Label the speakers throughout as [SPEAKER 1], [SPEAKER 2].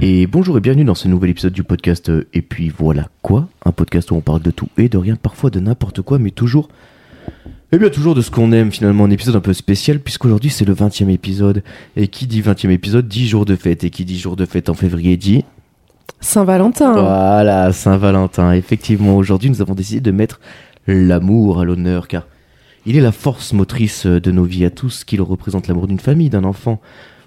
[SPEAKER 1] Et bonjour et bienvenue dans ce nouvel épisode du podcast euh, Et puis voilà quoi Un podcast où on parle de tout et de rien, parfois de n'importe quoi, mais toujours... Eh bien toujours de ce qu'on aime finalement, un épisode un peu spécial puisqu'aujourd'hui c'est le 20 e épisode. Et qui dit 20 e épisode dit jour de fête. Et qui dit jour de fête en février dit...
[SPEAKER 2] Saint-Valentin.
[SPEAKER 1] Voilà, Saint-Valentin. Effectivement, aujourd'hui nous avons décidé de mettre l'amour à l'honneur car il est la force motrice euh, de nos vies à tous qu'il représente l'amour d'une famille, d'un enfant,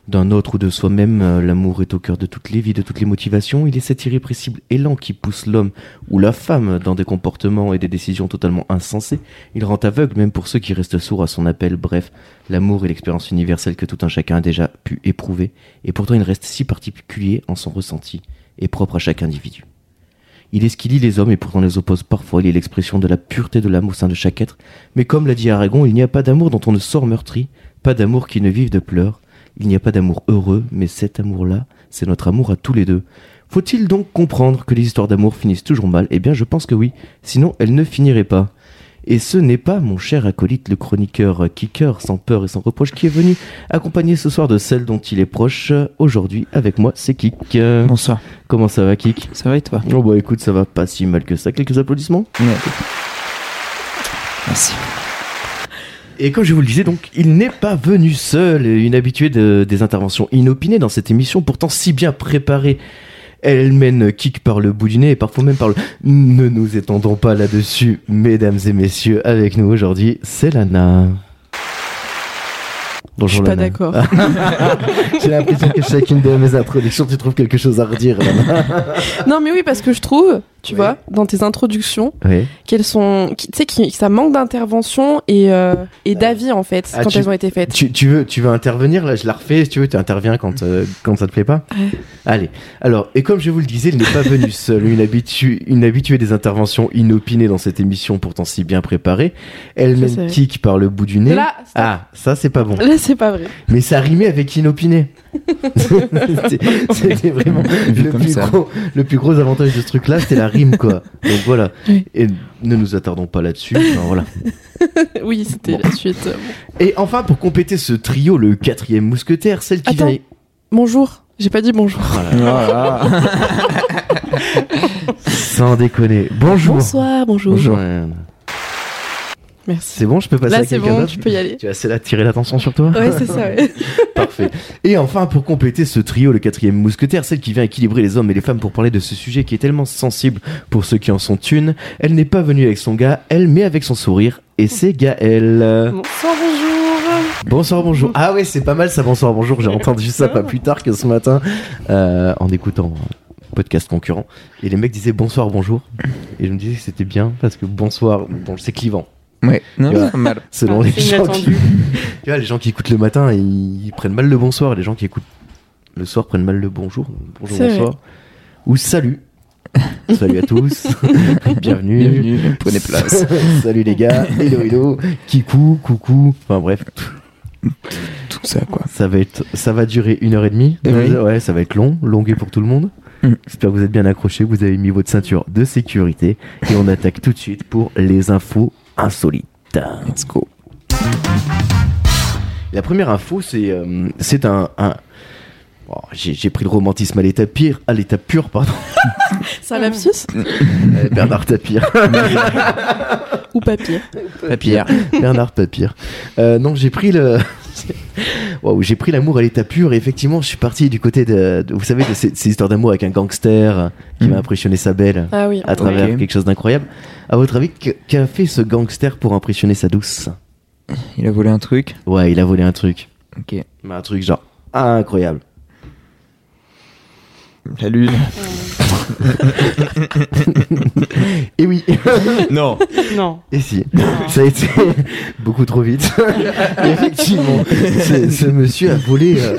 [SPEAKER 1] d'un autre ou de soi-même. Euh, L'amour est au cœur de toutes les vies, de toutes les motivations. Il est cet irrépressible élan qui pousse l'homme ou la femme dans des comportements et des décisions totalement insensées. Il rend aveugle même pour ceux qui restent sourds à son appel. Bref, l'amour est l'expérience universelle que tout un chacun a déjà pu éprouver et pourtant il reste si particulier en son ressenti et propre à chaque individu. Il est ce qui lie les hommes et pourtant les oppose parfois. Il est l'expression de la pureté de l'âme au sein de chaque être. Mais comme l'a dit Aragon, il n'y a pas d'amour dont on ne sort meurtri, pas d'amour qui ne vive de pleurs. Il n'y a pas d'amour heureux, mais cet amour-là, c'est notre amour à tous les deux. Faut-il donc comprendre que les histoires d'amour finissent toujours mal Eh bien, je pense que oui. Sinon, elles ne finiraient pas. Et ce n'est pas mon cher acolyte, le chroniqueur euh, kicker sans peur et sans reproche, qui est venu accompagner ce soir de celle dont il est proche. Euh, Aujourd'hui, avec moi, c'est Kik. Euh,
[SPEAKER 3] Bonsoir,
[SPEAKER 1] Comment ça va, Kik
[SPEAKER 3] ça va et toi
[SPEAKER 1] Oh bah écoute, ça va pas si mal que ça. Quelques applaudissements.
[SPEAKER 3] Merci.
[SPEAKER 1] Et comme je vous le disais, donc, il n'est pas venu seul. Une habituée de- des interventions inopinées dans cette émission, pourtant si bien préparée. Elle mène kick par le bout du nez et parfois même par le... Ne nous étendons pas là-dessus, mesdames et messieurs. Avec nous aujourd'hui, c'est Lana.
[SPEAKER 2] Je suis pas
[SPEAKER 1] Lana.
[SPEAKER 2] d'accord.
[SPEAKER 1] J'ai l'impression que chacune de mes introductions, tu trouves quelque chose à redire, Lana.
[SPEAKER 2] non, mais oui, parce que je trouve, tu
[SPEAKER 1] Oui.
[SPEAKER 2] vois, dans tes introductions,
[SPEAKER 1] Ouais.
[SPEAKER 2] qu'elles sont. qui- Tu sais, qui- ça manque d'intervention et, euh, et d'avis, en fait,
[SPEAKER 1] Ah,
[SPEAKER 2] quand
[SPEAKER 1] tu-
[SPEAKER 2] elles ont été faites.
[SPEAKER 1] Tu, tu veux, tu veux intervenir là, je la refais. Si tu veux, tu interviens quand, euh, quand ça te plaît pas. Allez. Alors, et comme je vous le disais, il n'est pas venu seul. Une habituée, une habituée des interventions inopinées dans cette émission, pourtant si bien préparée. Elle
[SPEAKER 2] Ça,
[SPEAKER 1] mène
[SPEAKER 2] c'est vrai.
[SPEAKER 1] kick par le bout du nez.
[SPEAKER 2] Là, stop.
[SPEAKER 1] ah, ça c'est pas bon.
[SPEAKER 2] Là, c'est pas vrai.
[SPEAKER 1] Mais ça rimait avec inopiné. C'était- C'était vraiment
[SPEAKER 3] Vu
[SPEAKER 1] le
[SPEAKER 3] comme
[SPEAKER 1] plus,
[SPEAKER 3] ça.
[SPEAKER 1] gros, le plus gros avantage de ce truc-là, c'était la rime, quoi. Donc voilà.
[SPEAKER 2] Oui.
[SPEAKER 1] Et ne nous attardons pas là-dessus. Enfin, voilà.
[SPEAKER 2] oui, c'était
[SPEAKER 1] Bon.
[SPEAKER 2] la suite. Euh, bon.
[SPEAKER 1] Et enfin, pour compléter ce trio, le quatrième mousquetaire, celle qui
[SPEAKER 2] Attends.
[SPEAKER 1] vient.
[SPEAKER 2] Bonjour. J'ai pas dit bonjour.
[SPEAKER 3] Voilà.
[SPEAKER 1] Sans déconner. Bonjour.
[SPEAKER 2] Bonsoir, bonjour.
[SPEAKER 1] Ouais.
[SPEAKER 2] Merci.
[SPEAKER 1] C'est bon, je peux passer à
[SPEAKER 2] Là, c'est
[SPEAKER 1] quelqu'un
[SPEAKER 2] bon,
[SPEAKER 1] d'autre
[SPEAKER 2] tu peux y aller.
[SPEAKER 1] Tu as celle-là tirer l'attention sur toi
[SPEAKER 2] Ouais, c'est ça, ouais.
[SPEAKER 1] Parfait. Et enfin, pour compléter ce trio, le quatrième mousquetaire, celle qui vient équilibrer les hommes et les femmes pour parler de ce sujet qui est tellement sensible pour ceux qui en sont une, elle n'est pas venue avec son gars, elle, mais avec son sourire, et c'est Gaëlle.
[SPEAKER 2] Bonsoir, bonjour.
[SPEAKER 1] Bonsoir, bonjour. Ah ouais, c'est pas mal ça, bonsoir, bonjour. J'ai entendu ça pas plus tard que ce matin euh, en écoutant un podcast concurrent. Et les mecs disaient bonsoir, bonjour. Et je me disais que c'était bien parce que bonsoir, bon, c'est clivant.
[SPEAKER 3] Ouais, non,
[SPEAKER 1] Ouais.
[SPEAKER 3] c'est pas mal.
[SPEAKER 1] Selon
[SPEAKER 2] Ah,
[SPEAKER 1] les
[SPEAKER 2] c'est
[SPEAKER 1] gens qui...
[SPEAKER 2] inattendu.
[SPEAKER 1] Tu vois, les gens qui écoutent le matin, ils prennent mal le bonsoir. Les gens qui écoutent le soir prennent mal le bonjour. Bonjour,
[SPEAKER 2] C'est vrai.
[SPEAKER 1] bonsoir. Ou salut. salut à tous. Bienvenue.
[SPEAKER 3] Bienvenue, prenez place.
[SPEAKER 1] salut les gars. Hello, hello. Kikou, coucou. Enfin bref,
[SPEAKER 3] Tout ça, quoi.
[SPEAKER 1] ça va, être, ça va durer une heure et demie.
[SPEAKER 3] Eh oui.
[SPEAKER 1] Ouais, ça va être long. Longué pour tout le monde.
[SPEAKER 3] Mm.
[SPEAKER 1] J'espère que vous êtes bien accrochés. que Vous avez mis votre ceinture de sécurité. Et on attaque tout de suite pour les infos insolites.
[SPEAKER 3] Let's go.
[SPEAKER 1] La première info, c'est euh, c'est un. un- Oh, J'ai j'ai pris le romantisme à l'état pire, à l'état pur, pardon,
[SPEAKER 2] C'est un lapsus
[SPEAKER 1] Euh, Bernard Tapir.
[SPEAKER 2] ou papier
[SPEAKER 3] Papier.
[SPEAKER 1] Bernard Tapir. Euh, non, j'ai pris le. Waouh, j'ai pris l'amour à l'état pur et effectivement, je suis parti du côté de. de- vous savez, de ces, ces histoires d'amour avec un gangster euh, qui
[SPEAKER 3] Mhm.
[SPEAKER 1] m'a impressionné sa belle
[SPEAKER 2] Ah oui.
[SPEAKER 1] à travers
[SPEAKER 3] Ok.
[SPEAKER 1] quelque chose d'incroyable. À votre avis, que- qu'a fait ce gangster pour impressionner sa douce
[SPEAKER 3] Il a volé un truc.
[SPEAKER 1] Ouais, il a volé un truc.
[SPEAKER 3] Ok.
[SPEAKER 1] Mais Un truc genre incroyable.
[SPEAKER 3] La lune.
[SPEAKER 1] Et Eh oui
[SPEAKER 3] Non.
[SPEAKER 2] Non.
[SPEAKER 1] Et si, ça a été beaucoup trop vite. Effectivement, ce, ce monsieur a volé, euh,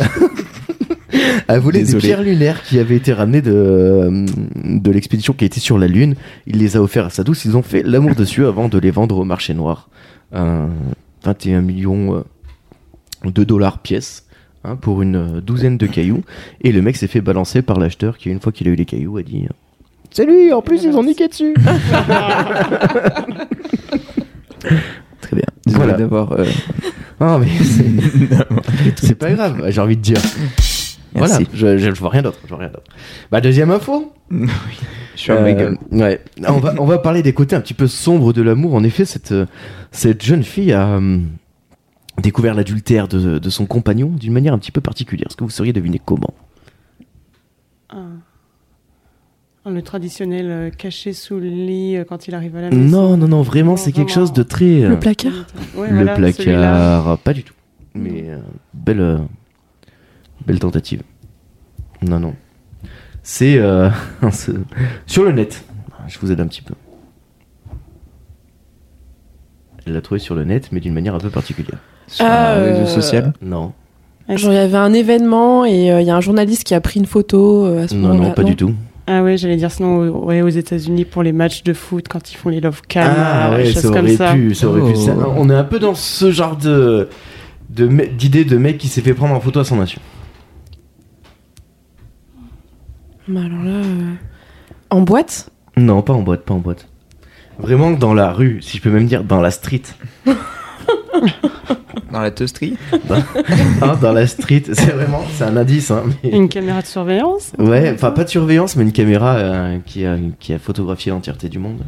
[SPEAKER 1] a volé des
[SPEAKER 3] Désolé.
[SPEAKER 1] pierres lunaires qui avaient été ramenées de, euh, de l'expédition qui était sur la Lune. Il les a offerts à sa douce. Ils ont fait l'amour dessus avant de les vendre au marché noir. Euh, 21 millions euh, de dollars pièce. hein, pour une euh, douzaine de cailloux et le mec s'est fait balancer par l'acheteur qui une fois qu'il a eu les cailloux a dit euh, c'est lui en plus ils ont niqué dessus
[SPEAKER 3] Très bien. Désolé
[SPEAKER 1] Voilà.
[SPEAKER 3] d'avoir. euh,
[SPEAKER 1] Non, mais c'est c'est pas grave, j'ai envie de dire. Voilà,
[SPEAKER 3] Merci.
[SPEAKER 1] je, je, je vois rien d'autre. je vois rien d'autre. Bah, deuxième info.
[SPEAKER 3] Je suis un
[SPEAKER 1] Euh,
[SPEAKER 3] bagel.
[SPEAKER 1] ouais. On va, on va parler des côtés un petit peu sombres de l'amour. En effet, cette, euh, cette jeune fille a hum, découvert l'adultère de, de son compagnon d'une manière un petit peu particulière. Est-ce que vous sauriez deviner comment
[SPEAKER 4] Un- un- Ah. Le traditionnel euh, caché sous le lit euh, quand il arrive à la maison.
[SPEAKER 1] Non, non, non, vraiment,
[SPEAKER 4] Non,
[SPEAKER 1] c'est quelque
[SPEAKER 4] vraiment.
[SPEAKER 1] chose de très. euh,
[SPEAKER 2] Le placard.
[SPEAKER 4] Ouais,
[SPEAKER 1] le
[SPEAKER 4] voilà, celui-là.
[SPEAKER 1] placard, euh, pas du tout. Mais euh, belle, euh, belle tentative. Non, non. C'est euh, c'est- sur le net. Je vous aide un petit peu. Elle l'a trouvé sur le net, mais d'une manière un peu particulière.
[SPEAKER 3] Sur
[SPEAKER 2] Ah,
[SPEAKER 3] un réseau
[SPEAKER 2] euh,
[SPEAKER 3] social.
[SPEAKER 1] Non,
[SPEAKER 2] Genre, il y avait un événement et euh, il y a un journaliste qui a pris une photo euh, à ce
[SPEAKER 1] non,
[SPEAKER 2] moment-là.
[SPEAKER 1] non, pas du tout.
[SPEAKER 4] Ah ouais, j'allais dire sinon au- ouais, aux États-Unis pour les matchs de foot quand ils font les love cam, euh, choses
[SPEAKER 1] Ah, ça
[SPEAKER 4] comme
[SPEAKER 1] aurait
[SPEAKER 4] ça.
[SPEAKER 1] pu, ça aurait pu.
[SPEAKER 3] Oh.
[SPEAKER 1] Ça- on est un peu dans ce genre de de me- d'idée de mec qui s'est fait prendre en photo à son insu.
[SPEAKER 2] Mais alors là, euh, en boîte
[SPEAKER 1] Non, pas en boîte, pas en boîte. Vraiment dans la rue, si je peux même dire dans la street.
[SPEAKER 3] Dans la toasterie.
[SPEAKER 1] Hein, dans la street, c'est vraiment, c'est un indice. Hein, mais-
[SPEAKER 4] Une caméra de surveillance.
[SPEAKER 1] Ouais, enfin pas de surveillance, mais une caméra euh, qui, a, qui a photographié l'entièreté du monde.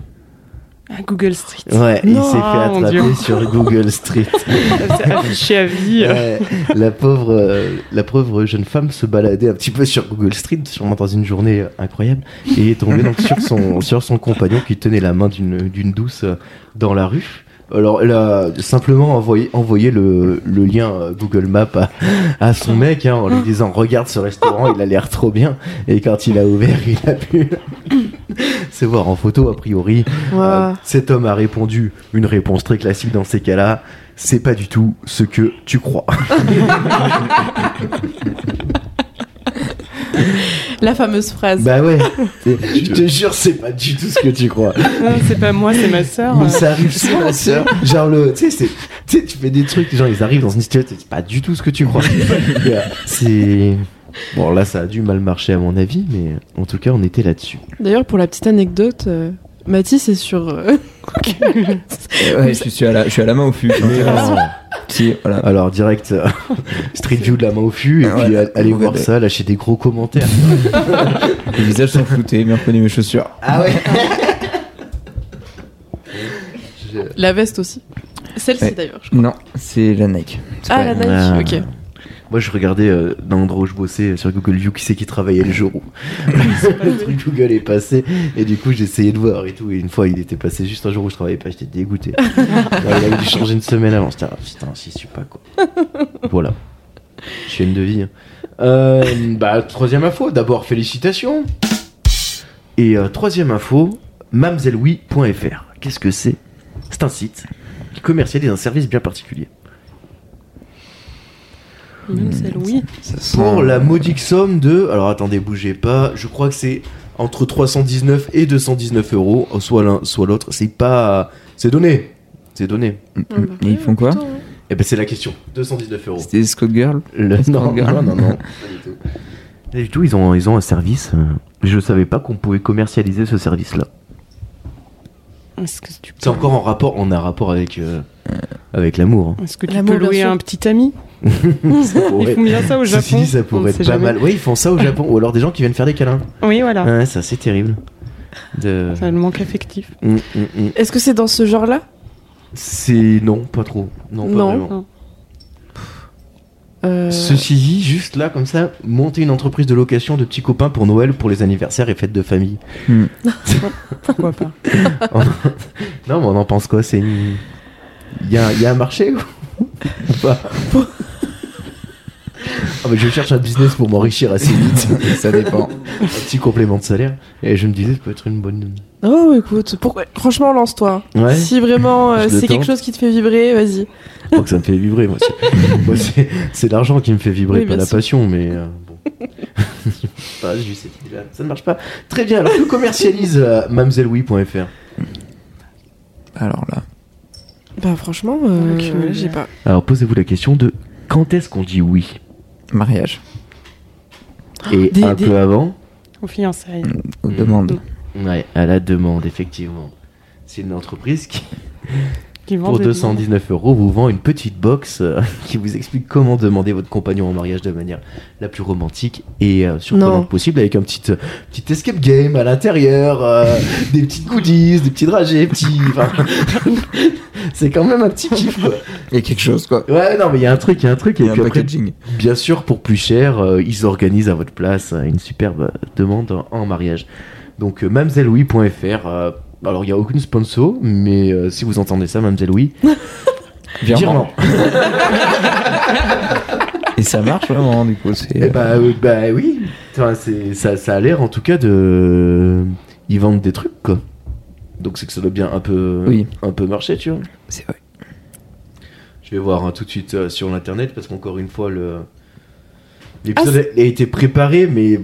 [SPEAKER 4] Ah, Google Street.
[SPEAKER 1] Ouais, il
[SPEAKER 4] Non,
[SPEAKER 1] s'est fait
[SPEAKER 4] ah, mon
[SPEAKER 1] attraper
[SPEAKER 4] Dieu.
[SPEAKER 1] sur Google Street.
[SPEAKER 4] C'est affiché à vie. euh.
[SPEAKER 1] Ouais, la, pauvre, euh, la pauvre jeune femme se baladait un petit peu sur Google Street, sûrement dans une journée euh, incroyable, et est tombée donc sur, son, sur son compagnon qui tenait la main d'une d'une douce euh, dans la rue. Alors, elle a simplement envoyé, envoyé le, le lien euh, Google Maps à, à son mec hein, en lui disant Regarde ce restaurant, il a l'air trop bien. Et quand il a ouvert, il a pu se voir en photo, a priori. Euh,
[SPEAKER 2] Ouah.
[SPEAKER 1] cet homme a répondu une réponse très classique dans ces cas-là. C'est pas du tout ce que tu crois.
[SPEAKER 2] La fameuse phrase.
[SPEAKER 1] bah ouais. Je te jure, c'est pas du tout ce que tu crois.
[SPEAKER 4] Non, c'est pas moi, c'est ma sœur.
[SPEAKER 1] Mais
[SPEAKER 4] euh.
[SPEAKER 1] ça arrive souvent, ma sœur. Genre le, tu sais, c'est- tu sais, tu fais des trucs, genre ils arrivent dans une situation, c'est pas du tout ce que tu crois. c'est bon là, ça a dû mal marcher à mon avis, mais en tout cas, on était là-dessus.
[SPEAKER 2] D'ailleurs, pour la petite anecdote, euh, Mathis est sur. euh, Google.
[SPEAKER 3] Eh ouais, je suis à la, je suis à la main au fût.
[SPEAKER 1] Alors,
[SPEAKER 3] Si, voilà.
[SPEAKER 1] alors, direct euh, Street View de la main au fût et
[SPEAKER 3] Ouais.
[SPEAKER 1] puis euh, allez
[SPEAKER 3] Ouais,
[SPEAKER 1] voir
[SPEAKER 3] ouais.
[SPEAKER 1] ça, lâchez des gros commentaires.
[SPEAKER 3] Les visages sont floutés, mais reconnais mes chaussures.
[SPEAKER 1] Ah ouais.
[SPEAKER 2] la veste aussi. Celle-ci
[SPEAKER 3] Ouais.
[SPEAKER 2] d'ailleurs. je-
[SPEAKER 3] Non, c'est la Nike. C'est
[SPEAKER 2] Ah,
[SPEAKER 3] pas-
[SPEAKER 2] la
[SPEAKER 1] Ah.
[SPEAKER 2] Nike, ok.
[SPEAKER 1] Moi, je regardais euh, dans l'endroit où je bossais euh, sur Google View qui c'est qui travaillait le jour où le truc Google est passé. Et du coup, j'essayais de voir et tout. Et une fois, il était passé juste un jour où je travaillais pas. J'étais dégoûté. Ouais, il avait dû changer une semaine avant. J'étais, ah, putain, j'y suis pas quoi. Voilà. Je suis une de vie. hein. Euh, bah, troisième info. D'abord, félicitations. Et euh, troisième info, mamzelleoui.fr. Qu'est-ce que c'est C'est un site qui commercialise un service bien particulier.
[SPEAKER 2] Même celle, oui.
[SPEAKER 3] Ça sent-
[SPEAKER 1] pour la modique somme de. Alors attendez, bougez pas. Je crois que c'est entre 319 et 219 euros, oh, soit l'un, soit l'autre. C'est pas. C'est donné. C'est donné.
[SPEAKER 3] Mm, Et ils font quoi
[SPEAKER 2] hein.
[SPEAKER 1] Eh ben c'est la question. 219 euros.
[SPEAKER 3] C'était Scott Girl.
[SPEAKER 1] Le-
[SPEAKER 3] Est-ce
[SPEAKER 1] Non,
[SPEAKER 3] qu'on regarde
[SPEAKER 1] non, non, non. Pas du tout. Pas du tout, ils ont, ils ont un service. euh, Je savais pas qu'on pouvait commercialiser ce service-là.
[SPEAKER 4] Est-ce que tu
[SPEAKER 1] C'est
[SPEAKER 4] peux,
[SPEAKER 1] encore en rapport, on a un rapport avec, euh, avec l'amour.
[SPEAKER 4] est-ce que tu
[SPEAKER 2] L'amour,
[SPEAKER 4] peux
[SPEAKER 2] bien
[SPEAKER 4] louer
[SPEAKER 2] sûr.
[SPEAKER 4] un petit ami
[SPEAKER 1] hein. Ça
[SPEAKER 4] Ils
[SPEAKER 1] pourrait-
[SPEAKER 4] font bien ça au
[SPEAKER 1] Ceci
[SPEAKER 4] Japon.
[SPEAKER 1] dit, ça
[SPEAKER 4] on ne
[SPEAKER 1] pourrait être
[SPEAKER 4] sait
[SPEAKER 1] pas
[SPEAKER 4] jamais.
[SPEAKER 1] mal. Oui, ils font ça au Japon. Ou alors des gens qui viennent faire des câlins.
[SPEAKER 4] Oui, voilà.
[SPEAKER 1] Ouais, Ah, ça, c'est terrible. De...
[SPEAKER 4] Ça le manque affectif.
[SPEAKER 1] Mm, mm, mm.
[SPEAKER 2] Est-ce que c'est dans ce genre-là
[SPEAKER 1] C'est non, pas trop. Non, pas
[SPEAKER 2] Non.
[SPEAKER 1] vraiment.
[SPEAKER 2] Euh,
[SPEAKER 1] Ceci dit, juste là, comme ça, monter une entreprise de location de petits copains pour Noël, pour les anniversaires et fêtes de famille.
[SPEAKER 3] Hmm.
[SPEAKER 4] Pourquoi pas
[SPEAKER 1] Non, mais on en pense quoi C'est une. Il y, a- y a un marché ou- ou pas Ah, mais je cherche un business pour m'enrichir assez vite,
[SPEAKER 3] Ça dépend.
[SPEAKER 1] un petit complément de salaire. Et je me disais, ça peut être une bonne.
[SPEAKER 2] Oh, écoute, pourquoi- franchement, lance-toi.
[SPEAKER 1] Ouais.
[SPEAKER 2] Si vraiment euh,
[SPEAKER 1] Je le
[SPEAKER 2] c'est quelque
[SPEAKER 1] tente.
[SPEAKER 2] chose qui te fait vibrer, vas-y.
[SPEAKER 1] Je crois que ça me fait vibrer, moi. c'est- moi, c'est- C'est l'argent qui me fait vibrer,
[SPEAKER 2] Oui,
[SPEAKER 1] pas
[SPEAKER 2] bien
[SPEAKER 1] la
[SPEAKER 2] sûr.
[SPEAKER 1] passion, mais euh, bon. Pas, j'ai eu cette idée-là. Ça ne marche pas. Très bien, alors que commercialise euh, mamzelleoui.fr
[SPEAKER 3] Alors là.
[SPEAKER 2] Bah, franchement, euh,
[SPEAKER 4] Ok, ouais.
[SPEAKER 2] j'ai pas.
[SPEAKER 1] Alors posez-vous la question de quand est-ce qu'on dit oui
[SPEAKER 3] Mariage.
[SPEAKER 1] Et
[SPEAKER 2] des-
[SPEAKER 1] un
[SPEAKER 2] des-
[SPEAKER 1] peu avant
[SPEAKER 4] Aux fiançailles.
[SPEAKER 3] Aux
[SPEAKER 1] Hmm.
[SPEAKER 3] demandes.
[SPEAKER 1] Ouais, à la demande, effectivement. C'est une entreprise qui,
[SPEAKER 4] qui vendent.
[SPEAKER 1] Pour
[SPEAKER 4] des-
[SPEAKER 1] 219 euros, vous vend une petite box euh, qui vous explique comment demander votre compagnon en mariage de manière la plus romantique et euh,
[SPEAKER 2] Non.
[SPEAKER 1] surprenante possible, avec un petit, euh, petit escape game à l'intérieur, euh, des petites goodies, des petits dragées, petits. enfin, C'est quand même un petit kiff. quoi.
[SPEAKER 3] Il y a quelque chose, quoi.
[SPEAKER 1] Ouais, non, mais il y a un truc, il y a un truc.
[SPEAKER 3] Il
[SPEAKER 1] Et
[SPEAKER 3] y a un
[SPEAKER 1] puis après,
[SPEAKER 3] packaging.
[SPEAKER 1] bien sûr, pour plus cher, euh, ils organisent à votre place euh, une superbe euh, demande en- en mariage. Donc, euh, mamzellelouis.fr. euh, alors, il n'y a aucune sponsor, mais euh, si vous entendez ça, Mamzelle Louis,
[SPEAKER 3] Virement.
[SPEAKER 1] virement.
[SPEAKER 3] Et ça marche vraiment, du coup. C'est
[SPEAKER 1] Eh bah, euh, bah oui, Enfin, c'est- ça, ça a l'air en tout cas de. Ils vendent des trucs quoi. Donc c'est que ça doit bien un peu,
[SPEAKER 3] Oui.
[SPEAKER 1] un peu marcher, tu vois.
[SPEAKER 3] c'est vrai.
[SPEAKER 1] Je vais voir hein, tout de suite euh, sur l'internet parce qu'encore une fois, le...
[SPEAKER 2] Ah,
[SPEAKER 1] l'épisode a a été préparé, mais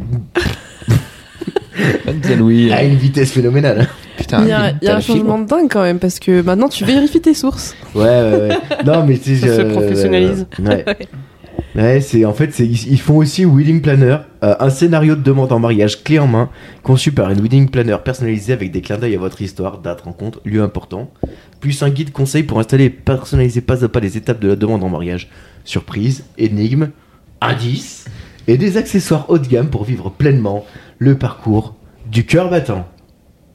[SPEAKER 3] Louis.
[SPEAKER 1] à une vitesse phénoménale.
[SPEAKER 3] euh, Putain,
[SPEAKER 2] il y a, il y a
[SPEAKER 3] t'as
[SPEAKER 2] un
[SPEAKER 3] la fibre.
[SPEAKER 2] changement de dingue quand même, parce que maintenant tu vérifies tes sources.
[SPEAKER 1] Ouais, ouais, ouais. Non, mais tu sais,
[SPEAKER 4] Ça se
[SPEAKER 1] euh,
[SPEAKER 4] professionnalise.
[SPEAKER 1] Ouais. Ouais, c'est en fait, c'est, ils ils font aussi Wedding Planner, euh, un scénario de demande en mariage clé en main, conçu par une Wedding Planner personnalisée avec des clins d'œil à votre histoire, date, rencontre, lieu important, plus un guide conseil pour installer et personnaliser pas à pas les étapes de la demande en mariage, surprise, énigme, indice, et des accessoires haut de gamme pour vivre pleinement le parcours du cœur battant.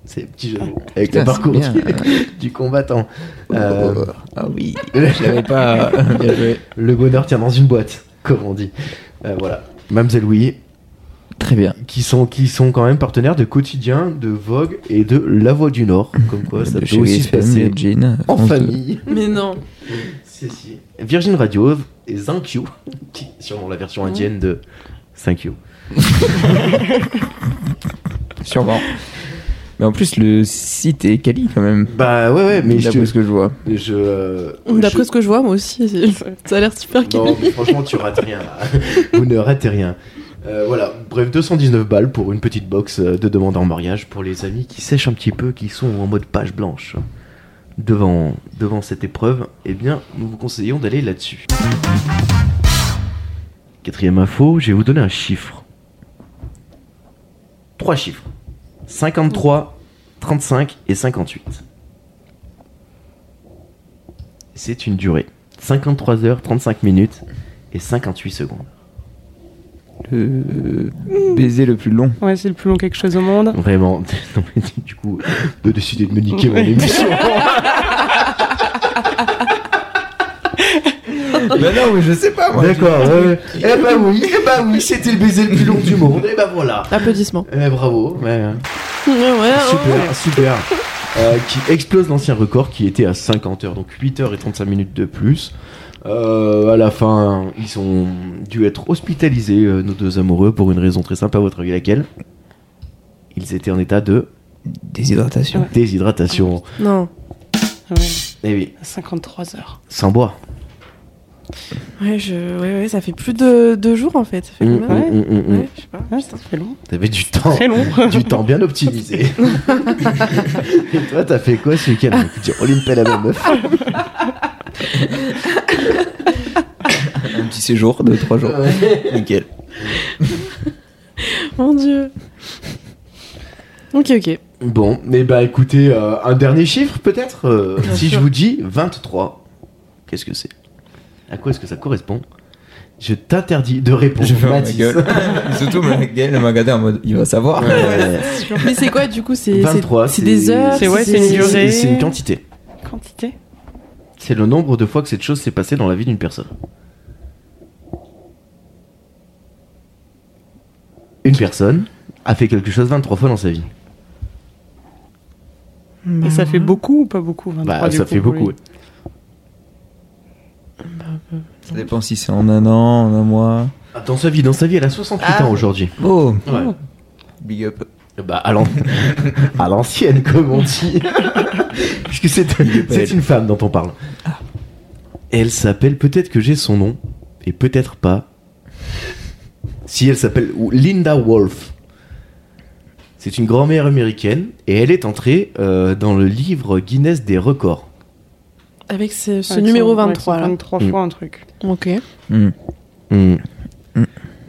[SPEAKER 1] C'est un petit jeu de mots. avec
[SPEAKER 3] Ah, Putain,
[SPEAKER 1] le parcours
[SPEAKER 3] c'est bien.
[SPEAKER 1] du combattant. Euh,
[SPEAKER 3] Oh, Ah oui. Je l'avais pas. euh, Bien joué.
[SPEAKER 1] le bonheur tient dans une boîte, comme on dit. Euh, voilà. Mamselle Louis,
[SPEAKER 3] Très bien.
[SPEAKER 1] qui sont, qui sont quand même partenaires de Quotidien, de Vogue et de La Voix du Nord. Comme quoi, ça
[SPEAKER 3] De
[SPEAKER 1] peut
[SPEAKER 3] chez
[SPEAKER 1] aussi se
[SPEAKER 3] Wispem,
[SPEAKER 1] passer
[SPEAKER 3] de Jean,
[SPEAKER 1] en
[SPEAKER 3] France deux.
[SPEAKER 1] famille.
[SPEAKER 2] Mais non.
[SPEAKER 1] Si, si. Virgin Radio et Zinkyo, qui est sûrement la version indienne de 5Q.
[SPEAKER 3] euh, Sûrement. Mais en plus, le site est quali quand même.
[SPEAKER 1] Bah ouais, ouais, mais je.
[SPEAKER 3] D'après ce que je vois.
[SPEAKER 1] te- je, euh,
[SPEAKER 2] D'après
[SPEAKER 1] je-
[SPEAKER 2] ce que je vois, moi aussi, c'est- ça a l'air super
[SPEAKER 1] Non,
[SPEAKER 2] cool.
[SPEAKER 1] mais franchement, tu rates rien. là. Vous ne ratez rien. Euh, voilà, bref, 219 balles pour une petite box euh, de demande en mariage pour les amis qui sèchent un petit peu, qui sont en mode page blanche devant, devant cette épreuve. Eh bien, nous vous conseillons d'aller là-dessus. Quatrième info, je vais vous donner un chiffre. Trois chiffres. 53, 35 et 58. C'est une durée. 53 heures, 35 minutes et 58 secondes.
[SPEAKER 3] Le baiser le plus long.
[SPEAKER 4] Ouais, c'est le plus long quelque chose au monde.
[SPEAKER 1] Vraiment, non, mais du coup, de décider de me niquer mon émission.
[SPEAKER 3] Bah non, mais je sais pas
[SPEAKER 1] D'accord, ouais. Eh bah oui, eh bah oui, c'était le baiser le plus long du monde. Eh bah voilà.
[SPEAKER 2] Applaudissements.
[SPEAKER 1] Eh bravo, ouais, ouais.
[SPEAKER 2] Ouais, ouais,
[SPEAKER 1] Ah
[SPEAKER 2] ouais.
[SPEAKER 1] super, super. Euh, qui explose l'ancien record qui était à 50 heures, donc 8 heures et 35 minutes de plus. Euh, à la fin, ils ont dû être hospitalisés, euh, nos deux amoureux, pour une raison très simple, à votre avis laquelle Ils étaient en état de
[SPEAKER 3] Déshydratation.
[SPEAKER 1] déshydratation.
[SPEAKER 2] Non.
[SPEAKER 4] Ouais,
[SPEAKER 1] Eh oui,
[SPEAKER 4] 53 heures.
[SPEAKER 1] sans boire.
[SPEAKER 2] Ouais, je... ouais, ouais, ça fait plus de deux jours en fait. Ça fait
[SPEAKER 1] Mm,
[SPEAKER 2] combien
[SPEAKER 1] mm, mm, mm, mm.
[SPEAKER 2] Ouais, je sais pas.
[SPEAKER 4] Ouais, ça fait long.
[SPEAKER 1] T'avais du temps.
[SPEAKER 4] Très long.
[SPEAKER 1] du temps bien optimisé. Et toi, t'as fait quoi ce week-end Écoute, J'ai roulé une pelle à ma meuf.
[SPEAKER 3] Un petit séjour de 3
[SPEAKER 4] Ah
[SPEAKER 3] jours. Nickel.
[SPEAKER 2] Mon dieu. Ok, ok.
[SPEAKER 1] Bon, mais bah écoutez, euh, un dernier chiffre peut-être Euh,
[SPEAKER 2] Bien
[SPEAKER 1] Si
[SPEAKER 2] sûr.
[SPEAKER 1] je vous dis 23, qu'est-ce que c'est À quoi est-ce que ça correspond Je t'interdis de répondre.
[SPEAKER 3] J'ai fait ma
[SPEAKER 1] Mathis.
[SPEAKER 3] gueule. Et Surtout, ma gueule elle m'a regardé en mode il va savoir.
[SPEAKER 1] Ouais.
[SPEAKER 2] Mais c'est quoi du coup C'est
[SPEAKER 1] 23,
[SPEAKER 2] c'est- c'est des heures
[SPEAKER 4] c'est- ouais, c'est une durée.
[SPEAKER 1] c'est- C'est une quantité.
[SPEAKER 4] Quantité
[SPEAKER 1] C'est le nombre de fois que cette chose s'est passée dans la vie d'une personne. Une personne a fait quelque chose 23 fois dans sa vie.
[SPEAKER 4] Et ça fait beaucoup ou pas beaucoup 23,
[SPEAKER 1] Bah,
[SPEAKER 4] du
[SPEAKER 1] ça
[SPEAKER 4] coup,
[SPEAKER 1] fait
[SPEAKER 4] pour
[SPEAKER 1] beaucoup.
[SPEAKER 4] lui.
[SPEAKER 3] Ça dépend si c'est en un an, en un mois.
[SPEAKER 1] Ah, Dans sa vie, dans sa vie, elle a 68
[SPEAKER 3] Ah.
[SPEAKER 1] ans aujourd'hui.
[SPEAKER 3] Oh
[SPEAKER 1] Ouais.
[SPEAKER 3] Big up.
[SPEAKER 1] Bah, à l'an- à l'ancienne, comme on dit. Puisque c'est c'est une femme dont on parle. Elle s'appelle, peut-être que j'ai son nom, et peut-être pas. Si elle s'appelle Linda Wolf. C'est une grand-mère américaine, et elle est entrée euh, dans le livre Guinness des records.
[SPEAKER 2] Avec ce, ce
[SPEAKER 4] Avec
[SPEAKER 2] numéro
[SPEAKER 4] son- avec
[SPEAKER 2] 23
[SPEAKER 4] son
[SPEAKER 2] là.
[SPEAKER 4] 23
[SPEAKER 1] Mm.
[SPEAKER 4] fois un truc.
[SPEAKER 2] Ok.
[SPEAKER 3] Hmm.
[SPEAKER 1] Mm.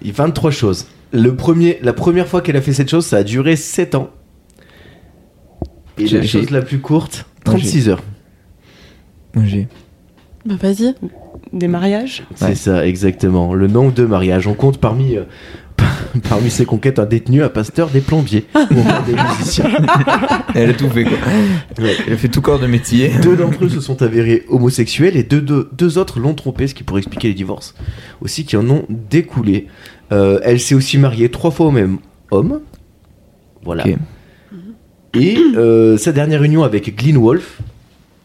[SPEAKER 1] 23 choses. Le premier, la première fois qu'elle a fait cette chose, ça a duré 7 ans. Et
[SPEAKER 3] J'ai-
[SPEAKER 1] la
[SPEAKER 3] j'ai-
[SPEAKER 1] chose la plus courte,
[SPEAKER 3] Non,
[SPEAKER 1] 36 heures.
[SPEAKER 3] Moi j'ai.
[SPEAKER 2] Bah vas-y.
[SPEAKER 4] Des mariages
[SPEAKER 1] C'est ça, exactement. Le nombre de mariages. On compte parmi, euh, parmi ces conquêtes un détenu, un pasteur, des plombiers ou encore des musiciens.
[SPEAKER 3] Elle a tout fait quoi.
[SPEAKER 1] Ouais.
[SPEAKER 3] Elle a fait tout corps de métier.
[SPEAKER 1] Deux d'entre eux se sont avérés homosexuels et deux, deux, deux autres l'ont trompé, ce qui pourrait expliquer les divorces aussi qui en ont découlé. Euh, elle s'est aussi mariée trois fois au même homme. Voilà.
[SPEAKER 3] Ok.
[SPEAKER 1] Et euh, sa dernière union avec Glyn Wolf.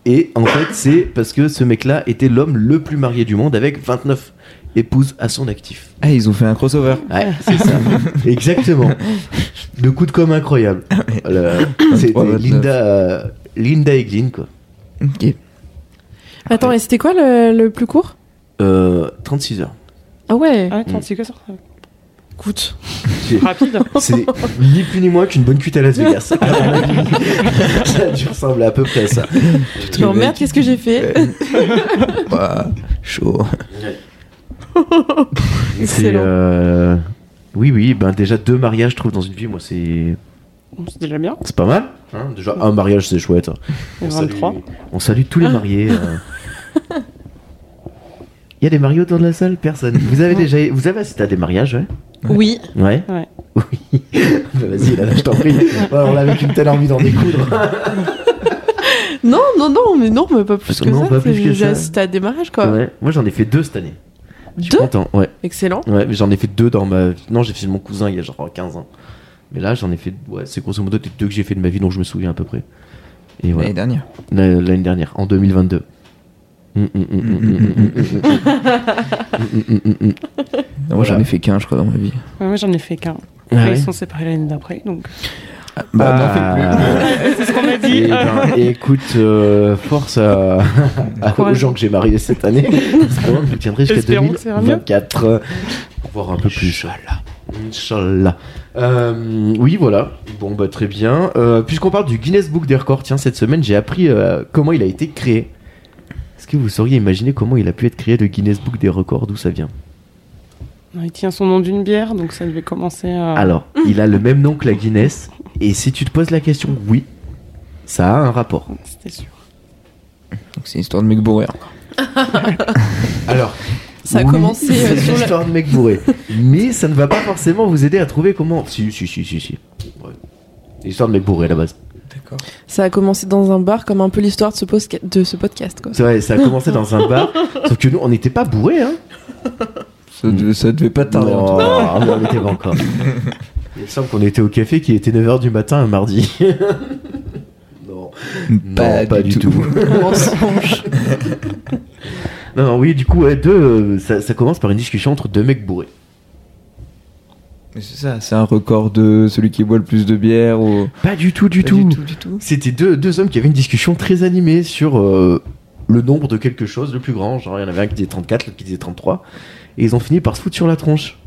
[SPEAKER 1] Et en fait, c'est parce que ce mec-là était l'homme le plus marié du monde avec 29 épouses à son actif.
[SPEAKER 3] Ah, ils ont fait un crossover.
[SPEAKER 1] Ouais, c'est ça. Exactement. Le coup de com' incroyable. Voilà. C'était
[SPEAKER 3] 29.
[SPEAKER 1] Linda, euh, Linda et Glyn, quoi.
[SPEAKER 3] Ok.
[SPEAKER 2] Attends, et c'était quoi le, le plus court
[SPEAKER 1] Euh, 36 heures.
[SPEAKER 2] Ah ouais.
[SPEAKER 4] Ah, attends, c'est quoi ça
[SPEAKER 1] Mm.
[SPEAKER 2] Écoute.
[SPEAKER 1] C'est-
[SPEAKER 4] Rapide.
[SPEAKER 1] C'est ni plus ni moins qu'une bonne cuite à Las Vegas. À mon avis. ça a dû ressembler à peu près à ça. Euh,
[SPEAKER 2] Genre merde, qu'est-ce que j'ai fait
[SPEAKER 3] Ouah, chaud.
[SPEAKER 1] C'est,
[SPEAKER 2] Excellent.
[SPEAKER 1] euh, Oui, oui, ben déjà deux mariages, je trouve, dans une vie, moi, c'est,
[SPEAKER 4] C'est déjà bien.
[SPEAKER 1] c'est pas mal. hein. déjà un mariage, c'est chouette.
[SPEAKER 4] Et 23.
[SPEAKER 1] Salue, on salue tous les mariés. euh. Il y a des mariés autour de la salle Personne. Vous avez déjà. Vous avez assisté à des mariages, ouais
[SPEAKER 2] Oui.
[SPEAKER 1] Ouais.
[SPEAKER 4] Ouais.
[SPEAKER 1] Oui. Bah, Vas-y, là, je t'en prie. Ouais, on l'a avec une telle envie d'en découdre.
[SPEAKER 2] Non, non, non, mais non, mais pas plus que
[SPEAKER 1] Non,
[SPEAKER 2] ça.
[SPEAKER 1] pas plus
[SPEAKER 2] c'est
[SPEAKER 1] que
[SPEAKER 2] juste
[SPEAKER 1] ça.
[SPEAKER 2] assisté à des mariages, quoi.
[SPEAKER 1] Ouais. Moi, j'en ai fait deux cette année. Je suis
[SPEAKER 2] Deux
[SPEAKER 1] content, ouais.
[SPEAKER 2] Excellent.
[SPEAKER 1] Ouais, mais j'en ai fait deux dans ma. Non, j'ai fait mon cousin il y a genre 15 ans. Mais là, j'en ai fait. Ouais, c'est grosso modo les deux que j'ai fait de ma vie dont je me souviens à peu près. Et
[SPEAKER 3] L'année
[SPEAKER 1] voilà.
[SPEAKER 3] dernière.
[SPEAKER 1] L'année l'année dernière, en 2022. Mm, mm, mm, mm, mm, mm, mm, mm, mm, mm, mm, mm.
[SPEAKER 3] Non, Moi j'en
[SPEAKER 1] Voilà.
[SPEAKER 3] ai fait qu'un, je crois, dans ma vie.
[SPEAKER 4] Ouais, moi, j'en ai fait qu'un.
[SPEAKER 1] Ah
[SPEAKER 4] Après,
[SPEAKER 1] ouais
[SPEAKER 4] Ils sont séparés l'année d'après, donc.
[SPEAKER 3] Bah,
[SPEAKER 1] Ah.
[SPEAKER 4] c'est ce qu'on m'a dit.
[SPEAKER 1] Eh ben, écoute, euh, force à, à- aux
[SPEAKER 4] Courage.
[SPEAKER 1] gens que j'ai mariés cette année. Parce que moi, je me tiendrai jusqu'à
[SPEAKER 4] Espérons que ça ira mieux.
[SPEAKER 1] 2024. euh, Voire un peu plus. Inch'Allah. Inch'Allah. Euh, oui, voilà. Bon, bah très bien. Euh, Puisqu'on parle du Guinness Book des records, tiens, cette semaine, j'ai appris euh, comment il a été créé. Est-ce que vous sauriez imaginer comment il a pu être créé, le Guinness Book des records, d'où ça vient
[SPEAKER 4] Non, il tient son nom d'une bière, donc ça devait commencer à.
[SPEAKER 1] Alors, il a le même nom que la Guinness. Et si tu te poses la question, oui, ça a un rapport.
[SPEAKER 4] C'était sûr.
[SPEAKER 3] Donc c'est une histoire de mec bourré hein. encore.
[SPEAKER 1] Alors,
[SPEAKER 2] Ça a commencé, euh,
[SPEAKER 1] c'est
[SPEAKER 2] sur la-
[SPEAKER 1] l'histoire de mec bourré. Mais ça ne va pas forcément vous aider à trouver comment. Si, si, si, si, si. Ouais. L'histoire de mec bourré à la base.
[SPEAKER 3] D'accord.
[SPEAKER 2] Ça a commencé dans un bar, comme un peu l'histoire de, ce posca- de ce podcast, quoi.
[SPEAKER 1] C'est vrai, ça a commencé dans un bar. Sauf que nous, on n'était pas bourrés, hein.
[SPEAKER 3] Ça, devait- ça devait pas tarder. en tout
[SPEAKER 1] non, non, on n'était pas encore. Il me semble qu'on était au café qui était 9h du matin un mardi. non.
[SPEAKER 3] cas.
[SPEAKER 1] Non, pas du tout. Non, non, oui, du coup, ouais, deux, euh, ça, ça commence par une discussion entre deux mecs bourrés.
[SPEAKER 3] Mais c'est ça, c'est un record de celui qui boit le plus de bière ou.
[SPEAKER 1] Pas du tout, du
[SPEAKER 3] Pas
[SPEAKER 1] tout.
[SPEAKER 3] Du tout, du tout.
[SPEAKER 1] C'était deux, deux hommes qui avaient une discussion très animée sur euh, le nombre de quelque chose, le plus grand. Genre, il y en avait un qui disait 34, l'autre qui disait 33. Et ils ont fini par se foutre sur la tronche.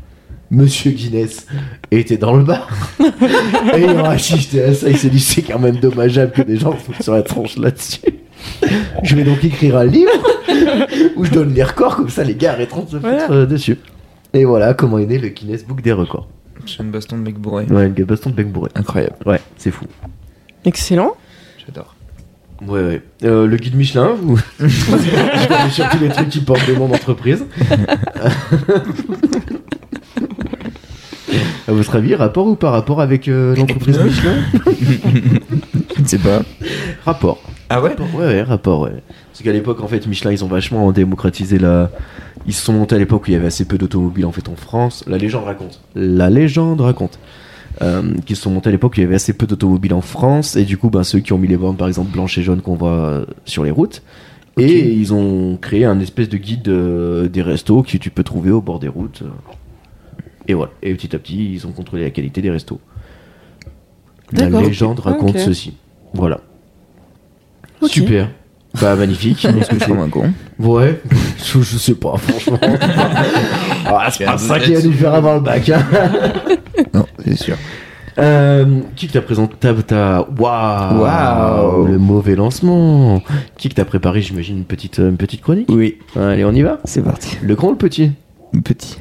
[SPEAKER 1] Monsieur Guinness était dans le bar. et ayant assisté à ça, il s'est dit c'est quand même dommageable que des gens se foutent sur la tronche là-dessus. Je vais donc écrire un livre où je donne les records, comme ça les gars arrêteront de se foutre
[SPEAKER 2] Voilà.
[SPEAKER 1] euh, dessus. Et voilà comment est né le Guinness Book des records.
[SPEAKER 3] C'est une baston de mec bourré.
[SPEAKER 1] Ouais, le baston de Bec bourré.
[SPEAKER 3] Incroyable,
[SPEAKER 1] Ouais, c'est fou.
[SPEAKER 2] Excellent.
[SPEAKER 3] j'adore.
[SPEAKER 1] Ouais, ouais. Euh, le guide Michelin, vous. je connais surtout les trucs qui portent des noms d'entreprise. à votre avis, rapport ou pas rapport avec euh, l'entreprise Michelin
[SPEAKER 3] Je ne sais pas.
[SPEAKER 1] Rapport.
[SPEAKER 3] Ah ouais
[SPEAKER 1] Ouais, ouais, rapport, ouais. Parce qu'à l'époque, en fait, Michelin, ils ont vachement démocratisé la. Ils se sont montés à l'époque où il y avait assez peu d'automobiles en fait en France. La légende raconte. La légende raconte. Euh, qui se sont montés à l'époque où il y avait assez peu d'automobiles en France. Et du coup, ben, ceux qui ont mis les bornes, par exemple, blanches et jaunes qu'on voit euh, sur les routes. Et ils ont créé un espèce de guide euh, des restos que tu peux trouver au bord des routes. Et voilà. Et petit à petit, ils ont contrôlé la qualité des restos. La
[SPEAKER 2] D'accord.
[SPEAKER 1] légende raconte
[SPEAKER 4] Ok.
[SPEAKER 1] ceci. Voilà.
[SPEAKER 2] Ok.
[SPEAKER 1] Super. Bah magnifique. Est-ce que c'est-
[SPEAKER 3] Comme un con.
[SPEAKER 1] Ouais, je, je sais pas, franchement. Ah, c'est pas ça qui va nous faire avoir le bac. Hein.
[SPEAKER 3] Non, c'est sûr.
[SPEAKER 1] Euh, qui que t'a présenté T'as- t'as- Waouh
[SPEAKER 3] Waouh.
[SPEAKER 1] Le mauvais lancement Qui que t'a préparé, j'imagine, une petite, euh, une petite chronique
[SPEAKER 3] Oui,
[SPEAKER 1] Allez, on y va
[SPEAKER 3] c'est parti.
[SPEAKER 1] Le grand ou le petit
[SPEAKER 3] Petit.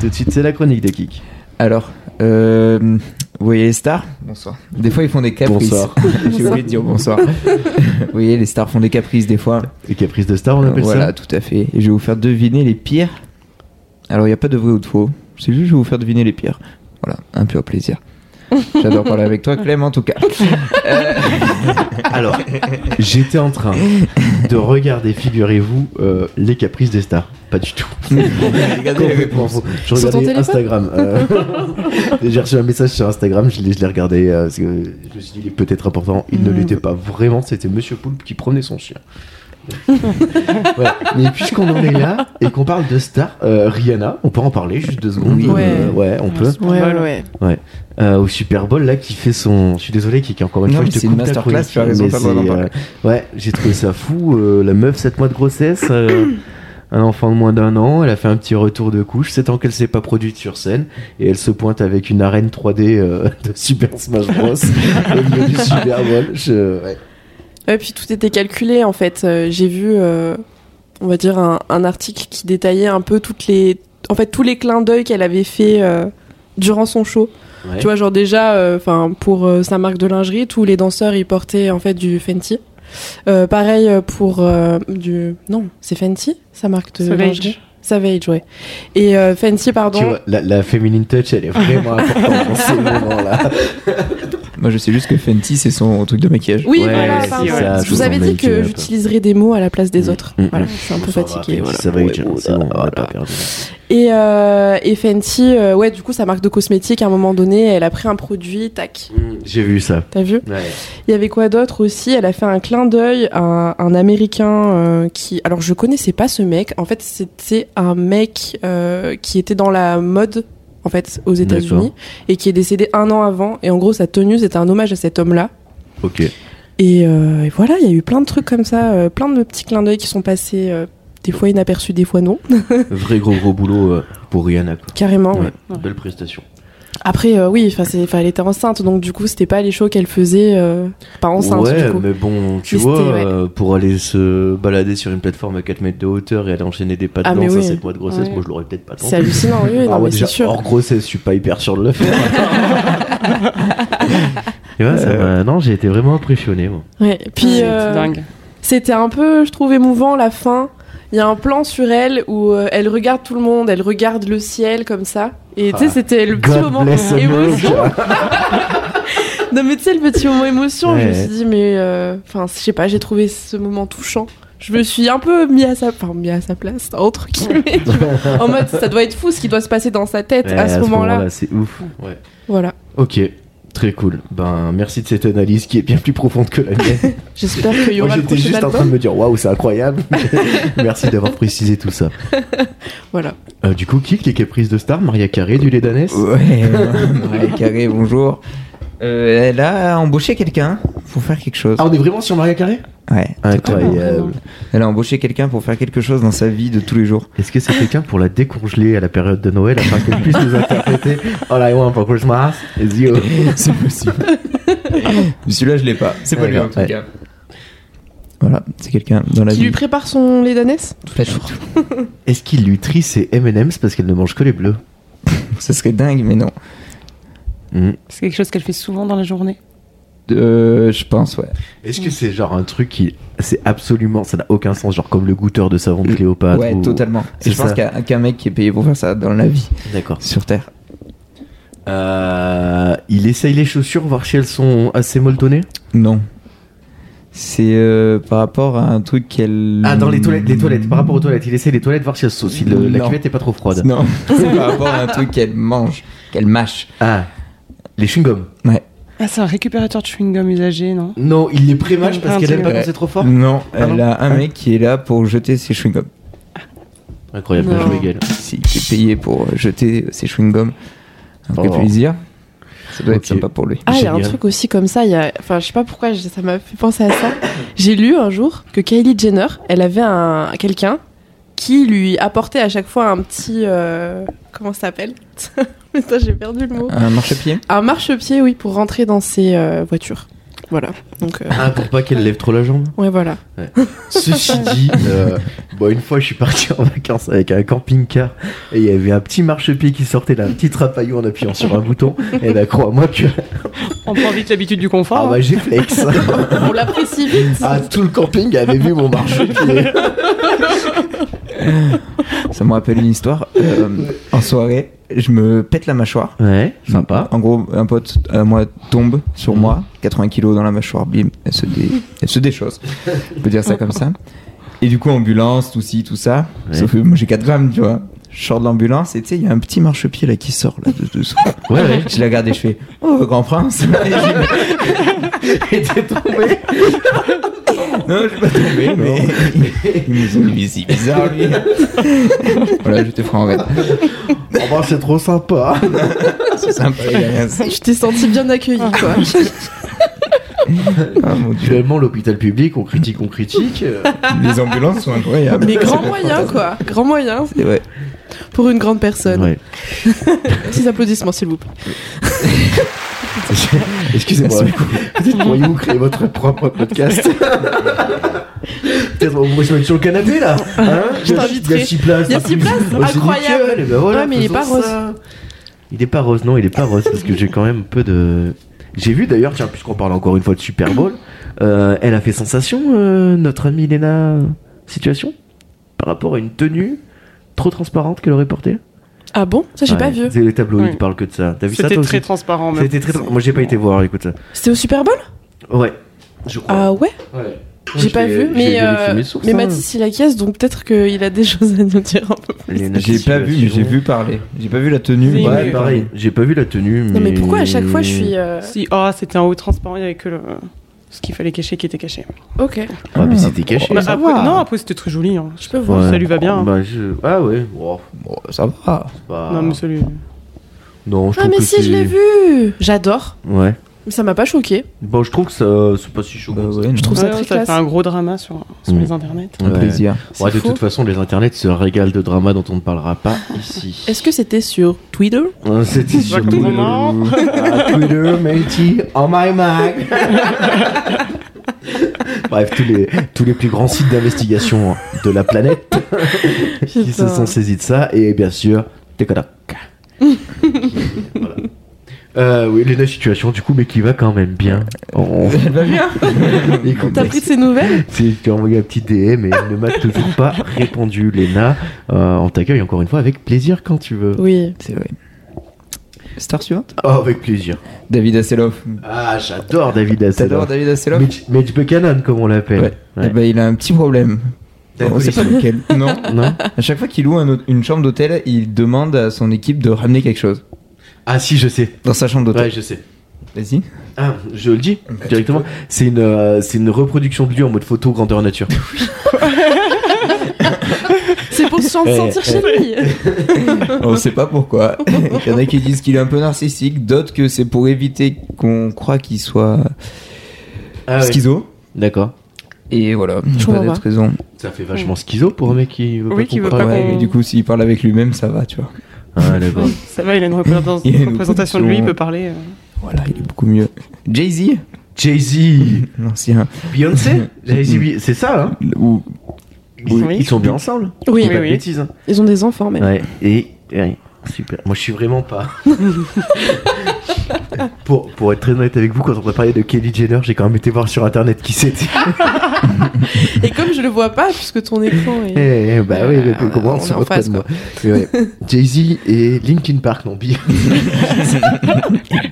[SPEAKER 1] Tout de suite, c'est la chronique de Kik.
[SPEAKER 3] Alors, Euh, vous voyez les stars Bonsoir. Des fois, ils font des caprices.
[SPEAKER 1] Bonsoir.
[SPEAKER 3] J'ai oublié de dire bonsoir. vous voyez, les stars font des caprices des fois.
[SPEAKER 1] Les caprices de star, on appelle
[SPEAKER 3] voilà,
[SPEAKER 1] ça
[SPEAKER 3] tout à fait. Et je vais vous faire deviner les pires. Alors, il n'y a pas de vrai ou de faux. C'est juste, que je vais vous faire deviner les pires. Voilà, un pur plaisir. J'adore parler avec toi, Clem, en tout cas.
[SPEAKER 1] Alors, j'étais en train de regarder, figurez-vous, euh, les caprices des stars. Pas du tout.
[SPEAKER 3] Regardez les réponses.
[SPEAKER 1] Je
[SPEAKER 2] Sur ton
[SPEAKER 1] regardais
[SPEAKER 2] téléphone
[SPEAKER 1] Instagram. euh, J'ai reçu un message sur Instagram, je l'ai je l'ai regardé. euh, parce que je me suis dit, il est peut-être important. Il
[SPEAKER 2] Mm.
[SPEAKER 1] ne l'était pas vraiment, c'était Monsieur Poulpe qui promenait son chien. Voilà. Mais puisqu'on en est là et qu'on parle de stars, euh, Rihanna, on peut en parler juste deux secondes.
[SPEAKER 3] Oui.
[SPEAKER 2] Ouais.
[SPEAKER 1] euh, ouais on peut.
[SPEAKER 2] Ouais, ouais, ouais.
[SPEAKER 1] Euh, au Super Bowl là qui fait son je suis désolé qui, qui encore une
[SPEAKER 3] Non,
[SPEAKER 1] fois
[SPEAKER 3] mais
[SPEAKER 1] je te
[SPEAKER 3] c'est une
[SPEAKER 1] coupe ta
[SPEAKER 3] masterclass,
[SPEAKER 1] chronique,
[SPEAKER 3] tu as raison,
[SPEAKER 1] mais
[SPEAKER 3] t'as le droit
[SPEAKER 1] c'est,
[SPEAKER 3] d'en parler.
[SPEAKER 1] euh, ouais j'ai trouvé ça fou euh, la meuf 7 mois de grossesse euh, un enfant de moins d'un an elle a fait un petit retour de couche c'est tant qu'elle s'est pas produite sur scène et elle se pointe avec une arène 3D euh, de Super Smash Bros au milieu du Super Bowl Je- ouais.
[SPEAKER 2] Et puis tout était calculé en fait. Euh, J'ai vu, euh, on va dire, un, un article qui détaillait un peu toutes les, en fait, tous les clins d'œil qu'elle avait fait euh, durant son show.
[SPEAKER 1] Ouais.
[SPEAKER 2] Tu vois, genre déjà, enfin, pour euh, sa marque de lingerie, tous les danseurs ils portaient en fait du Fenty. Euh, pareil euh, pour euh, du non, c'est Fenty, sa marque de lingerie.
[SPEAKER 4] Sauvage.
[SPEAKER 2] Savage, ouais. Et euh, Fenty, pardon.
[SPEAKER 1] tu vois la, la féminine touch elle est vraiment importante dans ces moments là euh,
[SPEAKER 3] Moi, je sais juste que Fenty, c'est son truc de maquillage.
[SPEAKER 2] Oui,
[SPEAKER 1] Ouais,
[SPEAKER 2] voilà.
[SPEAKER 4] c'est
[SPEAKER 2] pardon.
[SPEAKER 4] ça,
[SPEAKER 2] je vous avais dit que j'utiliserai des mots à la place des autres.
[SPEAKER 1] Mm, mm,
[SPEAKER 2] Voilà,
[SPEAKER 1] mm.
[SPEAKER 2] je suis un peu fatiguée. voilà. Oh
[SPEAKER 1] ça va
[SPEAKER 2] Ouais,
[SPEAKER 1] Eugene,
[SPEAKER 2] bon,
[SPEAKER 1] c'est bon on
[SPEAKER 2] voilà.
[SPEAKER 1] a pas perdu
[SPEAKER 2] Et, euh, et Fenty, euh, ouais, du coup, sa marque de cosmétiques, à un moment donné, elle a pris un produit, tac.
[SPEAKER 1] j'ai vu ça
[SPEAKER 2] T'as vu
[SPEAKER 1] ouais.
[SPEAKER 2] Il y avait quoi d'autre aussi Elle a fait un clin d'œil à un Américain euh, qui... Alors, je connaissais pas ce mec. En fait, c'était un mec euh, qui était dans la mode, en fait, aux États-Unis,
[SPEAKER 1] D'accord.
[SPEAKER 2] et qui est décédé un an avant. Et en gros, sa tenue, c'était un hommage à cet homme-là.
[SPEAKER 1] ok
[SPEAKER 2] Et, euh, et voilà, il y a eu plein de trucs comme ça, euh, plein de petits clins d'œil qui sont passés, euh, des fois inaperçus, des fois non.
[SPEAKER 1] Vrai gros gros boulot euh, pour Rihanna. Quoi.
[SPEAKER 2] Carrément, ouais.
[SPEAKER 1] Ouais, Belle prestation.
[SPEAKER 2] Après, euh, oui, enfin, c'est- enfin, elle était enceinte, donc du coup, c'était pas les shows qu'elle faisait, euh, pas enceinte,
[SPEAKER 1] ouais,
[SPEAKER 2] du coup.
[SPEAKER 1] mais bon, tu
[SPEAKER 2] Mais
[SPEAKER 1] vois,
[SPEAKER 2] c'était, ouais.
[SPEAKER 1] euh, pour aller se balader sur une plateforme à 4 mètres de hauteur et aller enchaîner des pas de
[SPEAKER 2] Ah, mais
[SPEAKER 1] danse à
[SPEAKER 2] oui.
[SPEAKER 1] 7 mois de grossesse,
[SPEAKER 4] Ouais.
[SPEAKER 1] moi je l'aurais peut-être pas tenté.
[SPEAKER 2] C'est hallucinant, oui, oui, non,
[SPEAKER 1] Ah ouais,
[SPEAKER 2] mais c'est
[SPEAKER 1] déjà,
[SPEAKER 2] sûr.
[SPEAKER 1] hors grossesse, je suis pas hyper sûr de le faire. Et ouais, ça m'a- non, j'ai été vraiment impressionné. Moi.
[SPEAKER 2] Ouais. Puis,
[SPEAKER 4] C'est
[SPEAKER 2] euh,
[SPEAKER 4] dingue.
[SPEAKER 2] c'était un peu, je trouve, émouvant, la fin. Il y a un plan sur elle où euh, elle regarde tout le monde, elle regarde le ciel comme ça. Et tu sais,
[SPEAKER 1] Ah.
[SPEAKER 2] c'était le petit moment émotion. Non, mais tu sais, le petit moment émotion, je me
[SPEAKER 1] Ouais.
[SPEAKER 2] suis dit, mais. euh, Enfin, je sais pas, j'ai trouvé ce moment touchant. Je me suis un peu mis à sa, enfin, mis à sa place, entre guillemets. tu vois. en mode, ça doit être fou ce qui doit se passer dans sa tête
[SPEAKER 1] Ouais,
[SPEAKER 2] à ce moment-là.
[SPEAKER 1] c'est ouf. Ouais.
[SPEAKER 2] voilà.
[SPEAKER 1] Ok, très cool. Ben, merci de cette analyse qui est bien plus profonde que la mienne.
[SPEAKER 2] J'espère qu'il y
[SPEAKER 1] Moi
[SPEAKER 2] aura le
[SPEAKER 1] j'étais
[SPEAKER 2] prochain
[SPEAKER 1] juste en train de
[SPEAKER 2] album.
[SPEAKER 1] me dire waouh, c'est incroyable. Merci d'avoir précisé tout ça.
[SPEAKER 2] Voilà.
[SPEAKER 1] Euh, du coup, qui que les caprices de star Maria Carré du Lédanès
[SPEAKER 3] Ouais, Marie Carré, bonjour. Euh, elle a embauché quelqu'un pour faire quelque chose.
[SPEAKER 1] Ah, on est vraiment sur Maria Carré
[SPEAKER 3] Ouais.
[SPEAKER 1] Incroyable.
[SPEAKER 3] Elle a embauché quelqu'un pour faire quelque chose dans sa vie de tous les jours.
[SPEAKER 1] Est-ce que c'est quelqu'un pour la décongeler à la période de Noël afin qu'elle puisse nous interpréter All I want for Christmas is you
[SPEAKER 3] C'est possible. Celui-là, je l'ai pas. C'est pas lui en tout
[SPEAKER 1] Ouais.
[SPEAKER 3] cas. Voilà, c'est quelqu'un dans la
[SPEAKER 2] Qui
[SPEAKER 3] vie.
[SPEAKER 2] lui prépare son lait d'anès
[SPEAKER 3] Pas du tout.
[SPEAKER 1] Est-ce qu'il lui trie ses M&M's parce qu'elle ne mange que les bleus
[SPEAKER 3] Ça serait dingue, mais non.
[SPEAKER 1] Hmm.
[SPEAKER 4] C'est quelque chose qu'elle fait souvent dans la journée.
[SPEAKER 3] Euh, je pense, ouais.
[SPEAKER 1] Est-ce que c'est genre un truc qui. C'est absolument. Ça n'a aucun sens, genre comme le goûteur de savon de Cléopâtre
[SPEAKER 3] ouais,
[SPEAKER 1] ou-
[SPEAKER 3] totalement.
[SPEAKER 1] c'est
[SPEAKER 3] Et je pense
[SPEAKER 1] ça.
[SPEAKER 3] qu'il y a qu'un mec qui est payé pour faire ça dans la vie,
[SPEAKER 1] D'accord.
[SPEAKER 3] sur Terre.
[SPEAKER 1] Euh, il essaye les chaussures, voir si elles sont assez molletonnées
[SPEAKER 3] Non. C'est euh, par rapport à un truc qu'elle.
[SPEAKER 1] Ah, dans les toilettes, les toilettes, par rapport aux toilettes, il essaie les toilettes, voir si, elles sont- si le- la
[SPEAKER 3] Non.
[SPEAKER 1] cuvette est pas trop froide.
[SPEAKER 3] Non, c'est par rapport à un truc qu'elle mange, qu'elle mâche.
[SPEAKER 1] Ah, les chewing-gums.
[SPEAKER 4] Ah, c'est un récupérateur de chewing-gum usagé, non
[SPEAKER 1] Non, il les prémâche
[SPEAKER 4] Non,
[SPEAKER 1] parce
[SPEAKER 4] un
[SPEAKER 1] qu'elle aime pas
[SPEAKER 4] chewing-gum.
[SPEAKER 1] quand c'est trop fort.
[SPEAKER 3] Non,
[SPEAKER 1] Ah non.
[SPEAKER 3] elle a un mec qui est là pour jeter ses chewing-gums.
[SPEAKER 1] Incroyable, bien
[SPEAKER 2] Non.
[SPEAKER 1] joué, Gaël.
[SPEAKER 3] Si, qui est payé pour jeter ses chewing-gums. Un vrai
[SPEAKER 1] Oh.
[SPEAKER 3] plaisir. Ça doit être
[SPEAKER 1] Ok.
[SPEAKER 3] sympa pour lui.
[SPEAKER 2] Ah, il y a un
[SPEAKER 1] Génial.
[SPEAKER 2] truc aussi comme ça. il Y a... Enfin, je sais pas pourquoi je- ça m'a fait penser à ça. J'ai lu un jour que Kylie Jenner, elle avait un quelqu'un qui lui apportait à chaque fois un petit. euh, Comment ça s'appelle Mais ça, j'ai perdu le mot.
[SPEAKER 3] Un marchepied
[SPEAKER 2] Un marchepied, oui, pour rentrer dans ses euh, voitures. Voilà. Donc, euh,
[SPEAKER 1] Ah, pour pas qu'elle lève trop la jambe
[SPEAKER 2] ouais, voilà.
[SPEAKER 1] Ceci dit, euh, bon, une fois je suis parti en vacances avec un camping-car et il y avait un petit marchepied qui sortait d'un petit trapaillou en appuyant sur un bouton. Et bah, crois-moi que
[SPEAKER 4] On prend vite l'habitude du
[SPEAKER 1] ah,
[SPEAKER 4] confort. hein.
[SPEAKER 1] bah, j'ai flex.
[SPEAKER 2] On l'apprécie vite.
[SPEAKER 1] Ah, tout le camping avait vu mon marchepied.
[SPEAKER 3] Ça me rappelle une histoire. Euh, en soirée, je me pète la mâchoire.
[SPEAKER 1] Ouais, sympa.
[SPEAKER 3] En gros, un pote à moi tombe sur moi, 80 kilos dans la mâchoire, bim, elle se, dé... elle se déchausse. On peut dire ça comme ça. Et du coup, ambulance, tout ci, tout ça.
[SPEAKER 1] Ouais.
[SPEAKER 3] Sauf que moi j'ai 4 grammes, tu vois. Je sors de l'ambulance et tu sais, il y a un petit marchepied là qui sort là de dessous.
[SPEAKER 1] Ouais, ouais.
[SPEAKER 3] Je l'ai regardé, je fais Oh, grand prince Et j'ai- Et t'es tombé Non, je suis pas tombé, mais. Ils me sont dit, Mais c'est bizarre, lui Voilà, je te ferai en rêve.
[SPEAKER 1] Oh, bah, c'est trop sympa.
[SPEAKER 3] C'est sympa, les gars, merci.
[SPEAKER 2] Je t'ai senti bien accueilli, quoi.
[SPEAKER 3] Ah mon dieu.
[SPEAKER 1] Actuellement, l'hôpital public, on critique, on critique. euh,
[SPEAKER 3] Les ambulances sont incroyables.
[SPEAKER 2] Mais grand
[SPEAKER 3] C'est
[SPEAKER 2] moyen,
[SPEAKER 3] fantastique.
[SPEAKER 2] quoi. Grand moyen
[SPEAKER 3] Et ouais.
[SPEAKER 2] pour une grande personne.
[SPEAKER 1] Ouais.
[SPEAKER 2] Petits applaudissements, s'il vous plaît.
[SPEAKER 1] Excusez-moi. Peut-être pourriez-vous créer votre propre podcast Peut-être on pourrait se mettre sur le canapé là hein
[SPEAKER 2] Je
[SPEAKER 1] Il y a-
[SPEAKER 2] t'inviterai.
[SPEAKER 1] Il y a six places.
[SPEAKER 2] Il y a six places
[SPEAKER 1] Oh, c'est
[SPEAKER 2] Incroyable.
[SPEAKER 1] nickel. Eh ben voilà,
[SPEAKER 2] Ouais, mais il est pas
[SPEAKER 1] faisons
[SPEAKER 2] rose.
[SPEAKER 1] ça. Il est pas rose, non, il est pas rose parce que j'ai quand même un peu de. J'ai vu d'ailleurs, tiens, puisqu'on parle encore une fois de Super Bowl, euh, elle a fait sensation, euh, notre amie Léna Situation, par rapport à une tenue trop transparente qu'elle aurait portée.
[SPEAKER 2] Ah bon Ça, j'ai
[SPEAKER 1] Ouais,
[SPEAKER 2] pas vu.
[SPEAKER 1] C'est les tabloïds
[SPEAKER 4] Ouais.
[SPEAKER 1] qui parlent que de ça. T'as vu ça
[SPEAKER 4] C'était
[SPEAKER 1] toi
[SPEAKER 4] très
[SPEAKER 1] aussi
[SPEAKER 4] transparent. même.
[SPEAKER 1] C'était très. tra- Moi j'ai pas été voir, écoute.
[SPEAKER 2] C'était au Super Bowl
[SPEAKER 1] Ouais, je crois.
[SPEAKER 2] Ah ouais
[SPEAKER 1] Ouais.
[SPEAKER 2] J'ai pas vu. Mais, euh, mais Mathis, il acquiesce, donc peut-être qu'il a des choses à nous dire un peu.
[SPEAKER 3] J'ai pas vu, mais j'ai vu parler. J'ai pas vu la tenue.
[SPEAKER 4] C'est
[SPEAKER 3] mais
[SPEAKER 1] Ouais,
[SPEAKER 3] j'ai
[SPEAKER 1] pareil. J'ai pas vu la tenue. Mais...
[SPEAKER 2] Non, mais pourquoi à chaque fois je suis. euh,
[SPEAKER 4] Si, ah, c'était en haut transparent, il n'y avait que le- ce qu'il fallait cacher qui était caché.
[SPEAKER 2] Ok,
[SPEAKER 1] Ah, mais c'était caché.
[SPEAKER 4] Bah,
[SPEAKER 3] ça
[SPEAKER 4] après-
[SPEAKER 3] va.
[SPEAKER 4] non, après c'était très joli. hein.
[SPEAKER 2] je peux voir.
[SPEAKER 1] Ouais.
[SPEAKER 4] Ça lui va bien.
[SPEAKER 1] Bah, je- Ah ouais. Oh,
[SPEAKER 3] parlé. Bon, ça va.
[SPEAKER 1] c'est pas-
[SPEAKER 4] Non, mais ça lui-
[SPEAKER 1] Non, je
[SPEAKER 2] Ah,
[SPEAKER 1] trouve
[SPEAKER 2] mais
[SPEAKER 1] que
[SPEAKER 2] si, je l'ai
[SPEAKER 1] c'est-
[SPEAKER 2] vu J'adore.
[SPEAKER 1] Ouais.
[SPEAKER 2] Mais ça m'a pas choqué.
[SPEAKER 1] Bon, je trouve que ça, c'est pas si chaud.
[SPEAKER 3] Bah
[SPEAKER 1] que ça.
[SPEAKER 3] ouais, non.
[SPEAKER 2] Je trouve
[SPEAKER 4] Ouais,
[SPEAKER 2] ça
[SPEAKER 4] ouais,
[SPEAKER 2] très
[SPEAKER 4] ça
[SPEAKER 2] classe.
[SPEAKER 4] fait un gros drama sur, sur
[SPEAKER 1] Mm.
[SPEAKER 4] les internets.
[SPEAKER 3] un
[SPEAKER 1] Ouais.
[SPEAKER 3] plaisir.
[SPEAKER 1] Ouais,
[SPEAKER 2] C'est
[SPEAKER 1] de
[SPEAKER 2] faux.
[SPEAKER 1] toute façon, les internets se régalent de drama dont on ne parlera pas ici.
[SPEAKER 2] Est-ce que c'était sur Twitter
[SPEAKER 1] Euh, C'était sur
[SPEAKER 4] Exactement. Moment.
[SPEAKER 1] Ah, Twitter, matey, on my mag. Bref, tous les, tous les plus grands sites d'investigation de la planète qui se
[SPEAKER 2] Putain.
[SPEAKER 1] sont saisis de ça. Et bien sûr, Tekodak. voilà. Euh, oui, Lena Situation, du coup, mais qui va quand même bien. On-
[SPEAKER 3] Elle va bien.
[SPEAKER 1] Écoute,
[SPEAKER 2] T'as pris de ses nouvelles
[SPEAKER 1] c'est- je t'ai envoyé un petit DM et elle ne m'a toujours pas répondu. Léna, Euh, on t'accueille encore une fois avec plaisir quand tu veux.
[SPEAKER 2] Oui.
[SPEAKER 3] C'est vrai. Star suivante
[SPEAKER 1] Oh, avec plaisir.
[SPEAKER 3] David Asseloff.
[SPEAKER 1] Ah, j'adore David Hasselhoff.
[SPEAKER 3] T'adores David Asseloff
[SPEAKER 1] Mitch, Mitch Buchanan, comme on l'appelle.
[SPEAKER 3] Ouais. Eh
[SPEAKER 1] Ouais.
[SPEAKER 3] ben, il a un petit problème.
[SPEAKER 1] La
[SPEAKER 3] on sait
[SPEAKER 1] police.
[SPEAKER 3] pas lequel. Non.
[SPEAKER 1] Non
[SPEAKER 3] À chaque fois qu'il loue un hôte- une chambre d'hôtel, il demande à son équipe de ramener quelque chose
[SPEAKER 1] Ah, si, je sais.
[SPEAKER 3] dans sa chambre
[SPEAKER 1] Ouais,
[SPEAKER 3] d'hôtel.
[SPEAKER 1] je sais.
[SPEAKER 3] Vas-y.
[SPEAKER 1] Ah, je le dis directement. C'est une, euh, c'est une reproduction de lui en mode photo grandeur nature.
[SPEAKER 2] C'est pour se
[SPEAKER 1] Eh,
[SPEAKER 2] sentir chez lui.
[SPEAKER 3] On sait pas pourquoi. Il y en a qui disent qu'il est un peu narcissique, d'autres que c'est pour éviter qu'on croie qu'il soit
[SPEAKER 1] Ah, ouais.
[SPEAKER 3] schizo.
[SPEAKER 1] D'accord.
[SPEAKER 3] Et voilà,
[SPEAKER 2] Je
[SPEAKER 3] pas
[SPEAKER 2] comprends
[SPEAKER 3] d'autres raisons.
[SPEAKER 1] Ça fait vachement schizo pour un mec qui veut
[SPEAKER 4] Oui,
[SPEAKER 1] pas
[SPEAKER 4] qui veut
[SPEAKER 1] comprendre.
[SPEAKER 4] pas
[SPEAKER 3] Ouais,
[SPEAKER 4] qu'on-
[SPEAKER 3] mais du coup, s'il parle avec lui-même, ça va, tu vois.
[SPEAKER 1] Ah, d'accord.
[SPEAKER 4] Ça va, il a une représentation,
[SPEAKER 3] Il a une
[SPEAKER 4] représentation de lui, il
[SPEAKER 3] opposition.
[SPEAKER 4] peut parler. euh.
[SPEAKER 3] Voilà, il est beaucoup mieux. Jay-Z
[SPEAKER 1] Jay-Z,
[SPEAKER 3] L'ancien.
[SPEAKER 1] Beyoncé Jay-Z, oui, c'est ça, hein
[SPEAKER 3] Ou
[SPEAKER 1] Ils,
[SPEAKER 4] Oui.
[SPEAKER 1] ils sont bien ensemble.
[SPEAKER 2] Oui,
[SPEAKER 1] Pas de
[SPEAKER 4] oui.
[SPEAKER 1] bêtises. hein.
[SPEAKER 2] ils ont des enfants même.
[SPEAKER 1] Ouais, et. ouais, Super. Moi, je suis vraiment pas. pour, pour être très honnête avec vous, quand on a parlé de Kelly Jenner, j'ai quand même été voir sur internet qui c'était.
[SPEAKER 2] Et comme je le vois pas, puisque ton écran
[SPEAKER 1] Eh,
[SPEAKER 2] est.
[SPEAKER 1] eh, bah oui, mais
[SPEAKER 2] Euh,
[SPEAKER 1] comment
[SPEAKER 2] on
[SPEAKER 1] on
[SPEAKER 2] est
[SPEAKER 1] se
[SPEAKER 2] en
[SPEAKER 1] moque pas
[SPEAKER 2] face,
[SPEAKER 1] de moi Mais ouais. Jay-Z et Linkin Park, non, Bill.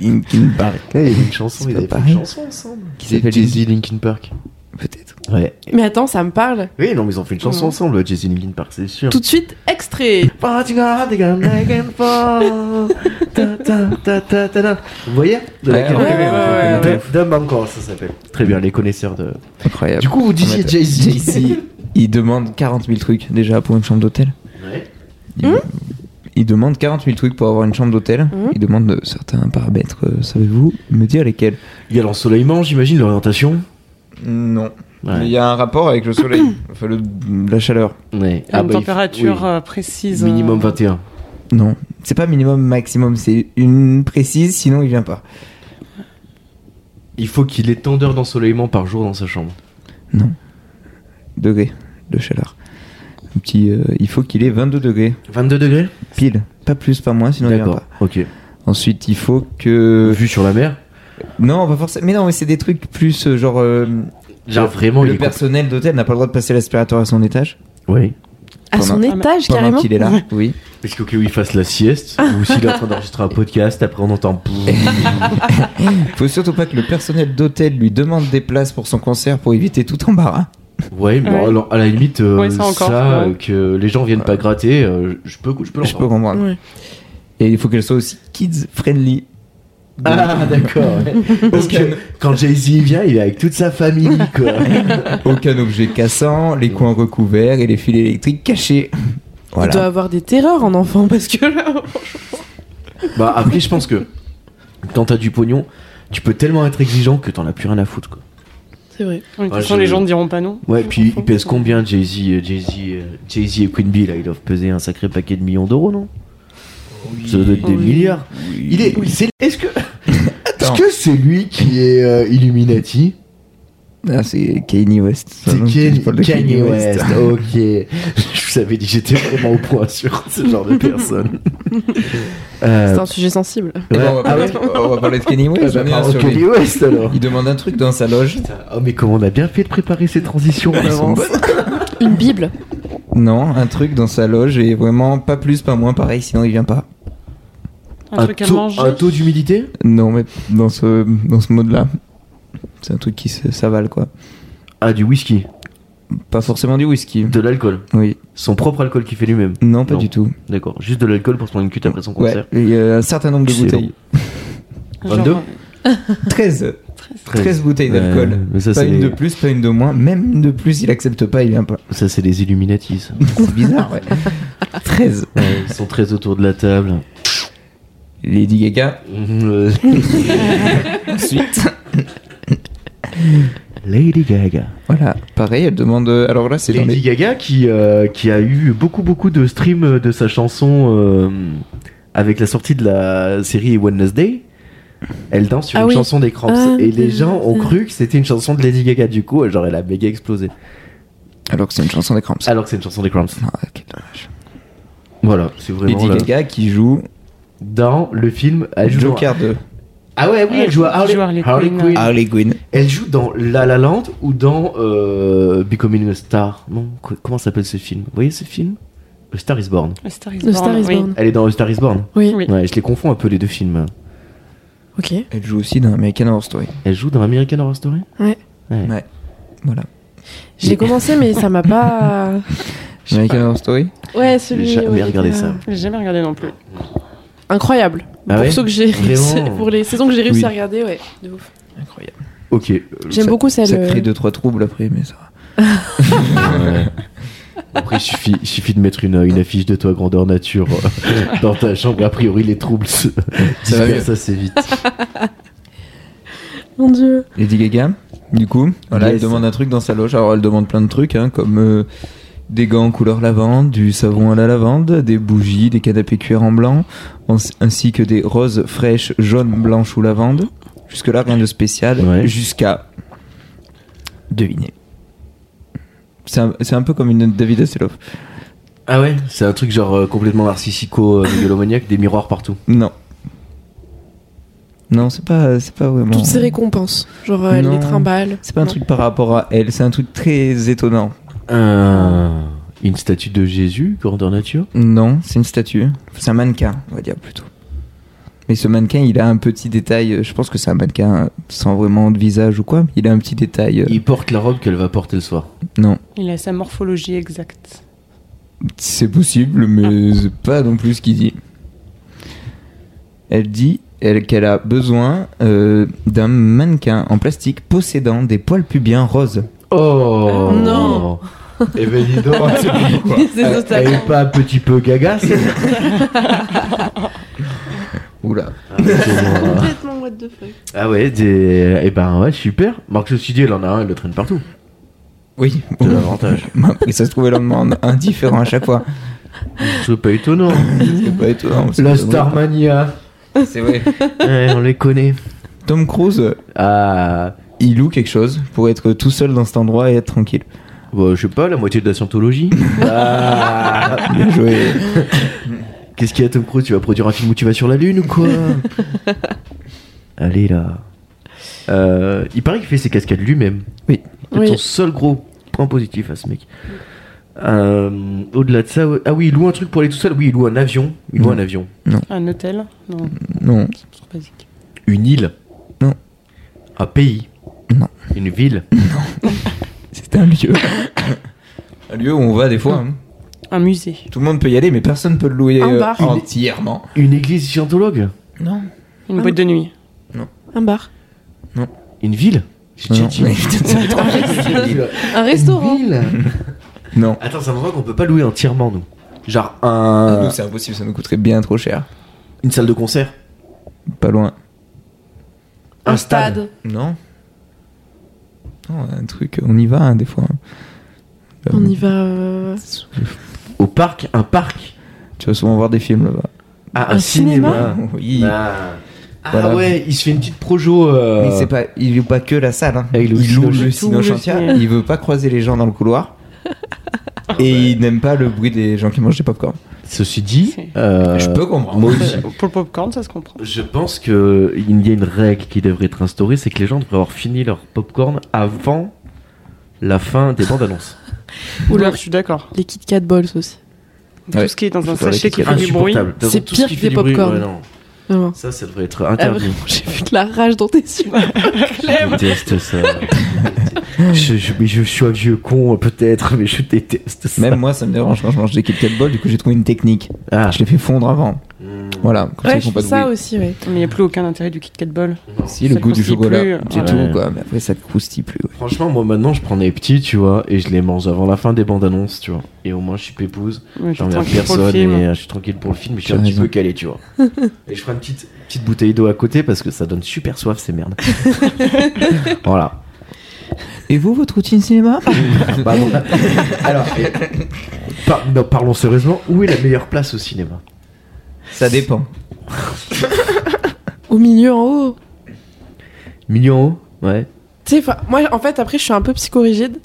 [SPEAKER 3] Linkin Park.
[SPEAKER 1] Il y avait une chanson,
[SPEAKER 3] C'est
[SPEAKER 1] ils
[SPEAKER 3] Oh, pas
[SPEAKER 1] avaient fait une
[SPEAKER 3] pareil.
[SPEAKER 1] chanson ensemble.
[SPEAKER 3] Qui
[SPEAKER 1] C'est
[SPEAKER 3] s'appelle
[SPEAKER 1] Jay-Z, Linkin Park.
[SPEAKER 3] Peut-être.
[SPEAKER 1] Ouais.
[SPEAKER 2] Mais attends, ça me parle.
[SPEAKER 1] Oui, non, mais ils ont fait une chanson
[SPEAKER 2] Ouais.
[SPEAKER 1] ensemble, Jay-Z, Linkin Park, c'est sûr.
[SPEAKER 2] Tout de suite, extrait.
[SPEAKER 1] Party God, they gonna make it fall. Ta, ta, ta, ta, ta, ta. Vous voyez De
[SPEAKER 3] Ouais,
[SPEAKER 1] laquelle
[SPEAKER 3] ouais,
[SPEAKER 2] ouais, ouais,
[SPEAKER 1] Dumb- Dumb encore, ça s'appelle. Très bien, les connaisseurs de.
[SPEAKER 3] Incroyable.
[SPEAKER 1] Du coup, vous disiez Jay-Z.
[SPEAKER 3] Jay-Z, il demande 40 000 trucs déjà pour une chambre d'hôtel.
[SPEAKER 1] Ouais.
[SPEAKER 3] Il, il demande 40 000 trucs pour avoir une chambre d'hôtel.
[SPEAKER 2] Mhm.
[SPEAKER 3] Il demande euh, certains paramètres, euh, savez-vous me dire lesquels
[SPEAKER 1] Il y a l'ensoleillement, j'imagine, l'orientation.
[SPEAKER 3] Non.
[SPEAKER 1] Ouais.
[SPEAKER 3] Il y a un rapport avec le soleil, enfin le- la chaleur.
[SPEAKER 1] Ouais.
[SPEAKER 4] Il a
[SPEAKER 1] Ah
[SPEAKER 4] une
[SPEAKER 1] bah, il-
[SPEAKER 4] température
[SPEAKER 1] oui.
[SPEAKER 4] euh, précise. euh,
[SPEAKER 1] Minimum 21.
[SPEAKER 3] Non. C'est pas minimum, maximum, c'est une précise, sinon il vient pas.
[SPEAKER 1] Il faut qu'il ait tant d'heures d'ensoleillement par jour dans sa chambre.
[SPEAKER 3] Non. Degrés de chaleur. Un petit, euh, il faut qu'il ait 22 degrés
[SPEAKER 1] 22 degrés
[SPEAKER 3] pile, pas plus, pas moins, sinon il vient
[SPEAKER 1] D'accord,
[SPEAKER 3] pas.
[SPEAKER 1] ok. Euh,
[SPEAKER 3] Ensuite, il faut que
[SPEAKER 1] Vu sur la mer,
[SPEAKER 3] non, pas forcément. Mais non, mais c'est des trucs plus euh, genre euh,
[SPEAKER 1] genre vraiment, il
[SPEAKER 3] le
[SPEAKER 1] est compl-
[SPEAKER 3] personnel d'hôtel n'a pas le droit de passer l'aspirateur à son étage
[SPEAKER 1] Oui.
[SPEAKER 2] À son
[SPEAKER 4] Pendant-
[SPEAKER 2] étage,
[SPEAKER 3] pendant
[SPEAKER 2] carrément.
[SPEAKER 3] qu'il est là. Oui.
[SPEAKER 1] Parce qu'au cas où il fasse la sieste,
[SPEAKER 4] Ah.
[SPEAKER 1] ou s'il est en train d'enregistrer un podcast, après on entend.
[SPEAKER 3] Faut surtout pas que le personnel d'hôtel lui demande des places pour son concert pour éviter tout embarras.
[SPEAKER 1] Ouais, mais
[SPEAKER 4] Ouais.
[SPEAKER 1] alors, à la limite, euh,
[SPEAKER 4] Ouais,
[SPEAKER 1] ça,
[SPEAKER 4] ça encore, ouais.
[SPEAKER 1] euh, que les gens viennent pas gratter, euh, je peux, je peux
[SPEAKER 3] Je peux
[SPEAKER 1] l'entendre.
[SPEAKER 3] comprendre.
[SPEAKER 2] Ouais.
[SPEAKER 3] Et il faut qu'elle soit aussi kids friendly.
[SPEAKER 1] Ah, d'accord. ouais. Parce que quand Jay-Z vient, il est avec toute sa famille, quoi.
[SPEAKER 3] Aucun objet cassant, les coins recouverts et les fils électriques cachés.
[SPEAKER 2] Il doit
[SPEAKER 3] Voilà.
[SPEAKER 2] avoir des terreurs en enfant parce que là.
[SPEAKER 1] bah, après, je pense que quand t'as du pognon, tu peux tellement être exigeant que t'en as plus rien à foutre, quoi.
[SPEAKER 2] C'est vrai.
[SPEAKER 4] Oui, De toute
[SPEAKER 1] Ouais,
[SPEAKER 4] façon,
[SPEAKER 1] Ah, je-
[SPEAKER 4] les gens ne diront pas non.
[SPEAKER 1] Ouais, puis ils pèsent combien Jay-Z euh, Jay-Z euh, Jay-Z et Queen Bee, là, ils doivent peser un sacré paquet de millions d'euros, non Ça doit être des
[SPEAKER 2] Oui.
[SPEAKER 1] milliards. Il est. c'est- Est-ce que. Est-ce
[SPEAKER 3] Attends.
[SPEAKER 1] que c'est lui qui est euh, Illuminati
[SPEAKER 3] Ah, c'est Kanye West.
[SPEAKER 1] C'est
[SPEAKER 3] Non,
[SPEAKER 1] Ken-
[SPEAKER 3] je parle de
[SPEAKER 1] Kanye West. ok. Je vous avais dit, j'étais vraiment au point sur ce genre de personne. Euh,
[SPEAKER 2] C'est un sujet sensible.
[SPEAKER 3] Eh
[SPEAKER 1] ouais.
[SPEAKER 3] ben, on, va
[SPEAKER 1] Ah
[SPEAKER 3] parler, on va parler de Ah, Kanye
[SPEAKER 1] ouais,
[SPEAKER 3] West.
[SPEAKER 1] bah,
[SPEAKER 3] j'en ai un
[SPEAKER 1] pardon,
[SPEAKER 3] sur
[SPEAKER 1] Kanye
[SPEAKER 3] lui.
[SPEAKER 1] West alors.
[SPEAKER 3] Il demande un truc dans sa loge.
[SPEAKER 1] Oh, mais comment on a bien fait de préparer ces transitions en
[SPEAKER 3] Elles Ah, sont
[SPEAKER 1] avance.
[SPEAKER 2] Une Bible.
[SPEAKER 3] Non, un truc dans sa loge et vraiment pas plus, pas moins, pareil, sinon il vient pas.
[SPEAKER 4] Un, truc à
[SPEAKER 1] taux-
[SPEAKER 4] manger.
[SPEAKER 1] un taux d'humidité
[SPEAKER 3] Non, mais dans ce, dans ce mode-là, c'est un truc qui se- s'avale quoi.
[SPEAKER 1] Ah, du whisky.
[SPEAKER 3] Pas forcément du whisky.
[SPEAKER 1] De l'alcool.
[SPEAKER 3] Oui,
[SPEAKER 1] Son propre alcool qu'il fait lui-même.
[SPEAKER 3] non, pas
[SPEAKER 1] Non.
[SPEAKER 3] du tout.
[SPEAKER 1] D'accord, juste de l'alcool pour se prendre une cuite après son
[SPEAKER 3] Ouais,
[SPEAKER 1] concert.
[SPEAKER 3] il y a un certain nombre de
[SPEAKER 1] C'est
[SPEAKER 3] bouteilles.
[SPEAKER 4] Genre, euh,
[SPEAKER 1] 22.
[SPEAKER 3] 13, 13 bouteilles d'alcool.
[SPEAKER 1] Ouais, mais ça,
[SPEAKER 3] pas
[SPEAKER 1] c'est
[SPEAKER 3] une
[SPEAKER 1] les-
[SPEAKER 3] de plus, pas une de moins. Même une de plus, il accepte pas, il vient pas.
[SPEAKER 1] Ça, c'est les Illuminati, ça.
[SPEAKER 3] C'est bizarre, ouais. 13.
[SPEAKER 1] Ouais, Ils sont très autour de la table.
[SPEAKER 3] Lady Gaga,
[SPEAKER 1] Euh,
[SPEAKER 3] ensuite.
[SPEAKER 1] Lady Gaga.
[SPEAKER 3] Voilà, pareil, elle demande. euh, Alors là, c'est dans
[SPEAKER 1] Lady
[SPEAKER 3] les.
[SPEAKER 1] Gaga qui, euh, qui a eu beaucoup beaucoup de streams de sa chanson euh, avec la sortie de la série Wednesday. Elle danse sur
[SPEAKER 2] Ah
[SPEAKER 1] une
[SPEAKER 2] oui.
[SPEAKER 1] chanson des Cramps
[SPEAKER 2] Ah,
[SPEAKER 1] et les
[SPEAKER 2] oui.
[SPEAKER 1] gens ont cru que c'était une chanson de Lady Gaga du coup, genre elle a méga explosé.
[SPEAKER 3] Alors que c'est une chanson des Cramps.
[SPEAKER 1] Alors que c'est une chanson des Cramps.
[SPEAKER 3] Ah, quel dommage.
[SPEAKER 1] Voilà, c'est vraiment
[SPEAKER 3] Lady
[SPEAKER 1] là.
[SPEAKER 3] Gaga qui joue
[SPEAKER 1] dans le film elle joue
[SPEAKER 3] Joker 2.
[SPEAKER 1] Ah ouais, oui, elle joue à
[SPEAKER 4] Elle joue
[SPEAKER 1] Harley,
[SPEAKER 4] Harley
[SPEAKER 1] Harley
[SPEAKER 4] Quinn.
[SPEAKER 1] Quinn.
[SPEAKER 3] Harley Quinn.
[SPEAKER 1] Elle joue dans La La Land ou dans euh, Becoming a Star. Non, qu- comment s'appelle ce film Vous voyez ce film A Star is Born.
[SPEAKER 4] A Star is
[SPEAKER 2] Le Star
[SPEAKER 4] Born,
[SPEAKER 2] is
[SPEAKER 4] oui.
[SPEAKER 2] Born.
[SPEAKER 1] Elle est dans A Star is Born.
[SPEAKER 2] Oui.
[SPEAKER 4] Oui.
[SPEAKER 1] Ouais, je les confonds un peu les deux films.
[SPEAKER 2] Ok.
[SPEAKER 3] Elle joue aussi dans American Horror Story.
[SPEAKER 1] Elle joue dans American Horror Story
[SPEAKER 2] Ouais.
[SPEAKER 1] Ouais.
[SPEAKER 3] Ouais. Voilà.
[SPEAKER 2] Je l'ai commencé, mais ça m'a pas.
[SPEAKER 3] American Horror Story
[SPEAKER 2] Ouais,
[SPEAKER 1] J'ai
[SPEAKER 2] celui.
[SPEAKER 1] jamais
[SPEAKER 2] ouais,
[SPEAKER 1] regardé
[SPEAKER 2] euh,
[SPEAKER 1] ça.
[SPEAKER 4] J'ai jamais regardé non plus.
[SPEAKER 2] Incroyable.
[SPEAKER 1] Ah
[SPEAKER 2] pour
[SPEAKER 1] ouais
[SPEAKER 2] ceux que j'ai réussi,
[SPEAKER 1] Vraiment.
[SPEAKER 2] pour les saisons que j'ai réussi
[SPEAKER 3] Oui.
[SPEAKER 2] à regarder, ouais. De ouf.
[SPEAKER 3] Incroyable.
[SPEAKER 1] Ok. euh,
[SPEAKER 2] J'aime
[SPEAKER 3] Ça-
[SPEAKER 2] beaucoup celle.
[SPEAKER 3] Ça crée
[SPEAKER 2] euh,
[SPEAKER 3] deux trois troubles après, mais ça va.
[SPEAKER 1] ouais. Après, il suffit, il suffit de mettre une, une affiche de toi grandeur nature euh, dans ta chambre. A priori, les troubles se
[SPEAKER 3] Ça va mieux.
[SPEAKER 1] ça assez vite.
[SPEAKER 2] Mon dieu.
[SPEAKER 3] Lady Gaga, du coup, voilà, elle
[SPEAKER 1] Yes.
[SPEAKER 3] demande un truc dans sa loge. Alors elle demande plein de trucs, hein, comme euh, des gants couleur lavande, du savon à la lavande, des bougies, des canapés cuir en blanc, ans- ainsi que des roses fraîches, jaunes, blanches ou lavande. Jusque-là, rien de spécial.
[SPEAKER 1] Ouais.
[SPEAKER 3] Jusqu'à. Devinez. C'est un, c'est un peu comme une David Hasselhoff.
[SPEAKER 1] Ah ouais C'est un truc genre euh, complètement narcissico-mégalomaniaque, des miroirs partout.
[SPEAKER 3] Non. Non, c'est pas, c'est pas vraiment.
[SPEAKER 2] Toutes ces récompenses. Genre, euh, elle
[SPEAKER 3] Non.
[SPEAKER 2] les trimballe.
[SPEAKER 3] C'est pas un
[SPEAKER 2] Non.
[SPEAKER 3] truc par rapport à elle, c'est un truc très étonnant.
[SPEAKER 1] Euh, une statue de Jésus, grandeur nature
[SPEAKER 3] Non, c'est une statue. C'est un mannequin, on va dire plutôt. Mais ce mannequin, il a un petit détail. euh, Je pense que c'est un mannequin euh, sans vraiment de visage ou quoi. Il a un petit détail. euh,
[SPEAKER 1] Il porte la robe qu'elle va porter le soir.
[SPEAKER 3] Non,
[SPEAKER 4] Il a sa morphologie exacte.
[SPEAKER 3] c'est possible, mais c'est pas non plus ce qu'il dit. Elle dit elle, qu'elle a besoin euh, d'un mannequin en plastique possédant des poils pubiens roses.
[SPEAKER 1] Oh
[SPEAKER 2] Non.
[SPEAKER 1] Eh ben dis donc
[SPEAKER 2] C'est
[SPEAKER 1] Elle- Elle
[SPEAKER 2] totalement-
[SPEAKER 1] est pas un petit peu hein. gaga, c'est
[SPEAKER 3] Oula. Ah.
[SPEAKER 2] Complètement what the fuck.
[SPEAKER 1] hein. Ah ouais, des... eh ben ouais, super. Marc, ceci dit, elle en a un, elle le traîne partout.
[SPEAKER 3] Oui.
[SPEAKER 1] C'est l'avantage.
[SPEAKER 3] Après, ça se trouve, elle en demande un différent à chaque fois.
[SPEAKER 1] C'est pas étonnant.
[SPEAKER 3] C'est pas étonnant. parce
[SPEAKER 1] La
[SPEAKER 3] que-
[SPEAKER 1] Starmania.
[SPEAKER 3] C'est vrai.
[SPEAKER 1] ouais, on les connaît.
[SPEAKER 3] Tom Cruise,
[SPEAKER 1] Ah,
[SPEAKER 3] il loue quelque chose pour être tout seul dans cet endroit et être tranquille.
[SPEAKER 1] bah, je sais pas, la moitié de la scientologie. Ah.
[SPEAKER 3] Bien joué. euh,
[SPEAKER 1] Qu'est-ce qu'il y a, Tom Cruise Tu vas produire un film où tu vas sur la Lune ou quoi Allez là. Euh, il paraît qu'il fait ses cascades lui-même.
[SPEAKER 3] Oui.
[SPEAKER 1] C'est
[SPEAKER 2] Oui.
[SPEAKER 1] son seul gros point positif à ce mec. Euh, Au-delà de ça, ouais- ah oui, il loue un truc pour aller tout seul. Oui, il loue un avion. Il loue
[SPEAKER 3] Non.
[SPEAKER 1] un avion.
[SPEAKER 4] Un hôtel Non,
[SPEAKER 1] Mm.
[SPEAKER 3] Non.
[SPEAKER 4] c'est trop basique.
[SPEAKER 1] Une île.
[SPEAKER 3] Non.
[SPEAKER 1] Un pays.
[SPEAKER 3] Non.
[SPEAKER 1] Une ville.
[SPEAKER 3] C'était un lieu. un lieu où on va des fois. hein.
[SPEAKER 4] Un musée.
[SPEAKER 3] Tout le monde peut y aller, mais personne peut le louer
[SPEAKER 2] Un
[SPEAKER 3] euh,
[SPEAKER 2] bar.
[SPEAKER 3] entièrement.
[SPEAKER 1] Une église scientologue.
[SPEAKER 3] Non.
[SPEAKER 4] Une
[SPEAKER 2] Ah.
[SPEAKER 4] boîte de nuit.
[SPEAKER 2] Un bar.
[SPEAKER 1] Une ville. J'ai déjà
[SPEAKER 3] Non.
[SPEAKER 1] dit.
[SPEAKER 2] Un restaurant.
[SPEAKER 1] Une ville.
[SPEAKER 3] non.
[SPEAKER 1] Attends, ça me voit qu'on peut pas louer entièrement nous. Genre
[SPEAKER 3] Ah,
[SPEAKER 1] un,
[SPEAKER 3] nous, c'est impossible, ça nous coûterait bien trop cher.
[SPEAKER 1] une salle de concert.
[SPEAKER 3] Pas loin.
[SPEAKER 1] Un stade.
[SPEAKER 3] Non. Non, un truc, on y va hein, des fois. hein.
[SPEAKER 2] On y va. euh,
[SPEAKER 1] Au parc, un parc.
[SPEAKER 3] Tu vas souvent voir des films là-bas.
[SPEAKER 1] Ah,
[SPEAKER 2] Un cinéma.
[SPEAKER 3] Oui.
[SPEAKER 1] Ah, Ah
[SPEAKER 3] Voilà.
[SPEAKER 1] ouais, il se fait une petite projo. euh,
[SPEAKER 3] Mais c'est pas, il loue pas que la salle. hein.
[SPEAKER 1] Ah, il loue le
[SPEAKER 3] loue
[SPEAKER 1] cinoche.
[SPEAKER 3] le
[SPEAKER 1] Tout
[SPEAKER 3] cinoche
[SPEAKER 4] le
[SPEAKER 3] entier.
[SPEAKER 4] cinéma.
[SPEAKER 3] Il veut pas croiser les gens dans le couloir. Et il n'aime pas le bruit des gens qui mangent des popcorn.
[SPEAKER 1] Ceci dit,
[SPEAKER 4] C'est-
[SPEAKER 1] euh,
[SPEAKER 3] Je peux comprendre.
[SPEAKER 1] moi aussi.
[SPEAKER 4] Pour le popcorn, ça se comprend.
[SPEAKER 1] je pense que il y a une règle qui devrait être instaurée, c'est que les gens devraient avoir fini leur popcorn avant la fin des bandes annonces.
[SPEAKER 2] Ou
[SPEAKER 4] Ouais,
[SPEAKER 2] leur-
[SPEAKER 4] je suis d'accord.
[SPEAKER 2] les Kit Kat Balls aussi.
[SPEAKER 3] Ouais.
[SPEAKER 4] Tout ce qui est dans un
[SPEAKER 3] J'adore les
[SPEAKER 4] sachet qui
[SPEAKER 3] Kit
[SPEAKER 4] fait Ah, du bruit.
[SPEAKER 1] Insupportable. De toute façon,
[SPEAKER 2] C'est
[SPEAKER 1] tout ce
[SPEAKER 2] pire
[SPEAKER 1] qui
[SPEAKER 2] que
[SPEAKER 1] fait du
[SPEAKER 2] les
[SPEAKER 1] bruit,
[SPEAKER 2] popcorn.
[SPEAKER 1] ouais, non.
[SPEAKER 2] Vraiment.
[SPEAKER 1] Ça, ça devrait être
[SPEAKER 2] Ah,
[SPEAKER 1] interdit.
[SPEAKER 2] vraiment, Ah j'ai vu de la rage dans tes yeux.
[SPEAKER 1] je déteste ça. je, je- mais je suis un vieux con peut-être, mais je déteste ça.
[SPEAKER 3] Même moi, ça me dérange quand je mange des Kit Kat Ball. Du coup, j'ai trouvé une technique.
[SPEAKER 1] Ah.
[SPEAKER 3] Je les fais fondre avant.
[SPEAKER 1] Mm.
[SPEAKER 3] Voilà. Comme ça,
[SPEAKER 2] Ouais,
[SPEAKER 3] ils
[SPEAKER 2] je
[SPEAKER 3] font
[SPEAKER 2] fais
[SPEAKER 3] pas de
[SPEAKER 2] ça
[SPEAKER 3] bruit.
[SPEAKER 2] aussi, ouais.
[SPEAKER 4] Mais il n'y a plus aucun intérêt du Kit Kat Ball.
[SPEAKER 1] Hmm.
[SPEAKER 3] Si
[SPEAKER 4] Ça
[SPEAKER 3] le goût du
[SPEAKER 4] croustille
[SPEAKER 3] chocolat,
[SPEAKER 4] plus.
[SPEAKER 2] hein.
[SPEAKER 3] c'est
[SPEAKER 4] Ouais.
[SPEAKER 3] tout quoi. Mais après, ça te croustille plus. ouais.
[SPEAKER 1] Franchement, moi maintenant, je prends des petits, tu vois, et je les mange avant la fin des bandes annonces, tu vois. Et au moins, je suis pépouze.
[SPEAKER 4] Ouais, t'es
[SPEAKER 1] J'emmerde
[SPEAKER 4] tranquille pour le
[SPEAKER 1] personne et
[SPEAKER 4] film.
[SPEAKER 1] euh, je suis tranquille pour le film, mais je suis
[SPEAKER 3] T'as
[SPEAKER 1] un petit
[SPEAKER 3] raison.
[SPEAKER 1] peu calé, tu vois. et je prends une petite, petite bouteille d'eau à côté parce que ça donne super soif, ces merdes. voilà.
[SPEAKER 3] Et vous, votre routine cinéma
[SPEAKER 1] Bah, bon. Alors, et- par- non, parlons sérieusement, où est la meilleure place au cinéma
[SPEAKER 3] Ça dépend.
[SPEAKER 2] Au milieu, en haut.
[SPEAKER 1] Million en haut Ouais.
[SPEAKER 2] Tu sais, 'fin, moi, en fait, après, je suis un peu psychorigide.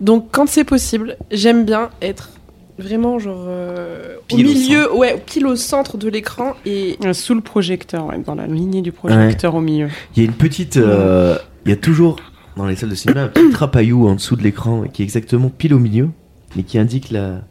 [SPEAKER 2] Donc, quand c'est possible, j'aime bien être vraiment, genre, euh, au
[SPEAKER 3] Pile au
[SPEAKER 2] milieu, ouais, pile au centre de l'écran. Et
[SPEAKER 4] Euh, Sous le projecteur, ouais, dans la lignée du projecteur au milieu.
[SPEAKER 1] Il y a une petite. euh, Il y a toujours dans les salles de cinéma un petit trapaillou en dessous de l'écran qui est exactement pile au milieu, mais qui indique la,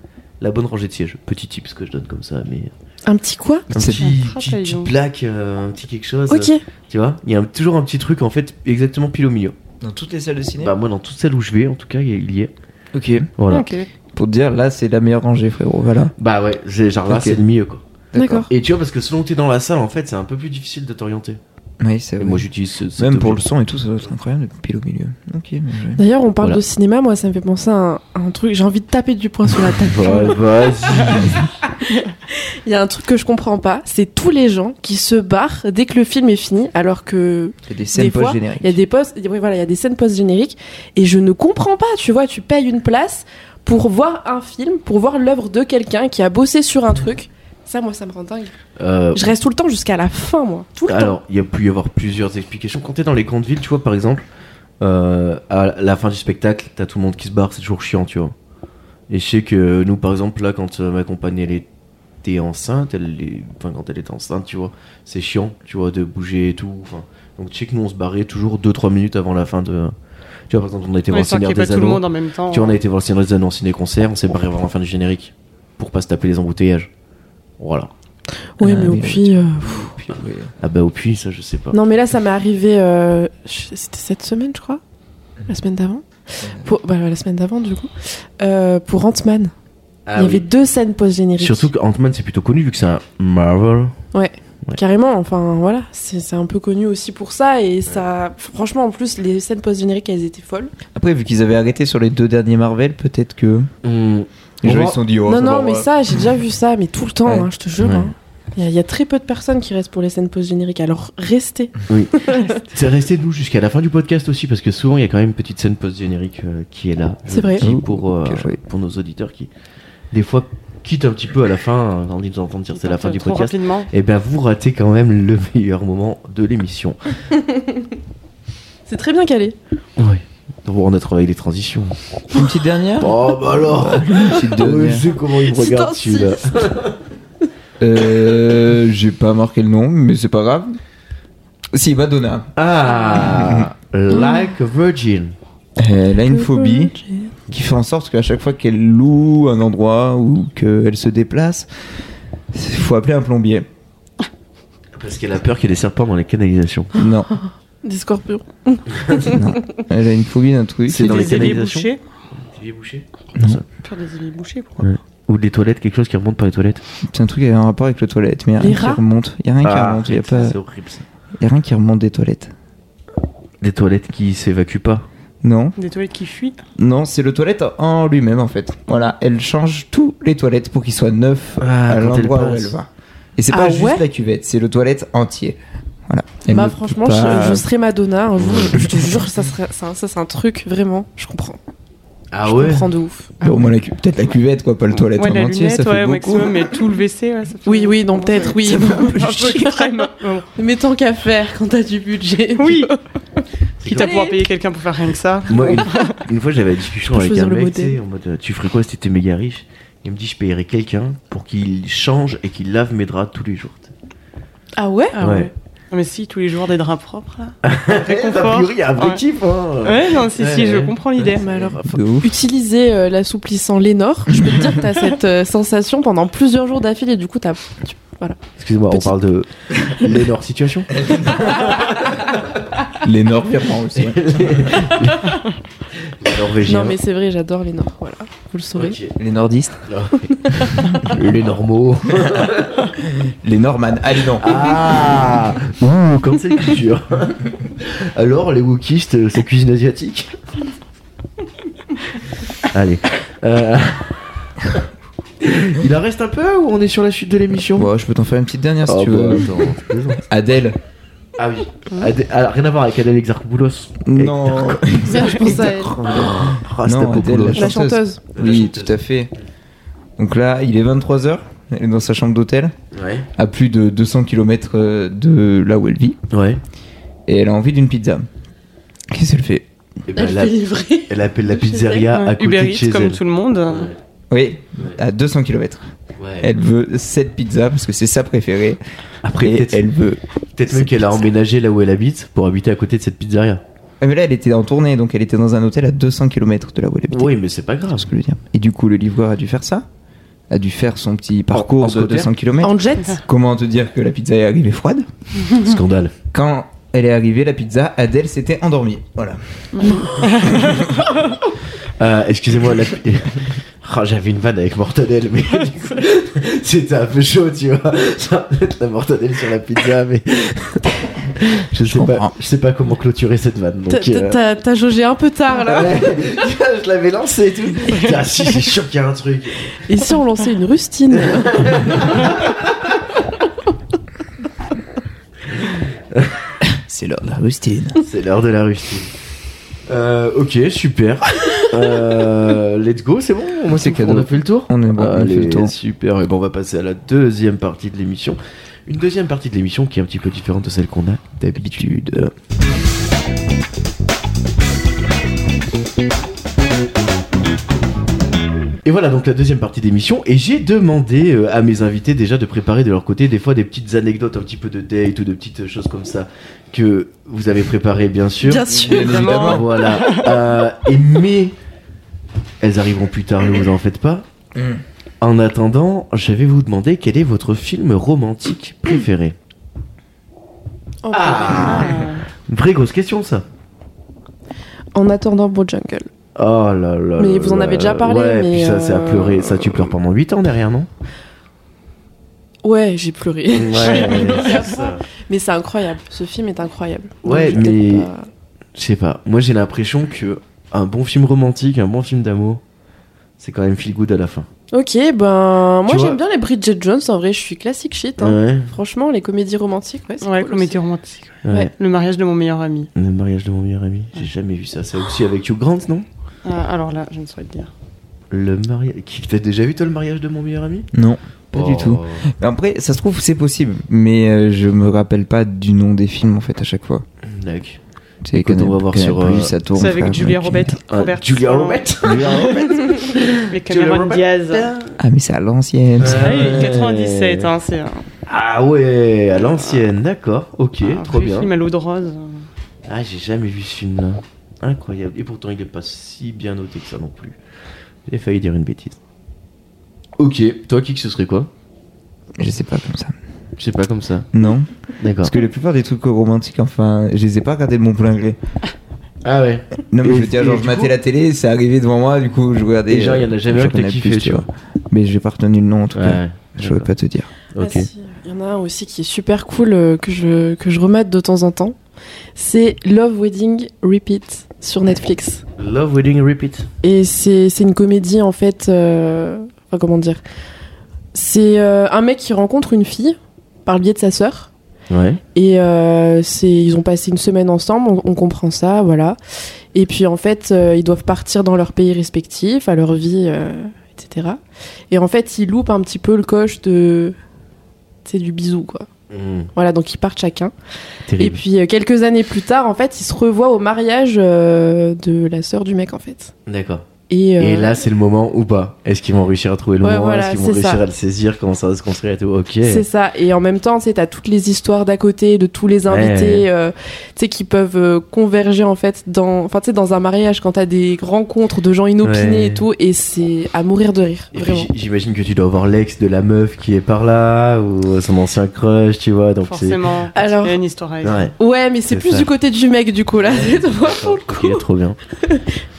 [SPEAKER 1] la bonne rangée de sièges. Petit tips que je donne comme ça, mais.
[SPEAKER 2] un petit quoi
[SPEAKER 1] Un
[SPEAKER 3] C'est-
[SPEAKER 1] petit,
[SPEAKER 4] Un
[SPEAKER 1] petit,
[SPEAKER 4] trapaillou.
[SPEAKER 1] petite plaque, euh, un petit quelque chose.
[SPEAKER 2] Ok.
[SPEAKER 1] euh, Tu vois Il y a un- toujours un petit truc en fait exactement pile au milieu.
[SPEAKER 3] Dans toutes les salles de cinéma
[SPEAKER 1] Bah, moi, dans toutes celles où je vais, en tout cas, il y est.
[SPEAKER 3] Ok.
[SPEAKER 1] Voilà.
[SPEAKER 4] Ok.
[SPEAKER 3] Pour te dire, là, c'est la meilleure rangée, frérot. Voilà.
[SPEAKER 1] Bah, ouais, c'est genre là,
[SPEAKER 3] Ok.
[SPEAKER 1] c'est le milieu quoi.
[SPEAKER 2] D'accord.
[SPEAKER 1] Et tu vois, parce que selon où t'es dans la salle, en fait, c'est un peu plus difficile de t'orienter.
[SPEAKER 3] Oui, c'est
[SPEAKER 1] Et
[SPEAKER 3] vrai.
[SPEAKER 1] moi, j'utilise ce. cet
[SPEAKER 3] Même pour le
[SPEAKER 1] objet.
[SPEAKER 3] son et tout, ça doit être incroyable de pile au milieu. Ok, bien joué.
[SPEAKER 2] D'ailleurs, on parle
[SPEAKER 1] Voilà.
[SPEAKER 2] de cinéma, moi, ça me fait penser à un, à un truc. J'ai envie de taper du poing sur la table.
[SPEAKER 1] Ouais, vas-y.
[SPEAKER 2] Il y a un truc que je comprends pas, c'est tous les gens qui se barrent dès que le film est fini, alors que
[SPEAKER 3] C'est des scènes
[SPEAKER 2] Des fois,
[SPEAKER 3] post-génériques.
[SPEAKER 2] il y a des postes, ouais, voilà, il y a des scènes post-génériques, et je ne comprends pas, tu vois, tu payes une place pour voir un film, pour voir l'œuvre de quelqu'un qui a bossé sur un truc. Ça, moi, ça me rend dingue.
[SPEAKER 1] Euh,
[SPEAKER 2] Je reste tout le temps jusqu'à la fin, moi. Tout le temps.
[SPEAKER 1] Alors, il y a pu y avoir plusieurs explications. Quand t'es dans les grandes villes, tu vois, par exemple, euh, à la fin du spectacle, t'as tout le monde qui se barre, c'est toujours chiant, tu vois. Et je sais que nous, par exemple, là, quand euh, ma compagne, elle était enceinte, elle est... enfin, quand elle était enceinte, tu vois, c'est chiant, tu vois, de bouger et tout. Enfin, donc, tu sais que nous, on se barrait toujours 2-3 minutes avant la fin de. Tu vois, par exemple, on a été voir le
[SPEAKER 4] Ouais, histoire qu'il
[SPEAKER 1] Seigneur
[SPEAKER 4] n'y ait pas
[SPEAKER 1] des
[SPEAKER 4] tout le
[SPEAKER 1] Anneaux.
[SPEAKER 4] monde en même temps.
[SPEAKER 1] Tu vois, on a été voir le Seigneur des Anneaux en ciné-concert, on s'est barré avant la fin du générique pour pas se taper les embouteillages. Voilà.
[SPEAKER 2] Ouais,
[SPEAKER 3] Ah,
[SPEAKER 2] mais
[SPEAKER 3] oui,
[SPEAKER 2] au
[SPEAKER 3] oui.
[SPEAKER 2] puits. euh,
[SPEAKER 3] Puis, ouais.
[SPEAKER 1] Ah bah, au puits, ça, je sais pas.
[SPEAKER 2] Non, mais là, ça m'est arrivé. euh, je- C'était cette semaine, je crois. La semaine d'avant. Pour... Bah, la semaine d'avant, du coup. Euh, pour Ant-Man.
[SPEAKER 1] Ah
[SPEAKER 2] il y
[SPEAKER 1] oui.
[SPEAKER 2] avait deux scènes post-génériques.
[SPEAKER 1] Surtout que Ant-Man c'est plutôt connu vu que c'est un Marvel. Ouais.
[SPEAKER 2] Carrément, enfin voilà, c'est c'est un peu connu aussi pour ça et ça. Franchement, en plus, les scènes post-génériques elles étaient folles.
[SPEAKER 3] Après, vu qu'ils avaient arrêté sur les deux derniers Marvel, peut-être que. Les
[SPEAKER 1] On
[SPEAKER 3] gens,
[SPEAKER 1] va-
[SPEAKER 3] ils se sont dit, oh,
[SPEAKER 2] non,
[SPEAKER 3] ça
[SPEAKER 2] non,
[SPEAKER 3] va,
[SPEAKER 2] mais
[SPEAKER 3] ouais.
[SPEAKER 2] ça, j'ai déjà vu ça, mais tout le temps,
[SPEAKER 3] Ouais.
[SPEAKER 2] hein, je te jure.
[SPEAKER 1] Ouais.
[SPEAKER 2] hein. Il y, a- il y a très peu de personnes qui restent pour les scènes post-génériques, alors restez.
[SPEAKER 1] C'est resté nous jusqu'à la fin du podcast aussi parce que souvent il y a quand même une petite scène post-générique euh, qui est là.
[SPEAKER 2] C'est vrai.
[SPEAKER 1] Qui, pour, euh,
[SPEAKER 3] Bien joué.
[SPEAKER 1] pour nos auditeurs qui des fois quitte un petit peu à la fin, euh, on dit entendre dire c'est la fin du
[SPEAKER 4] Trop
[SPEAKER 1] podcast,
[SPEAKER 4] rapidement.
[SPEAKER 1] et bien vous ratez quand même le meilleur moment de l'émission.
[SPEAKER 2] C'est très bien calé.
[SPEAKER 1] Oui. On a travaillé les transitions.
[SPEAKER 3] Une petite dernière
[SPEAKER 1] Oh bah alors
[SPEAKER 3] Une petite
[SPEAKER 2] Ah,
[SPEAKER 1] Je
[SPEAKER 3] dernière.
[SPEAKER 1] sais comment il me
[SPEAKER 2] C'est
[SPEAKER 1] regarde
[SPEAKER 2] un
[SPEAKER 1] celui-là.
[SPEAKER 3] Euh, J'ai pas marqué le nom, mais c'est pas grave. Si, Madonna.
[SPEAKER 1] Ah Like a Virgin.
[SPEAKER 3] Elle a une phobie qui fait en sorte qu'à chaque fois qu'elle loue un endroit ou qu'elle se déplace, il faut appeler un plombier.
[SPEAKER 1] Parce qu'elle a peur qu'il y ait des serpents dans les canalisations.
[SPEAKER 3] Non,
[SPEAKER 2] Des scorpions.
[SPEAKER 3] elle a une phobie d'un truc.
[SPEAKER 1] C'est dans les
[SPEAKER 4] des éviers
[SPEAKER 1] canalisations
[SPEAKER 4] bouchés.
[SPEAKER 3] Non.
[SPEAKER 4] Faire des éviers bouchés, pourquoi
[SPEAKER 1] Ou des toilettes, quelque chose qui remonte par les toilettes.
[SPEAKER 3] C'est un truc qui a un rapport avec les toilettes, mais il y a
[SPEAKER 2] Les
[SPEAKER 3] rien qui
[SPEAKER 2] rats Ah,
[SPEAKER 3] remonte. Il y a rien qui remonte. Il y a pas.
[SPEAKER 1] Ah, C'est horrible ça.
[SPEAKER 3] Il y a rien qui remonte des toilettes.
[SPEAKER 1] Des toilettes qui s'évacuent pas.
[SPEAKER 3] Non,
[SPEAKER 4] Des toilettes qui fuient.
[SPEAKER 3] non, c'est le toilette en lui-même en fait. Voilà, elle change tous les toilettes pour qu'ils soient neufs
[SPEAKER 1] Ah,
[SPEAKER 3] Bah, à
[SPEAKER 1] quand elle
[SPEAKER 3] l'endroit où
[SPEAKER 1] passe.
[SPEAKER 3] elle va. Et c'est
[SPEAKER 2] Ah
[SPEAKER 3] pas juste
[SPEAKER 2] ouais
[SPEAKER 3] la cuvette, c'est le toilette entier. Voilà. Elle
[SPEAKER 2] Bah
[SPEAKER 3] ne
[SPEAKER 2] franchement,
[SPEAKER 3] peut
[SPEAKER 2] je,
[SPEAKER 3] pas-
[SPEAKER 2] je serais Madonna un jour. je te jure, ça, serait, ça, ça, c'est un truc vraiment. Je comprends.
[SPEAKER 1] Ah
[SPEAKER 2] je comprends de ouf.
[SPEAKER 3] Bah, au moins la cu- peut-être la cuvette quoi, pas le toilette
[SPEAKER 4] Ouais,
[SPEAKER 3] en
[SPEAKER 4] la
[SPEAKER 3] entier,
[SPEAKER 4] lunette,
[SPEAKER 3] ça
[SPEAKER 4] ouais,
[SPEAKER 3] fait
[SPEAKER 4] au
[SPEAKER 3] beaucoup.
[SPEAKER 4] maximum, mais tout le WC, ouais, ça fait-
[SPEAKER 2] Oui, oui, donc peut-être, oui.
[SPEAKER 3] Ça fait un peu
[SPEAKER 4] Un peu
[SPEAKER 3] chier.
[SPEAKER 4] extrême. Bon.
[SPEAKER 2] Mais tant qu'à faire quand t'as du budget.
[SPEAKER 4] Oui, quitte à
[SPEAKER 2] Allez.
[SPEAKER 4] pouvoir payer quelqu'un pour faire rien que ça.
[SPEAKER 1] Moi, une, une fois, j'avais la discussion
[SPEAKER 2] Faut
[SPEAKER 1] avec
[SPEAKER 2] choisir
[SPEAKER 1] un
[SPEAKER 2] le
[SPEAKER 1] mec, tu
[SPEAKER 2] modèle.
[SPEAKER 1] sais, en mode, euh, tu ferais quoi si t'étais méga riche Il me dit, je payerais quelqu'un pour qu'il change et qu'il lave mes draps tous les jours.
[SPEAKER 2] Ah ouais
[SPEAKER 4] Ah ouais. Non, Mais si, tous les jours des draps propres, là.
[SPEAKER 1] A
[SPEAKER 4] Réconfort.
[SPEAKER 1] priori, il y a un vrai
[SPEAKER 4] Ouais.
[SPEAKER 1] kiff, hein.
[SPEAKER 4] Ouais, non, si,
[SPEAKER 1] Ouais,
[SPEAKER 4] si, je
[SPEAKER 1] ouais.
[SPEAKER 4] comprends l'idée.
[SPEAKER 2] Mais alors,
[SPEAKER 3] De ouf.
[SPEAKER 2] utiliser euh, l'assouplissant Lénore, je peux te dire que t'as cette euh, sensation pendant plusieurs jours d'affilée. Du coup, t'as. tu-
[SPEAKER 1] Excusez-moi, on
[SPEAKER 2] Petit-
[SPEAKER 1] parle de l'énorme situation.
[SPEAKER 3] Les normes Pierre-Paul aussi.
[SPEAKER 1] Les Norvégiens.
[SPEAKER 2] Non, mais c'est vrai, j'adore Lénore. Voilà, vous le saurez.
[SPEAKER 1] Ok.
[SPEAKER 3] Les nordistes,
[SPEAKER 1] les normaux.
[SPEAKER 3] les normannes. Allez non.
[SPEAKER 1] Ah Ouh, comme c'est culture. Alors, les wokistes, euh, c'est cuisine asiatique Allez. Euh, Il en reste un peu ou on est sur la suite de l'émission
[SPEAKER 3] Bon, je peux t'en faire une petite dernière si
[SPEAKER 1] Oh,
[SPEAKER 3] tu
[SPEAKER 1] bah,
[SPEAKER 3] veux.
[SPEAKER 1] attends, tu plaisantes.
[SPEAKER 3] Adèle.
[SPEAKER 1] Ah oui. Adé- alors, rien à voir avec Adèle Exarchopoulos.
[SPEAKER 3] Non.
[SPEAKER 2] Ça, je pense à elle.
[SPEAKER 1] Rastapopoulos.
[SPEAKER 3] Adèle,
[SPEAKER 2] La chanteuse.
[SPEAKER 3] Oui,
[SPEAKER 1] chanteuse.
[SPEAKER 3] tout à fait. Donc là, il est 23h, elle est dans sa chambre d'hôtel,
[SPEAKER 1] Ouais.
[SPEAKER 3] à plus de 200 km euh, de là où elle vit,
[SPEAKER 1] Ouais.
[SPEAKER 3] et elle a envie d'une pizza. Qu'est-ce qu'elle fait
[SPEAKER 1] Et ben,
[SPEAKER 2] Elle
[SPEAKER 1] elle,
[SPEAKER 2] fait
[SPEAKER 1] a-
[SPEAKER 2] livrer.
[SPEAKER 1] elle appelle la
[SPEAKER 2] Je sais,
[SPEAKER 1] pizzeria à côté
[SPEAKER 4] Uber
[SPEAKER 1] de chez
[SPEAKER 4] Eats, comme
[SPEAKER 1] elle.
[SPEAKER 4] tout le monde.
[SPEAKER 3] Oui,
[SPEAKER 1] Ouais.
[SPEAKER 3] à 200 km.
[SPEAKER 1] Ouais.
[SPEAKER 3] Elle veut cette pizza parce que c'est sa préférée,
[SPEAKER 1] Après,
[SPEAKER 3] et
[SPEAKER 1] peut-être
[SPEAKER 3] elle veut.
[SPEAKER 1] peut-être même
[SPEAKER 3] cette
[SPEAKER 1] qu'elle a
[SPEAKER 3] pizza.
[SPEAKER 1] emménagé là où elle habite pour habiter à côté de cette pizzeria.
[SPEAKER 3] Ah, Mais là, elle était en tournée, donc elle était dans un hôtel à 200 km de là où elle habitait.
[SPEAKER 1] Oui, mais c'est pas grave.
[SPEAKER 3] C'est ce que je veux dire. Et du coup, le livreur a dû faire ça A dû faire son petit parcours
[SPEAKER 1] en
[SPEAKER 3] de
[SPEAKER 1] scooter
[SPEAKER 3] 200 km
[SPEAKER 2] En jet
[SPEAKER 3] Comment te dire que la pizza est arrivée froide
[SPEAKER 1] Scandale.
[SPEAKER 3] Quand elle est arrivée, la pizza, Adèle s'était endormie. Voilà.
[SPEAKER 1] Euh, Excusez-moi, la... Ah, j'avais une vanne avec mortadelle, mais du coup, c'était un peu chaud, tu vois. Ça, la mortadelle sur la pizza, mais je sais pas,
[SPEAKER 3] comprends.
[SPEAKER 1] je sais pas comment clôturer cette vanne.
[SPEAKER 2] T'as-
[SPEAKER 1] Donc,
[SPEAKER 2] t'as-
[SPEAKER 1] euh,
[SPEAKER 2] T'as t'as jaugé un peu tard là.
[SPEAKER 1] ouais, je l'avais lancé et tout. Putain, si, c'est sûr qu'il y a un truc.
[SPEAKER 2] Et si on lançait une rustine
[SPEAKER 3] C'est l'heure de la rustine.
[SPEAKER 1] C'est l'heure de la rustine. Euh, ok, super. Euh, let's go, c'est bon. Moi,
[SPEAKER 3] C'est
[SPEAKER 1] c'est
[SPEAKER 3] cadeau.
[SPEAKER 1] On a fait le tour.
[SPEAKER 3] On est bon, on a fait
[SPEAKER 1] Allez,
[SPEAKER 3] le tour.
[SPEAKER 1] super. Et bon, on va passer à la deuxième partie de l'émission. Une deuxième partie de l'émission qui est un petit peu différente de celle qu'on a d'habitude. Et voilà donc la deuxième partie d'émission. Et j'ai demandé euh, à mes invités déjà de préparer de leur côté des fois des petites anecdotes, un petit peu de date ou de petites euh, choses comme ça que vous avez préparées bien sûr.
[SPEAKER 2] Bien sûr.
[SPEAKER 3] Bien évidemment.
[SPEAKER 1] Voilà. Euh, et mais elles arriveront plus tard, ne vous en faites pas.
[SPEAKER 3] Mm.
[SPEAKER 1] En attendant, je vais vous demander quel est votre film romantique préféré.
[SPEAKER 2] En-
[SPEAKER 4] Ah.
[SPEAKER 1] Une vraie grosse question ça.
[SPEAKER 2] En attendant Beau Jungle.
[SPEAKER 1] Oh là là.
[SPEAKER 2] Mais
[SPEAKER 1] là
[SPEAKER 2] vous en
[SPEAKER 1] là.
[SPEAKER 2] avez déjà parlé,
[SPEAKER 1] Ouais,
[SPEAKER 2] mais
[SPEAKER 1] puis ça,
[SPEAKER 2] euh,
[SPEAKER 1] c'est à pleurer. Ça, tu pleures pendant 8 ans derrière, non
[SPEAKER 2] Ouais, j'ai pleuré.
[SPEAKER 1] c'est ça.
[SPEAKER 2] Mais c'est incroyable. Ce film est incroyable.
[SPEAKER 1] Ouais,
[SPEAKER 2] Donc, je vais
[SPEAKER 1] mais-
[SPEAKER 2] peut-être pas-
[SPEAKER 1] Je sais pas. Moi, j'ai l'impression que un bon film romantique, un bon film d'amour, c'est quand même feel good à la fin.
[SPEAKER 2] Ok, ben moi
[SPEAKER 1] Tu vois-
[SPEAKER 2] j'aime bien les Bridget Jones. En vrai, je suis classique shit. hein.
[SPEAKER 1] Ouais.
[SPEAKER 2] Franchement, les comédies romantiques, ouais. c'est
[SPEAKER 4] Ouais,
[SPEAKER 2] cool
[SPEAKER 4] comédie romantique. ouais.
[SPEAKER 1] ouais.
[SPEAKER 2] Ouais.
[SPEAKER 4] Le mariage de mon meilleur ami.
[SPEAKER 1] Le mariage de mon meilleur ami. J'ai jamais vu ça. C'est aussi avec Hugh Grant, non
[SPEAKER 4] Ah, alors là, je ne saurais te dire.
[SPEAKER 1] Le mariage. Qui- T'as déjà vu toi le mariage de mon meilleur ami
[SPEAKER 3] Non, pas
[SPEAKER 1] Oh.
[SPEAKER 3] du tout. Après, ça se trouve, c'est possible, mais euh, je me rappelle pas du nom des films en fait à chaque fois.
[SPEAKER 1] D'accord.
[SPEAKER 3] Tu sais,
[SPEAKER 1] Écoute,
[SPEAKER 3] Canal-
[SPEAKER 1] on va voir
[SPEAKER 3] Canal
[SPEAKER 1] sur,
[SPEAKER 3] Plus,
[SPEAKER 1] euh,
[SPEAKER 3] ça tourne.
[SPEAKER 4] C'est avec
[SPEAKER 3] frère,
[SPEAKER 4] Julia
[SPEAKER 3] mec.
[SPEAKER 4] Robert.
[SPEAKER 1] Ah,
[SPEAKER 4] Roberts.
[SPEAKER 1] Julia
[SPEAKER 4] Euh,
[SPEAKER 1] Roberts
[SPEAKER 3] Julia Roberts.
[SPEAKER 4] Les Cameron
[SPEAKER 1] Roberts.
[SPEAKER 4] Diaz.
[SPEAKER 3] Ah, mais c'est à l'ancienne. ça.
[SPEAKER 1] Ah
[SPEAKER 4] Ah oui,
[SPEAKER 1] ouais.
[SPEAKER 4] 97, hein, c'est un
[SPEAKER 1] Ah ouais, à l'ancienne, d'accord, ok,
[SPEAKER 4] un
[SPEAKER 1] trop
[SPEAKER 4] vieux
[SPEAKER 1] bien.
[SPEAKER 4] film à l'eau de rose.
[SPEAKER 1] Ah, j'ai jamais vu ce film là. Incroyable. Et pourtant, il est pas si bien noté que ça non plus. J'ai failli dire une bêtise. Ok, toi, qui que ce serait quoi
[SPEAKER 3] Je sais pas comme ça.
[SPEAKER 1] Je sais pas comme ça.
[SPEAKER 3] Non.
[SPEAKER 1] D'accord.
[SPEAKER 3] Parce que la plupart des trucs romantiques, enfin, je les ai pas regardés de mon plein gré.
[SPEAKER 1] Ah ouais.
[SPEAKER 3] Non, mais
[SPEAKER 1] Et-
[SPEAKER 3] je veux dire,
[SPEAKER 1] et
[SPEAKER 3] genre,
[SPEAKER 1] du
[SPEAKER 3] je matais
[SPEAKER 1] coup-
[SPEAKER 3] la télé, c'est arrivé devant moi, du coup, je regardais.
[SPEAKER 1] Et genre, il y en a jamais
[SPEAKER 3] euh,
[SPEAKER 1] un que t'as
[SPEAKER 3] Canal+,
[SPEAKER 1] kiffé, tu vois.
[SPEAKER 3] Mais j'ai pas retenu le nom, en tout cas.
[SPEAKER 1] Ouais.
[SPEAKER 3] Je saurais pas te dire.
[SPEAKER 2] Ah,
[SPEAKER 1] Ok.
[SPEAKER 2] si. Il y en a un aussi qui est super cool euh, que je, que je remate de temps en temps. C'est Love Wedding Repeat sur Netflix.
[SPEAKER 1] Love Wedding Repeat.
[SPEAKER 2] Et c'est c'est une comédie en fait. euh, Enfin, comment dire C'est euh, un mec qui rencontre une fille par le biais de sa sœur.
[SPEAKER 1] Ouais.
[SPEAKER 2] Et euh, c'est, ils ont passé une semaine ensemble, on, on comprend ça, voilà. Et puis en fait, euh, ils doivent partir dans leur pays respectif, à leur vie, euh, etc. Et en fait, ils loupent un petit peu le coche de, c'est du bisou quoi.
[SPEAKER 1] Hmm.
[SPEAKER 2] Voilà, donc ils partent chacun. Et
[SPEAKER 1] Terrible.
[SPEAKER 2] puis euh, quelques années plus tard, en fait, ils se revoient au mariage euh, de la sœur du mec en fait.
[SPEAKER 1] D'accord.
[SPEAKER 2] Et, euh,
[SPEAKER 1] Et là, c'est le moment ou pas Est-ce qu'ils vont réussir à trouver le
[SPEAKER 2] Ouais,
[SPEAKER 1] moment
[SPEAKER 2] voilà,
[SPEAKER 1] Est-ce qu'ils vont
[SPEAKER 2] c'est
[SPEAKER 1] réussir
[SPEAKER 2] ça.
[SPEAKER 1] à le saisir Comment ça va se construire et tout Ok.
[SPEAKER 2] C'est ça. Et en même temps, tu sais, t'as toutes les histoires d'à côté, de tous les invités, euh, tu sais, qui peuvent euh, converger, en fait, dans, enfin, tu sais, dans un mariage, quand t'as des rencontres de gens inopinés
[SPEAKER 1] Ouais.
[SPEAKER 2] et tout, et c'est à mourir de rire,
[SPEAKER 1] Et puis,
[SPEAKER 2] vraiment.
[SPEAKER 1] j- j'imagine que tu dois avoir l'ex de la meuf qui est par là ou son ancien crush, tu vois. Donc c'est.
[SPEAKER 4] Forcément,
[SPEAKER 2] Alors-
[SPEAKER 4] il y a une histoire à écrire.
[SPEAKER 1] Ouais.
[SPEAKER 2] Ouais, mais
[SPEAKER 1] C'est
[SPEAKER 2] c'est plus
[SPEAKER 1] ça.
[SPEAKER 2] du côté du mec, du coup, là, c'est vraiment pour le
[SPEAKER 1] Ok,
[SPEAKER 2] coup.
[SPEAKER 1] trop bien.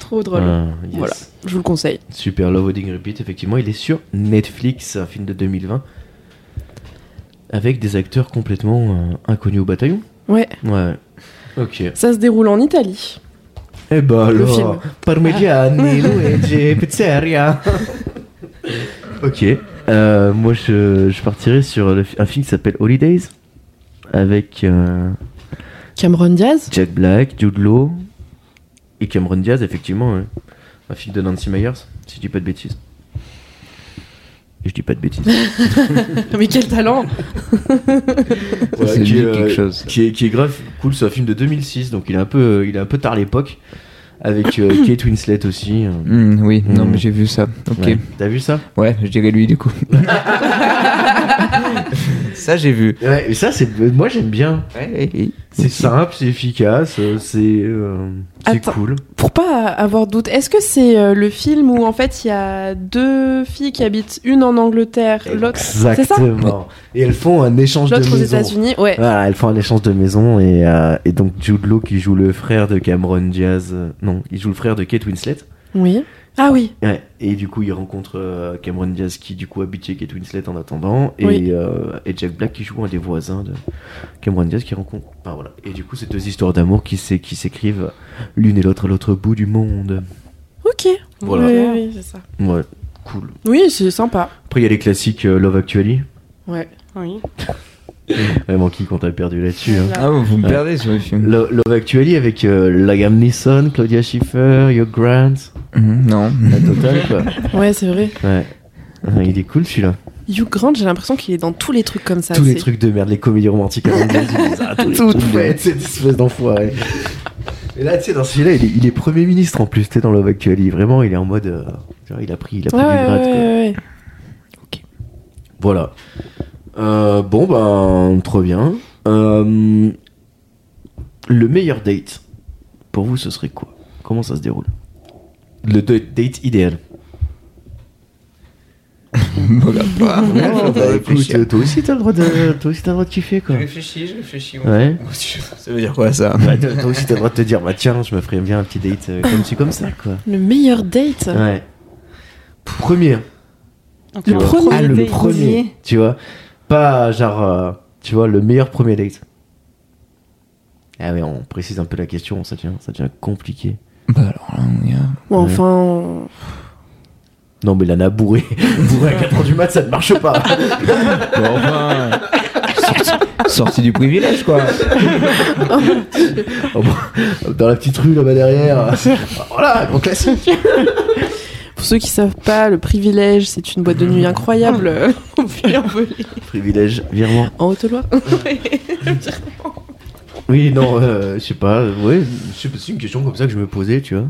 [SPEAKER 2] Trop drôle.
[SPEAKER 1] Ah, yes.
[SPEAKER 2] Voilà. Je vous le conseille.
[SPEAKER 1] Super Love Wedding Repeat, effectivement, il est sur Netflix, un film de 2020, avec des acteurs complètement euh, inconnus au bataillon.
[SPEAKER 2] Ouais.
[SPEAKER 1] Ouais. Ok.
[SPEAKER 2] Ça se déroule en Italie.
[SPEAKER 1] Eh ben
[SPEAKER 2] Le
[SPEAKER 1] alors, Parmigiani, Luigi, Pizzeria. ok. Euh, moi, je, je partirais sur le fi- un film qui s'appelle Holidays, avec euh,
[SPEAKER 2] Cameron Diaz.
[SPEAKER 1] Jack Black, Jude Law et Cameron Diaz, effectivement. ouais. Un film de Nancy Meyers, si je dis pas de bêtises. Et je dis pas de bêtises.
[SPEAKER 2] mais quel talent!
[SPEAKER 1] Ouais,
[SPEAKER 3] Ça, c'est
[SPEAKER 1] qui,
[SPEAKER 3] dit
[SPEAKER 1] euh,
[SPEAKER 3] quelque chose.
[SPEAKER 1] qui est, qui est grave cool, c'est un film de 2006, donc il est un peu, il est un peu tard l'époque, avec euh, Kate Winslet aussi. euh.
[SPEAKER 3] Hmm, oui, non,
[SPEAKER 1] Hmm.
[SPEAKER 3] mais j'ai vu ça. Ok.
[SPEAKER 1] Ouais.
[SPEAKER 3] Ouais.
[SPEAKER 1] T'as vu ça
[SPEAKER 3] je dirais lui, du coup. ça, j'ai vu.
[SPEAKER 1] Ouais, et ça c'est, moi j'aime bien.
[SPEAKER 3] Ouais, ouais, ouais.
[SPEAKER 1] C'est simple, c'est efficace, euh, c'est, euh, c'est
[SPEAKER 2] Attends.
[SPEAKER 1] cool.
[SPEAKER 2] Pour pas avoir de doute, est-ce que c'est euh, le film où en fait il y a deux filles qui habitent une en Angleterre, l'autre. C'est ça?
[SPEAKER 1] Exactement. Et elles font un échange de
[SPEAKER 2] L'autre aux
[SPEAKER 1] maison.
[SPEAKER 2] États-Unis, ouais.
[SPEAKER 1] Voilà, elles font un échange de maison et, euh, et donc Jude Law qui joue le frère de Cameron Diaz, euh, non, il joue le frère de Kate Winslet.
[SPEAKER 2] Oui. Ah oui.
[SPEAKER 1] Ouais, et du coup, il rencontre euh, Cameron Diaz qui, du coup, habite chez Kate Winslet en attendant, et,
[SPEAKER 2] Oui.
[SPEAKER 1] euh, et Jack Black qui joue un des voisins de Cameron Diaz qui rencontre. Enfin, voilà. Et du coup, c'est deux histoires d'amour qui s'é- qui s'écrivent l'une et l'autre à l'autre bout du monde.
[SPEAKER 2] Ok.
[SPEAKER 1] Voilà.
[SPEAKER 2] Oui, oui, oui, c'est ça.
[SPEAKER 1] Ouais, cool.
[SPEAKER 2] Oui, c'est sympa.
[SPEAKER 1] Après, il y a les classiques euh, Love Actually,
[SPEAKER 2] Ouais.
[SPEAKER 4] Oui.
[SPEAKER 1] vraiment qui quand t'as perdu là-dessus. hein.
[SPEAKER 3] Ah, vous me
[SPEAKER 1] Ouais.
[SPEAKER 3] perdez sur les films.
[SPEAKER 1] Lo- Love Actually avec euh, Liam Neeson, Claudia Schiffer, Hugh Grant,
[SPEAKER 3] Hmm, non.
[SPEAKER 1] la totale quoi.
[SPEAKER 2] Ouais, c'est vrai.
[SPEAKER 1] Ouais. Ouais, Il est cool celui-là.
[SPEAKER 2] Hugh Grant, j'ai l'impression qu'il est dans tous les trucs comme ça.
[SPEAKER 1] tous les
[SPEAKER 2] c'est-
[SPEAKER 1] trucs de merde, les comédies romantiques américaines, ils les a, tous les
[SPEAKER 2] Tout
[SPEAKER 1] trucs de-
[SPEAKER 2] fait.
[SPEAKER 1] cette espèce d'enfoiré. Et là, tu sais, dans celui-là, il, est- il est Premier ministre en plus, tu sais, dans Love Actually. Vraiment, il est en mode. euh, genre, il a pris, il a pris
[SPEAKER 2] Ouais, ouais,
[SPEAKER 1] du grade, quoi.
[SPEAKER 2] ouais, ouais.
[SPEAKER 1] Voilà. Euh, bon, ben, trop bien. Euh, le meilleur date, pour vous, ce serait quoi Comment ça se déroule Le de- date idéal.
[SPEAKER 3] Regarde pas.
[SPEAKER 1] Bah, écoute, euh, toi aussi, t'as le droit de, toi aussi, t'as le droit de kiffer, quoi.
[SPEAKER 3] réfléchis, je réfléchis.
[SPEAKER 1] Ouais.
[SPEAKER 3] Ça veut dire quoi, ça
[SPEAKER 1] Bah, toi toi aussi, t'as le droit de te dire, bah tiens, je me ferais bien un petit date euh, comme ci, comme ça, quoi.
[SPEAKER 2] Le meilleur date.
[SPEAKER 1] Ouais. Premier.
[SPEAKER 4] Donc, euh,
[SPEAKER 2] Le
[SPEAKER 4] on-
[SPEAKER 2] premier
[SPEAKER 1] Ah, le
[SPEAKER 2] date.
[SPEAKER 1] premier. Tu vois Pas genre, euh, tu vois, le meilleur premier date. Ah oui, on précise un peu la question, ça devient, ça devient compliqué.
[SPEAKER 3] Bah alors là, on y a.
[SPEAKER 2] Ou enfin.
[SPEAKER 1] Non, mais Lana bourré, bourré à 4h du mat, ça ne marche pas.
[SPEAKER 3] Bon, enfin. sorti- Sorti du privilège, quoi.
[SPEAKER 1] Dans la petite rue là-bas derrière. Voilà, grand classique.
[SPEAKER 2] Pour ceux qui savent pas, le privilège, c'est une boîte de nuit incroyable. euh, au Puy-en-Velay.
[SPEAKER 1] Privilège, virement.
[SPEAKER 2] en Haute-Loire.
[SPEAKER 1] Oui, non, euh, je sais pas. euh, Ouais, je sais pas, c'est une question comme ça que je me posais, tu vois.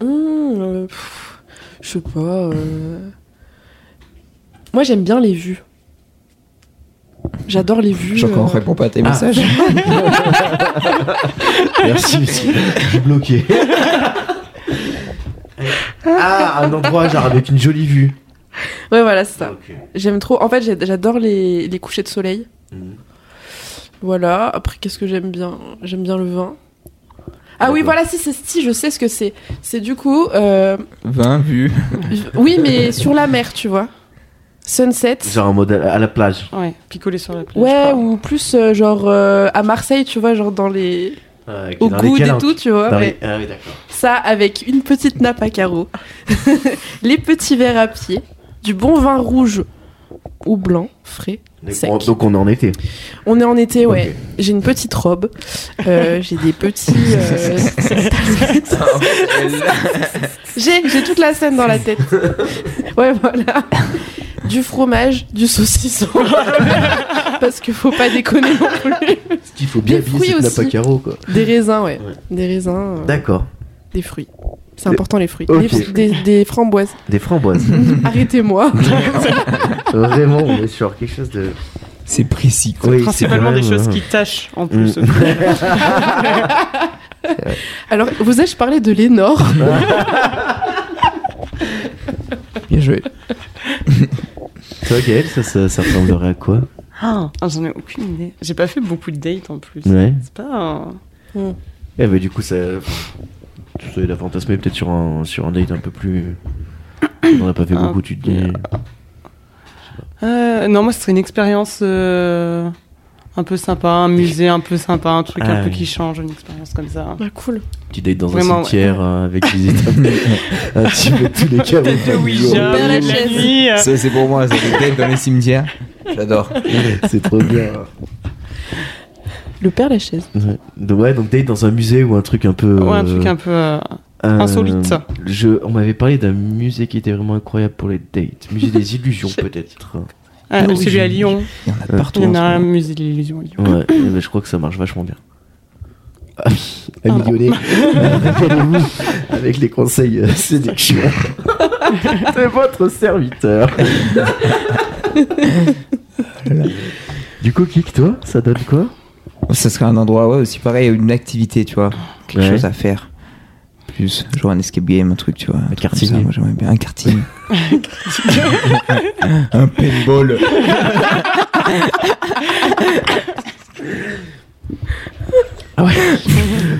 [SPEAKER 2] Hum, euh, pff, je sais pas. euh. Moi, j'aime bien les vues. J'adore les vues.
[SPEAKER 3] Je crois qu'on
[SPEAKER 2] euh,
[SPEAKER 3] répond pas à tes
[SPEAKER 1] Ah.
[SPEAKER 3] messages.
[SPEAKER 1] Merci, monsieur. je suis bloqué. ah, un endroit genre avec une jolie vue.
[SPEAKER 2] Ouais, voilà, c'est ça.
[SPEAKER 1] Ok.
[SPEAKER 2] J'aime trop. En fait, j'ai- j'adore les, les couchers de soleil.
[SPEAKER 1] Mhm.
[SPEAKER 2] Voilà. Après, qu'est-ce que j'aime bien J'aime bien le vin. Ah oui,
[SPEAKER 1] D'accord.
[SPEAKER 2] voilà, si, c'est- si, je sais ce que c'est. C'est du coup. euh,
[SPEAKER 3] 20 vues.
[SPEAKER 2] oui, mais sur la mer, tu vois. Sunset.
[SPEAKER 1] Genre en mode à à la plage.
[SPEAKER 4] Ouais, picoler sur la plage.
[SPEAKER 2] Ouais,
[SPEAKER 4] quoi.
[SPEAKER 2] ou plus euh, genre euh, à Marseille, tu vois, genre dans les.
[SPEAKER 1] Euh, qui est
[SPEAKER 2] Au
[SPEAKER 1] dans
[SPEAKER 2] goût
[SPEAKER 1] les
[SPEAKER 2] et
[SPEAKER 1] câlins.
[SPEAKER 2] tout, tu vois.
[SPEAKER 1] Dans
[SPEAKER 2] ouais.
[SPEAKER 1] les- Ah oui, d'accord.
[SPEAKER 2] Ça avec une petite nappe à carreaux, les petits verres à pied, du bon vin rouge ou blanc frais.
[SPEAKER 1] Donc,
[SPEAKER 2] Sec.
[SPEAKER 1] on- Donc on est en été.
[SPEAKER 2] On est en été, ouais.
[SPEAKER 1] Ok.
[SPEAKER 2] J'ai une petite robe, euh, j'ai des petits. euh,
[SPEAKER 3] Ah,
[SPEAKER 2] j'ai j'ai toute la scène dans la tête. Ouais, voilà. Du fromage, du saucisson. Parce que faut pas déconner non plus.
[SPEAKER 1] Ce qu'il faut bien
[SPEAKER 2] Des
[SPEAKER 1] viser,
[SPEAKER 2] fruits
[SPEAKER 1] c'est de la
[SPEAKER 2] aussi.
[SPEAKER 1] pacaro, quoi.
[SPEAKER 2] Des raisins, ouais.
[SPEAKER 1] Ouais.
[SPEAKER 2] Des raisins, euh,
[SPEAKER 1] D'accord.
[SPEAKER 2] des fruits. C'est
[SPEAKER 1] Des-
[SPEAKER 2] important les fruits.
[SPEAKER 1] Ok.
[SPEAKER 2] Des- des- des framboises.
[SPEAKER 1] Des framboises.
[SPEAKER 2] Arrêtez-moi.
[SPEAKER 1] Vraiment, on est sur quelque chose de.
[SPEAKER 3] C'est précis, quoi.
[SPEAKER 1] Oui,
[SPEAKER 4] Principalement des
[SPEAKER 1] c'est vraiment-
[SPEAKER 4] choses qui tâchent en plus.
[SPEAKER 1] Mm.
[SPEAKER 2] Alors, vous ai-je parlé de Lénore
[SPEAKER 3] Bien joué.
[SPEAKER 1] Toi, Gaël, ça, ça, ça ressemblerait à quoi
[SPEAKER 4] Ah, j'en ai aucune idée. J'ai pas fait beaucoup de dates en plus.
[SPEAKER 1] Ouais.
[SPEAKER 4] C'est pas un-
[SPEAKER 1] Eh ben du coup, ça. Tu la fantasmé peut-être sur un, sur un date un peu plus. On n'a pas fait
[SPEAKER 4] Un
[SPEAKER 1] beaucoup, tu te dis.
[SPEAKER 4] Euh, non, moi, ce serait une expérience euh, un peu sympa, un musée un peu sympa, un truc
[SPEAKER 1] Ah
[SPEAKER 4] un peu
[SPEAKER 1] oui.
[SPEAKER 4] qui change, une expérience comme ça.
[SPEAKER 2] Bah cool.
[SPEAKER 1] Petit date dans
[SPEAKER 4] Vraiment,
[SPEAKER 1] un
[SPEAKER 4] ouais.
[SPEAKER 1] cimetière euh, avec des étapes. un petit peu tous les cas.
[SPEAKER 4] Tête de Ouija,
[SPEAKER 2] Père
[SPEAKER 4] la
[SPEAKER 2] Lachaise.
[SPEAKER 4] nuit, euh,
[SPEAKER 3] Ça, c'est pour moi, ça fait date dans les cimetières. J'adore.
[SPEAKER 1] C'est trop bien.
[SPEAKER 2] Le père Lachaise.
[SPEAKER 1] Ouais. Donc, ouais, donc date dans un musée ou un truc un peu.
[SPEAKER 4] Ouais, un truc
[SPEAKER 1] euh,
[SPEAKER 4] un peu. euh,
[SPEAKER 1] euh,
[SPEAKER 4] insolite.
[SPEAKER 1] Je, on m'avait parlé d'un musée qui était vraiment incroyable pour les dates. Musée des illusions, peut-être.
[SPEAKER 4] euh,
[SPEAKER 3] oui,
[SPEAKER 4] celui
[SPEAKER 3] j'ai-
[SPEAKER 4] à Lyon.
[SPEAKER 3] Il y en a
[SPEAKER 1] Euh,
[SPEAKER 3] partout.
[SPEAKER 4] Il y en
[SPEAKER 3] en
[SPEAKER 4] a
[SPEAKER 3] ce
[SPEAKER 4] un
[SPEAKER 3] moment.
[SPEAKER 4] musée de l'illusion à Lyon.
[SPEAKER 1] Ouais, eh ben, je crois que ça marche vachement bien. Ah oui, à
[SPEAKER 4] Pardon.
[SPEAKER 1] mignonner. Rappelez-vous,
[SPEAKER 4] Oh.
[SPEAKER 1] avec les conseils euh, séduction de votre serviteur. du coup, Kik, toi, ça donne quoi
[SPEAKER 3] Ça serait un endroit ouais, aussi pareil, une activité, tu vois. Quelque
[SPEAKER 1] Ouais.
[SPEAKER 3] chose à faire. Plus, genre un escape game, un truc, tu vois. Un truc comme
[SPEAKER 1] karting.
[SPEAKER 3] ça, Moi, j'aimerais bien un karting. un paintball.
[SPEAKER 1] Ah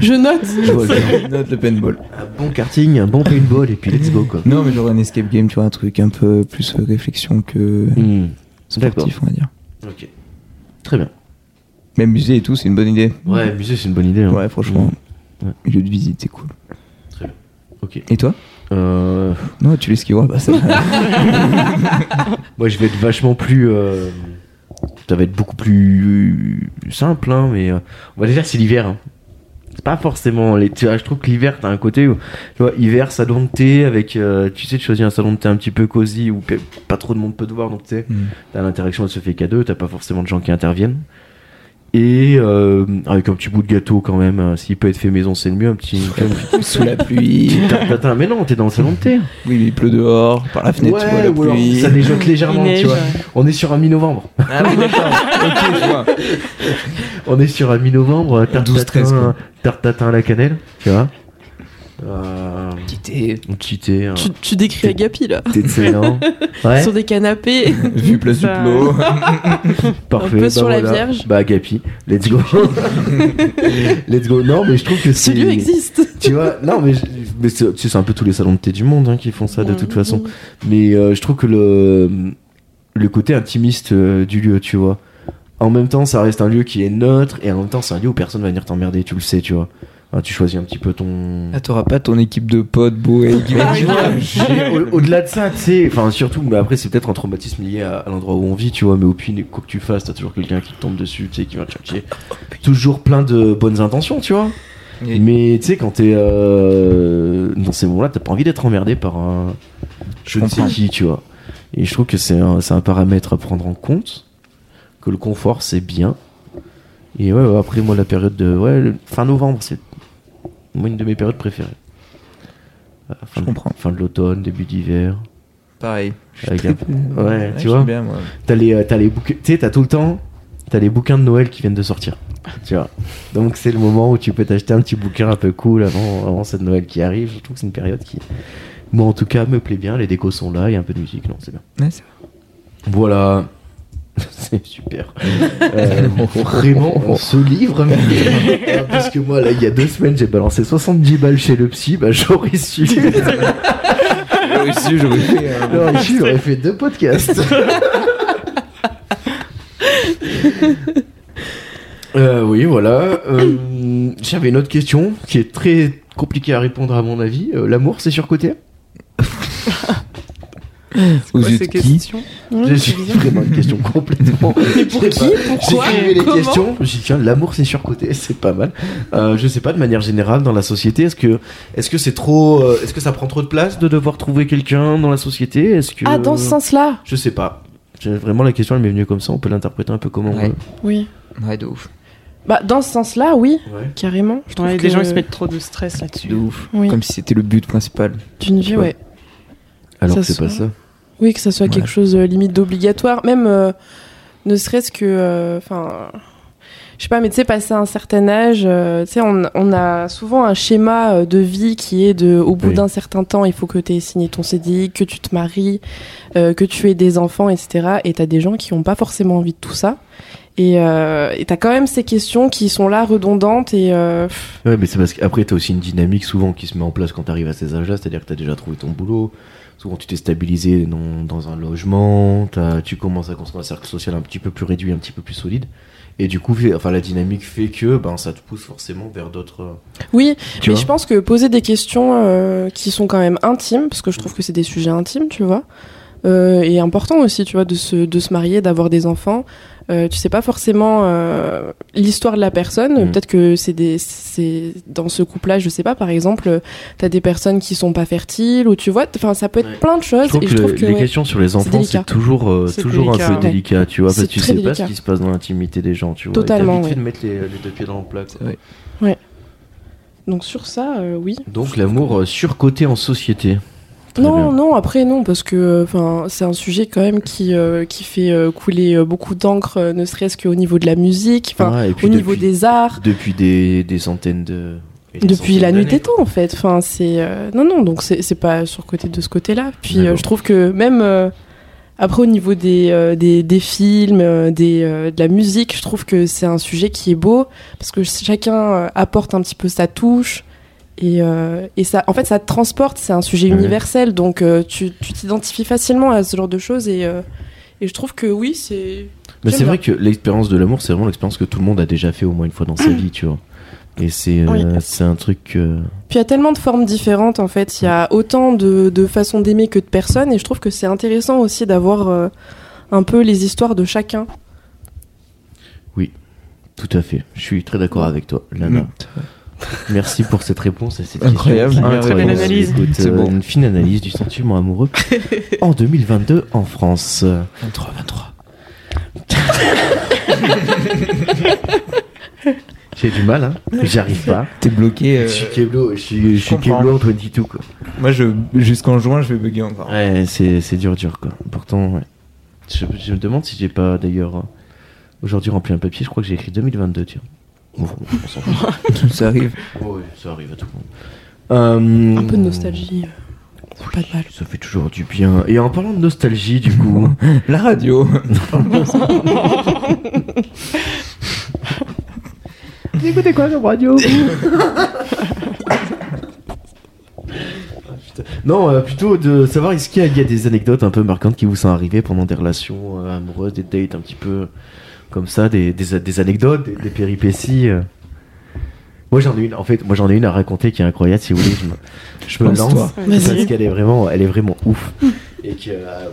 [SPEAKER 2] Je note.
[SPEAKER 1] Je vois bien.
[SPEAKER 3] Je Note le paintball.
[SPEAKER 1] Un bon karting, un bon paintball, et puis let's go, quoi.
[SPEAKER 3] Non, mais genre un escape game, tu vois, un truc un peu plus euh, réflexion que
[SPEAKER 1] Hmm,
[SPEAKER 3] sportif, on va dire.
[SPEAKER 1] Ok. Très bien.
[SPEAKER 3] Même musée et tout, c'est une bonne idée.
[SPEAKER 1] Ouais, musée, c'est une bonne idée. hein.
[SPEAKER 3] Ouais, franchement.
[SPEAKER 1] Ouais.
[SPEAKER 3] Lieu de visite, c'est cool.
[SPEAKER 1] Ok.
[SPEAKER 3] Et toi
[SPEAKER 1] Euh,
[SPEAKER 3] Non, tu l'esquiveras, bah ça.
[SPEAKER 1] Moi, je vais être vachement plus. euh, Ça va être beaucoup plus simple, hein, mais euh, on va déjà c'est l'hiver. hein. C'est pas forcément les. tu vois, Je trouve que l'hiver, t'as un côté où tu vois, hiver, salon de thé avec. euh, tu sais, de choisir un salon de thé un petit peu cosy où pe- pas trop de monde peut te voir, donc tu sais,
[SPEAKER 3] Mm.
[SPEAKER 1] t'as l'interaction, elle se fait qu'à deux, t'as pas forcément de gens qui interviennent. Et euh, avec un petit bout de gâteau quand même, euh, s'il peut être fait maison, c'est le mieux. Un petit.
[SPEAKER 3] Sous la pluie.
[SPEAKER 1] Attends, mais non, t'es dans le salon de thé.
[SPEAKER 3] Oui, mais il pleut dehors, par la fenêtre, tu vois la
[SPEAKER 1] ou alors,
[SPEAKER 3] pluie.
[SPEAKER 1] ça déjote
[SPEAKER 4] Il
[SPEAKER 1] légèrement,
[SPEAKER 4] neige.
[SPEAKER 1] tu vois. On est sur un mi-novembre.
[SPEAKER 3] Ah oui, d'accord. ok, je vois.
[SPEAKER 1] On est sur un mi-novembre, euh, tarte
[SPEAKER 3] 12, 13,
[SPEAKER 1] tatin,
[SPEAKER 3] quoi.
[SPEAKER 1] tarte tatin à la cannelle, tu vois. Euh, un petit thé, un
[SPEAKER 2] Tu, tu décris Agapi là.
[SPEAKER 1] thé de Ceylan. Ouais,
[SPEAKER 2] Sur des canapés.
[SPEAKER 3] Vue place du
[SPEAKER 4] Ça-
[SPEAKER 3] plot.
[SPEAKER 1] parfait.
[SPEAKER 2] peu
[SPEAKER 1] bah
[SPEAKER 2] sur la
[SPEAKER 1] voilà.
[SPEAKER 2] Vierge.
[SPEAKER 1] Bah, Gapi, let's go. let's go. Non, mais je trouve que
[SPEAKER 2] Ce
[SPEAKER 1] c'est.
[SPEAKER 2] lieu existe.
[SPEAKER 1] Tu vois, non, mais, je- mais c'est tu sais, c'est un peu tous les salons de thé du monde hein, qui font ça de toute façon. Mais euh, je trouve que le, le côté intimiste euh, du lieu, tu vois. En même temps, ça reste un lieu qui est neutre et en même temps, c'est un lieu où personne va venir t'emmerder, tu le sais, tu vois. Hein, tu choisis un petit peu ton.
[SPEAKER 3] Ah, t'auras pas ton équipe de potes bourrés qui
[SPEAKER 1] Mais
[SPEAKER 3] vont
[SPEAKER 1] tu vois, j'ai- au- au-delà de ça, tu sais, enfin surtout, mais après c'est peut-être un traumatisme lié à, à l'endroit où on vit, tu vois, mais au pire, quoi que tu fasses, t'as toujours quelqu'un qui te tombe dessus, tu sais, qui va te chercher. toujours plein de bonnes intentions, tu vois.
[SPEAKER 3] Et-
[SPEAKER 1] Mais tu sais, quand t'es euh, dans ces moments-là, t'as pas envie d'être emmerdé par un je ne sais
[SPEAKER 3] comprends.
[SPEAKER 1] qui, tu vois. Et je trouve que c'est un, c'est un paramètre à prendre en compte, que le confort c'est bien. Et ouais, ouais, après moi, la période de. Ouais, le- fin novembre, c'est moi une de mes périodes préférées. Euh, Fin
[SPEAKER 3] Je
[SPEAKER 1] de-
[SPEAKER 3] comprends.
[SPEAKER 1] fin de l'automne, début d'hiver.
[SPEAKER 3] Pareil.
[SPEAKER 1] Avec un- Ouais, tu
[SPEAKER 3] j'aime
[SPEAKER 1] vois.
[SPEAKER 3] bien, moi.
[SPEAKER 1] T'as les, euh, t'as les bouquins, tu sais, t'as tout le temps, t'as les bouquins de Noël qui viennent de sortir. Tu vois. Donc c'est le moment où tu peux t'acheter un petit bouquin un peu cool avant, avant cette Noël qui arrive. Je trouve que c'est une période qui, moi en tout cas, me plaît bien. Les décos sont là, il y a un peu de musique, non, c'est bien.
[SPEAKER 3] Ouais, c'est
[SPEAKER 1] Voilà. C'est super. Euh, vraiment, on se livre. mais- Ah, Parce que moi, là, il y a deux semaines, j'ai balancé 70 balles chez le psy. Bah, j'aurais su.
[SPEAKER 3] vrai. Aussi, Ah j'aurais fait, euh,
[SPEAKER 1] j'aurais su, j'aurais fait deux podcasts. Euh, oui, voilà. Euh, J'avais une autre question qui est très compliquée à répondre à mon avis. Euh, L'amour, c'est surcoté
[SPEAKER 3] Aux
[SPEAKER 4] Quoi,
[SPEAKER 3] yeux de
[SPEAKER 4] ces
[SPEAKER 3] qui
[SPEAKER 4] questions
[SPEAKER 1] J'ai suivi vraiment une question complètement.
[SPEAKER 2] Mais pour
[SPEAKER 1] Je sais
[SPEAKER 2] qui
[SPEAKER 1] pas.
[SPEAKER 2] Pourquoi
[SPEAKER 1] J'écrivais les
[SPEAKER 2] Comment
[SPEAKER 1] questions. J'ai dit, tiens, l'amour c'est surcoté, c'est pas mal. Euh, je sais pas, de manière générale, dans la société, est-ce que, est-ce que c'est trop, euh, est-ce que ça prend trop de place de devoir trouver quelqu'un dans la société Est-ce que
[SPEAKER 2] Ah, dans ce sens-là
[SPEAKER 1] Je sais pas. J'ai- Vraiment, la question elle m'est venue comme ça. On peut l'interpréter un peu comme on
[SPEAKER 3] Ouais.
[SPEAKER 1] veut.
[SPEAKER 2] Oui.
[SPEAKER 3] Ouais, de ouf.
[SPEAKER 2] Bah, dans ce sens-là, oui, carrément. Je
[SPEAKER 4] Dans
[SPEAKER 2] trouve
[SPEAKER 4] les-
[SPEAKER 2] que-
[SPEAKER 4] Des gens qui se mettent trop de stress là-dessus.
[SPEAKER 3] De ouf.
[SPEAKER 2] Oui.
[SPEAKER 3] Comme si c'était le but principal.
[SPEAKER 2] D'une vie,
[SPEAKER 1] Ouais.
[SPEAKER 2] ouais.
[SPEAKER 1] Alors
[SPEAKER 2] Ça
[SPEAKER 1] que c'est
[SPEAKER 2] se
[SPEAKER 1] pas
[SPEAKER 2] voit.
[SPEAKER 1] ça.
[SPEAKER 2] Oui, que ça soit quelque
[SPEAKER 3] Ouais.
[SPEAKER 2] chose euh, limite d'obligatoire, même euh, ne serait-ce que, euh, enfin, je sais pas, mais tu sais, passer un certain âge, euh, tu sais, on, on a souvent un schéma euh, de vie qui est de, au bout
[SPEAKER 1] Oui.
[SPEAKER 2] d'un certain temps, il faut que tu aies signé ton CDI, que tu te maries, euh, que tu aies des enfants, etc. Et t'as des gens qui n'ont pas forcément envie de tout ça. Et euh, et t'as quand même ces questions qui sont là redondantes et euh, pff,
[SPEAKER 1] Ouais, mais c'est parce qu'après, t'as aussi une dynamique souvent qui se met en place quand t'arrives à ces âges-là, c'est-à-dire que t'as déjà trouvé ton boulot, souvent tu t'es stabilisé dans, dans un logement, t'as- tu commences à construire un cercle social un petit peu plus réduit, un petit peu plus solide, et du coup, fait- enfin, la dynamique fait que ben, ça te pousse forcément vers d'autres. euh,
[SPEAKER 2] oui,
[SPEAKER 1] Tu
[SPEAKER 2] mais
[SPEAKER 1] vois
[SPEAKER 2] je pense que poser des questions euh, qui sont quand même intimes, parce que je trouve que c'est des sujets intimes, tu vois, euh, et important aussi, tu vois, de se, de se marier, d'avoir des enfants. Euh, tu sais pas forcément euh, l'histoire de la personne.
[SPEAKER 1] Mhm.
[SPEAKER 2] Peut-être que c'est des, c'est dans ce couple-là, je sais pas. Par exemple, euh, t'as des personnes qui sont pas fertiles ou tu vois. Enfin, ça peut être
[SPEAKER 1] Ouais.
[SPEAKER 2] plein de choses.
[SPEAKER 1] Je trouve
[SPEAKER 2] et
[SPEAKER 1] que,
[SPEAKER 2] je trouve que
[SPEAKER 1] les
[SPEAKER 2] ouais.
[SPEAKER 1] questions sur les enfants,
[SPEAKER 2] délicat.
[SPEAKER 1] c'est toujours, euh,
[SPEAKER 4] C'est
[SPEAKER 1] toujours un
[SPEAKER 4] délicat,
[SPEAKER 1] peu
[SPEAKER 2] ouais.
[SPEAKER 1] délicat, tu vois,
[SPEAKER 2] C'est
[SPEAKER 1] parce que tu sais
[SPEAKER 2] très
[SPEAKER 1] pas ce
[SPEAKER 2] délicat.
[SPEAKER 1] qui se passe dans l'intimité des gens, tu vois.
[SPEAKER 2] Totalement,
[SPEAKER 1] Et t'as vite
[SPEAKER 2] ouais.
[SPEAKER 1] fait de mettre les, les deux pieds dans le plat. quoi.
[SPEAKER 3] C'est vrai.
[SPEAKER 2] Donc sur ça, euh, oui.
[SPEAKER 1] Donc, l'amour euh, surcoté en société. Très
[SPEAKER 2] non,
[SPEAKER 1] bien.
[SPEAKER 2] non, après non, parce que enfin c'est un sujet quand même qui euh, qui fait euh, couler euh, beaucoup d'encre, euh, ne serait-ce qu'au niveau de la musique, enfin
[SPEAKER 1] Ouais, et
[SPEAKER 2] au
[SPEAKER 1] puis
[SPEAKER 2] niveau
[SPEAKER 1] depuis-
[SPEAKER 2] des arts,
[SPEAKER 1] Depuis des, des centaines de. et des
[SPEAKER 2] depuis
[SPEAKER 1] centaines
[SPEAKER 2] la nuit
[SPEAKER 1] d'années,
[SPEAKER 2] des temps en fait. Enfin c'est euh, non non donc c'est c'est pas sur côté de ce côté-là. Puis
[SPEAKER 1] D'accord.
[SPEAKER 2] euh, je trouve que même euh, après au niveau des euh, des, des films, euh, des euh, de la musique, je trouve que c'est un sujet qui est beau parce que chacun euh, apporte un petit peu sa touche. Et, euh, et ça, en fait, ça te transporte. C'est un sujet
[SPEAKER 1] Ouais.
[SPEAKER 2] universel, donc euh, tu tu t'identifies facilement à ce genre de choses. Et, euh, et je trouve que oui, c'est
[SPEAKER 1] Mais c'est
[SPEAKER 2] J'aime
[SPEAKER 1] vrai que l'expérience de l'amour, c'est vraiment l'expérience que tout le monde a déjà fait au moins une fois dans sa vie, tu vois. Et c'est euh,
[SPEAKER 2] Ah. Oui.
[SPEAKER 1] c'est un truc. euh,
[SPEAKER 2] Puis il y a tellement de formes différentes en fait, il y a autant de, de façons d'aimer que de personnes et je trouve que c'est intéressant aussi d'avoir euh, un peu les histoires de chacun.
[SPEAKER 1] tout à fait. Je suis très d'accord avec toi, Lana.
[SPEAKER 3] Mm.
[SPEAKER 1] Merci pour cette réponse à cette
[SPEAKER 3] Incroyable.
[SPEAKER 1] question.
[SPEAKER 3] Très belle
[SPEAKER 4] analyse.
[SPEAKER 1] Écoute,
[SPEAKER 3] C'est
[SPEAKER 1] euh,
[SPEAKER 3] bon.
[SPEAKER 1] Une fine analyse du sentiment amoureux en 2022 en France.
[SPEAKER 3] 23, 23.
[SPEAKER 1] J'ai du mal, hein. J'arrive pas.
[SPEAKER 3] T'es bloqué. euh,
[SPEAKER 1] Je suis Keblo, je suis, je suis
[SPEAKER 3] comprends.
[SPEAKER 1] Keblo en 22, quoi.
[SPEAKER 3] Moi, je... jusqu'en juin, je vais bugger encore.
[SPEAKER 1] Ouais, c'est, c'est dur, dur, quoi. Pourtant, ouais. Je, je me demande si j'ai pas, d'ailleurs, euh, aujourd'hui rempli un papier. Je crois que j'ai écrit 2022, tiens. Bon, on s'en fout.
[SPEAKER 3] Ça arrive.
[SPEAKER 1] Ouais, ça arrive à tout le monde. Euh,
[SPEAKER 2] Un peu de nostalgie, euh, c'est pas de mal.
[SPEAKER 1] Ça fait toujours du bien. Et en parlant de nostalgie, du coup,
[SPEAKER 3] La radio.
[SPEAKER 1] écoutez quoi comme radio Non, euh, plutôt de savoir est-ce qu'il y, a- il y a des anecdotes un peu marquantes qui vous sont arrivées pendant des relations euh, amoureuses, des dates un petit peu euh, comme ça, des, des, des anecdotes, des, des péripéties. euh. Moi j'en ai une, en fait, moi j'en ai une à raconter qui est incroyable. Si vous voulez, je me, je me
[SPEAKER 3] Lance-toi.
[SPEAKER 1] lance.
[SPEAKER 4] Ouais.
[SPEAKER 1] parce
[SPEAKER 2] Vas-y.
[SPEAKER 1] qu'elle est vraiment elle est vraiment ouf et que euh,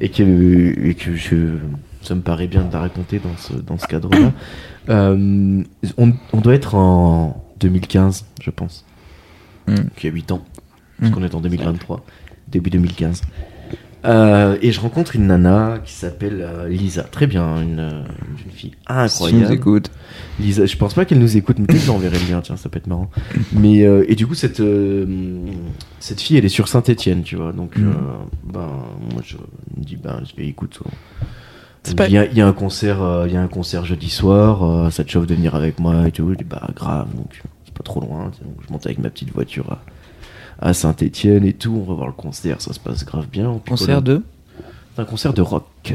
[SPEAKER 1] et que, et que je, ça me paraît Euh, bien de la raconter dans ce dans ce cadre là on, on doit être en 2015, je pense.
[SPEAKER 3] Mm.
[SPEAKER 1] Qui a 8 ans, parce
[SPEAKER 3] Mm.
[SPEAKER 1] qu'on est en 2023, début 2015. Euh, et je rencontre une nana qui s'appelle euh, Lisa. Très bien, une, euh, une jeune fille
[SPEAKER 3] Si nous
[SPEAKER 1] incroyable.
[SPEAKER 3] écoute.
[SPEAKER 1] Lisa, je pense pas qu'elle nous écoute, mais peut-être que j'enverrai le lien, tiens, ça peut être marrant. Mais euh, et du coup, cette euh, cette fille, elle est sur Saint-Étienne, tu vois.
[SPEAKER 2] Mm.
[SPEAKER 1] Donc, euh,
[SPEAKER 3] Mhm.
[SPEAKER 1] ben, moi, je me dis, ben, je vais écoute. on-
[SPEAKER 2] C'est pas-
[SPEAKER 1] Il y, a, il y a un concert, euh, il y a un concert jeudi soir. euh, ça te chauffe de venir avec moi et tout. Je dis, bah grave, donc c'est pas trop loin. tu sais, Donc, je monte avec ma petite voiture à, à Saint-Étienne et tout. On va voir le concert, ça se passe grave bien. on picole un
[SPEAKER 3] Concert de
[SPEAKER 1] c'est un concert de rock.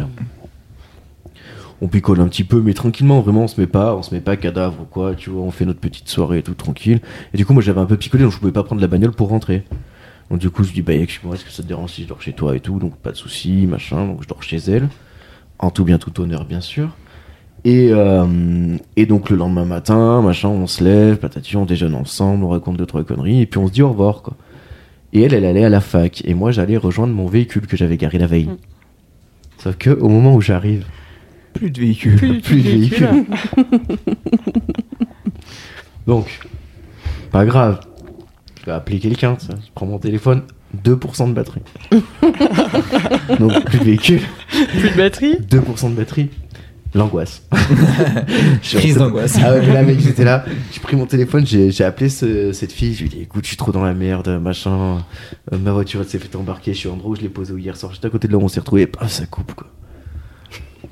[SPEAKER 1] On picole un petit peu, mais tranquillement, vraiment, on se met pas, on se met pas cadavre ou quoi, tu vois, on fait notre petite soirée et tout tranquille. Et du coup, moi j'avais un peu picolé, donc je pouvais pas prendre la bagnole pour rentrer. Donc du coup, je dis, bah y'a que chez moi, est-ce que ça te dérange si je dors chez toi et tout, donc pas de souci, machin, donc je dors chez elle. En tout bien, tout honneur, bien sûr. Et, euh, et donc le lendemain matin, machin, on se lève, patati, on déjeune ensemble, on raconte deux, trois conneries, et puis on se dit au revoir, quoi. Et elle, elle allait à la fac, et moi j'allais rejoindre mon véhicule que j'avais garé la veille.
[SPEAKER 4] Mm.
[SPEAKER 1] Sauf que au moment où j'arrive,
[SPEAKER 3] Plus de véhicules.
[SPEAKER 4] Plus,
[SPEAKER 1] plus de véhicule. donc pas grave, je vais appeler quelqu'un, tu sais. je prends mon téléphone, 2% de batterie. donc plus de véhicule,
[SPEAKER 4] Plus de batterie
[SPEAKER 1] 2% de batterie, l'angoisse. Je suis
[SPEAKER 3] Crise d'angoisse.
[SPEAKER 1] Ah ouais, mais là, mec, j'étais là. J'ai pris mon téléphone, j'ai j'ai appelé ce- cette fille. Je lui ai dit, écoute, je suis trop dans la merde, machin. Euh, ma voiture, elle s'est fait embarquer. Je suis en drôle, je l'ai posée où hier soir. J'étais à côté de là, où on s'est retrouvés. Ah, ça coupe, quoi.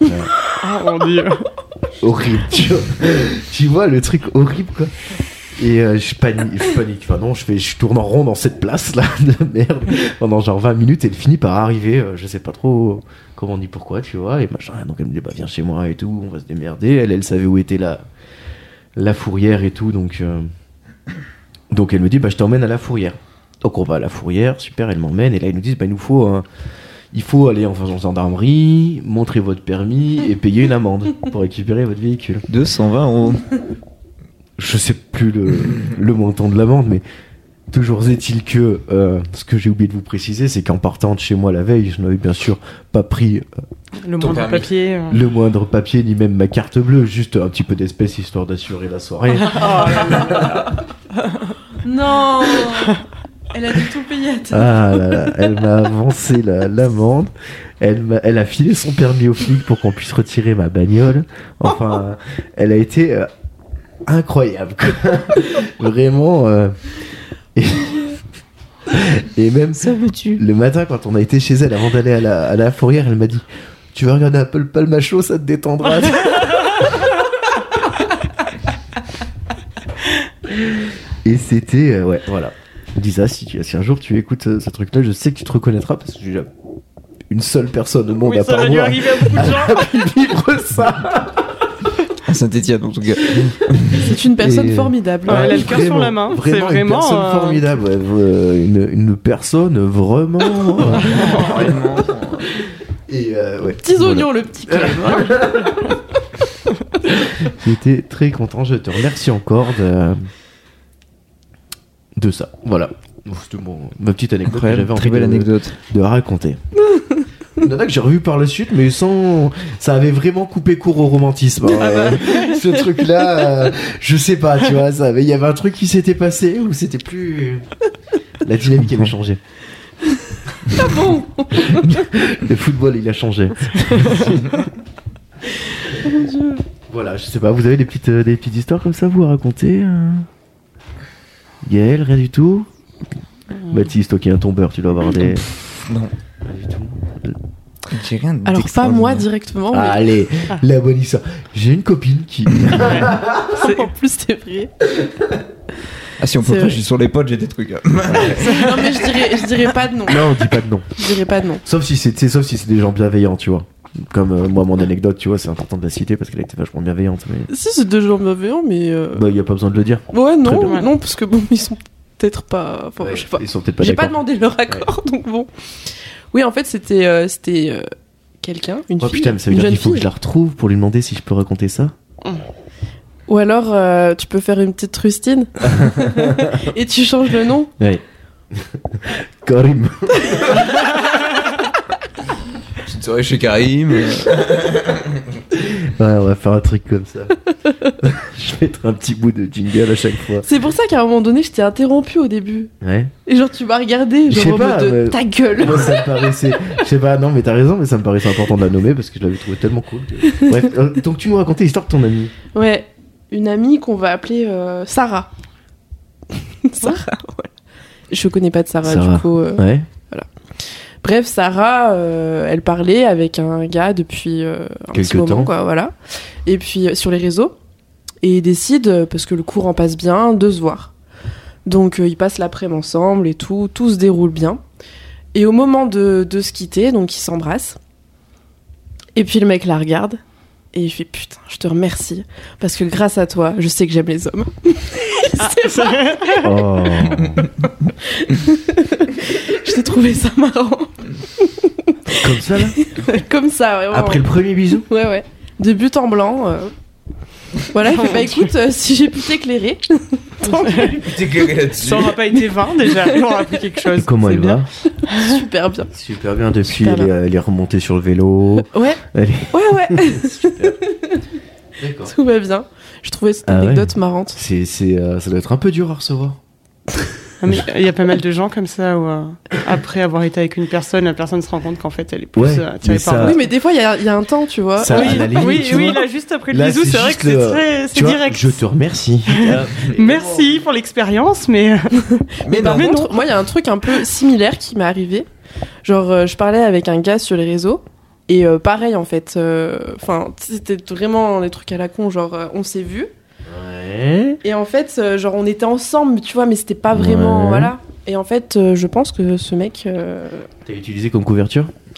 [SPEAKER 4] Oh mon dieu.
[SPEAKER 1] Horrible, tu vois. tu vois, le truc horrible, quoi. Et euh, je panique, je panique. Enfin, non, je, fais, je tourne en rond dans cette place, là, de merde, pendant genre 20 minutes. Et elle finit par arriver, euh, je sais pas trop comment ni pourquoi, tu vois. Et machin. Donc, elle me dit, bah, viens chez moi et tout, on va se démerder. Elle, elle savait où était la, la fourrière et tout, donc. euh, Donc elle me dit, bah, je t'emmène à la fourrière. Donc on va à la fourrière, super, elle m'emmène. Et là, ils nous disent, bah, il nous faut un- Il faut aller en en gendarmerie, montrer votre permis et payer une amende pour récupérer votre véhicule.
[SPEAKER 3] 220 euros.
[SPEAKER 1] Je sais plus le, le montant de l'amende, mais toujours est-il que euh, ce que j'ai oublié de vous préciser, c'est qu'en partant de chez moi la veille, je n'avais bien sûr pas pris
[SPEAKER 4] Le
[SPEAKER 3] Ton
[SPEAKER 4] moindre
[SPEAKER 3] permis.
[SPEAKER 4] papier. euh.
[SPEAKER 1] le moindre papier ni même ma carte bleue, juste un petit peu d'espèces histoire d'assurer la
[SPEAKER 2] Oh
[SPEAKER 1] soirée.
[SPEAKER 2] Non Elle a du tout payé à ta-
[SPEAKER 1] Ah là là, elle m'a avancé la- l'amende. Elle, m'a- elle a filé son permis au flic pour qu'on puisse retirer ma bagnole. Enfin, elle a été euh, incroyable. quoi. Vraiment. euh, et, et même
[SPEAKER 3] Ça me tue.
[SPEAKER 1] le matin, quand on a été chez elle avant d'aller à la, à la fourrière, elle m'a dit Tu vas regarder un peu le palmacho, ça te détendra. Et c'était. euh, ouais, voilà. Lisa, si, tu, si un jour tu écoutes euh, ce truc-là, je sais que tu te reconnaîtras parce que j'ai une seule personne au monde
[SPEAKER 4] oui,
[SPEAKER 1] à
[SPEAKER 4] ça
[SPEAKER 1] part
[SPEAKER 4] va dû
[SPEAKER 1] moi
[SPEAKER 4] arriver à beaucoup de gens.
[SPEAKER 1] a pu vivre ça.
[SPEAKER 3] À Saint-Etienne, en tout cas.
[SPEAKER 2] C'est une personne
[SPEAKER 1] Et- Ah,
[SPEAKER 2] formidable.
[SPEAKER 4] Ouais, elle a le
[SPEAKER 1] Ouais,
[SPEAKER 4] cœur sur la main, c'est
[SPEAKER 1] Vraiment, une
[SPEAKER 4] vraiment,
[SPEAKER 1] personne
[SPEAKER 4] euh,
[SPEAKER 1] formidable. ouais, euh, une, une personne vraiment. euh,
[SPEAKER 3] Vraiment.
[SPEAKER 1] et euh, ouais.
[SPEAKER 2] Petits
[SPEAKER 1] Voilà.
[SPEAKER 2] oignons, le petit club.
[SPEAKER 1] J'étais très content, je te remercie encore de, de ça. Voilà. C'était mon- ma petite anecdote que j'avais
[SPEAKER 3] très
[SPEAKER 1] envie
[SPEAKER 3] belle
[SPEAKER 1] de,
[SPEAKER 3] anecdote.
[SPEAKER 1] de raconter. Une nana que j'ai revue par la suite, mais sans. Ça avait vraiment coupé court au romantisme. hein. Ce truc-là, euh, je sais pas, tu vois. ça avait- Il y avait un truc qui s'était passé ou c'était plus. La dynamique, elle a changé. Le football, il a changé. Voilà, je sais pas, vous avez des petites, euh, des petites histoires comme ça, vous à raconter euh Gaël, rien du tout Baptiste, toi qui es un tombeur, tu dois avoir des.
[SPEAKER 3] Non.
[SPEAKER 1] Rien du tout.
[SPEAKER 3] J'ai rien
[SPEAKER 2] Alors, pas moi
[SPEAKER 3] d'extraordinaire.
[SPEAKER 2] directement, Oh, mais
[SPEAKER 1] Ah,
[SPEAKER 2] Ah.
[SPEAKER 1] Allez, la bonne histoire. J'ai une copine qui.
[SPEAKER 2] c'est- en plus, c'est vrai.
[SPEAKER 3] Ah si, on
[SPEAKER 2] C'est
[SPEAKER 3] peut
[SPEAKER 2] vrai.
[SPEAKER 3] pas, j'ai sur les potes, j'ai des trucs. hein.
[SPEAKER 2] Non, mais je dirais, je dirais pas de nom.
[SPEAKER 1] non, on dit pas de nom.
[SPEAKER 2] Je dirais pas de nom.
[SPEAKER 1] Sauf si c'est tu sais, sauf si c'est des gens bienveillants, tu vois. Comme euh, moi, mon anecdote, tu vois, c'est important de la citer parce qu'elle a été vachement bienveillante. Mais
[SPEAKER 2] Si, c'est deux gens bienveillants, mais. euh,
[SPEAKER 1] bah, il y a pas besoin de le dire.
[SPEAKER 2] Ouais,
[SPEAKER 1] Très
[SPEAKER 2] non,
[SPEAKER 4] bien.
[SPEAKER 2] non, parce que bon, ils sont peut-être pas. Enfin, je sais pas.
[SPEAKER 1] Ils sont peut-être pas
[SPEAKER 2] J'ai pas
[SPEAKER 1] d'accord.
[SPEAKER 2] demandé leur accord, donc bon. Oui, en fait, c'était euh, c'était euh, quelqu'un, une
[SPEAKER 1] Oh
[SPEAKER 2] fille,
[SPEAKER 1] putain, mais ça veut
[SPEAKER 2] une
[SPEAKER 1] dire
[SPEAKER 2] jeune
[SPEAKER 1] qu'il faut que
[SPEAKER 2] fille.
[SPEAKER 1] je la retrouve pour lui demander si je peux raconter ça.
[SPEAKER 2] Ou alors, euh, tu peux faire une petite rustine et tu changes le nom.
[SPEAKER 1] Ouais. Karim.
[SPEAKER 3] Petite soirée chez Karim. euh,
[SPEAKER 1] Ouais, on va faire un truc comme ça. je vais mettre un petit bout de jingle à chaque fois.
[SPEAKER 2] C'est pour ça qu'à un moment donné, je t'ai interrompu au début.
[SPEAKER 1] Ouais.
[SPEAKER 2] Et genre, tu m'as regardé,
[SPEAKER 1] Je sais
[SPEAKER 2] genre en
[SPEAKER 1] pas,
[SPEAKER 2] mode de
[SPEAKER 1] mais-
[SPEAKER 2] ta gueule.
[SPEAKER 1] Moi, ça me paraissait. Je sais pas, non, mais t'as raison, mais ça me paraissait important de la nommer parce que je l'avais trouvé tellement cool. que- Bref, euh, donc tu nous racontais l'histoire de ton ami.
[SPEAKER 2] Ouais, une amie qu'on va appeler euh, Sarah. Sarah, ouais. Je connais pas de Sarah,
[SPEAKER 1] Sarah.
[SPEAKER 2] du coup. euh,
[SPEAKER 1] Ouais.
[SPEAKER 2] Bref, Sarah, euh, elle parlait avec un gars depuis euh, un
[SPEAKER 1] Quelque
[SPEAKER 2] petit moment,
[SPEAKER 1] temps.
[SPEAKER 2] quoi, voilà. Et puis euh, sur les réseaux, et ils décident, euh, parce que le courant passe bien, de se voir. Donc euh, ils passent l'après-midi ensemble et tout, tout se déroule bien. Et au moment de, de se quitter, donc ils s'embrassent. Et puis le mec la regarde et il fait putain, je te remercie parce que grâce à toi, je sais que j'aime les hommes. Ah, C'est vrai,
[SPEAKER 1] Oh.
[SPEAKER 2] je t'ai trouvé ça marrant.
[SPEAKER 1] Comme ça, là
[SPEAKER 2] Comme ça, ouais, vraiment.
[SPEAKER 1] Après le premier bisou
[SPEAKER 2] Ouais, ouais. De but en blanc. euh. Voilà, il fait, bah écoute, euh, si j'ai pu t'éclairer. tant mieux.
[SPEAKER 3] T'es clairé là-dessus.
[SPEAKER 4] Ça aura pas été vain déjà, on aura appris quelque chose.
[SPEAKER 1] Comment
[SPEAKER 4] C'est
[SPEAKER 1] il
[SPEAKER 4] bien.
[SPEAKER 1] va
[SPEAKER 2] super bien.
[SPEAKER 1] Super bien depuis,
[SPEAKER 2] Super
[SPEAKER 1] elle, est, elle est remontée sur le vélo.
[SPEAKER 2] Ouais,
[SPEAKER 1] Elle
[SPEAKER 2] ouais, ouais,
[SPEAKER 1] est...
[SPEAKER 2] tout va bien. Je trouvais cette
[SPEAKER 1] Ah ouais.
[SPEAKER 2] anecdote marrante.
[SPEAKER 1] C'est, c'est, euh, ça doit être un peu dur à recevoir.
[SPEAKER 4] Ah, mais Il y a pas mal de gens comme ça où, euh, après avoir été avec une personne, la personne se rend compte qu'en fait elle est plus
[SPEAKER 1] Ouais,
[SPEAKER 4] euh, attirée
[SPEAKER 1] mais
[SPEAKER 4] par
[SPEAKER 1] ça-
[SPEAKER 2] Oui, mais des fois, il y, a- il y a un temps, tu vois.
[SPEAKER 1] Ah. Ça-
[SPEAKER 4] oui,
[SPEAKER 1] à la limite,
[SPEAKER 4] oui,
[SPEAKER 1] tu
[SPEAKER 4] oui,
[SPEAKER 1] vois.
[SPEAKER 4] là juste après le
[SPEAKER 1] Là,
[SPEAKER 4] bisou,
[SPEAKER 1] c'est
[SPEAKER 4] c'est vrai
[SPEAKER 1] juste
[SPEAKER 4] que c'est
[SPEAKER 1] le-
[SPEAKER 4] très- c'est
[SPEAKER 1] Tu vois,
[SPEAKER 4] direct.
[SPEAKER 1] je te remercie. Euh,
[SPEAKER 4] Merci pour l'expérience, mais euh,
[SPEAKER 3] Mais
[SPEAKER 2] Par
[SPEAKER 3] non.
[SPEAKER 4] Mais
[SPEAKER 2] contre, moi, il y a un truc un peu similaire qui m'est arrivé. Genre, euh, je parlais avec un gars sur les réseaux. Et euh, pareil, en fait. euh, Enfin, c'était vraiment des trucs à la con. Genre, euh, on s'est vus.
[SPEAKER 1] Ouais.
[SPEAKER 2] Et en fait, euh, genre, on était ensemble, tu vois, mais c'était pas vraiment.
[SPEAKER 1] Ouais.
[SPEAKER 2] Voilà. Et en fait, euh, je pense que ce mec. euh,
[SPEAKER 1] T'as utilisé comme couverture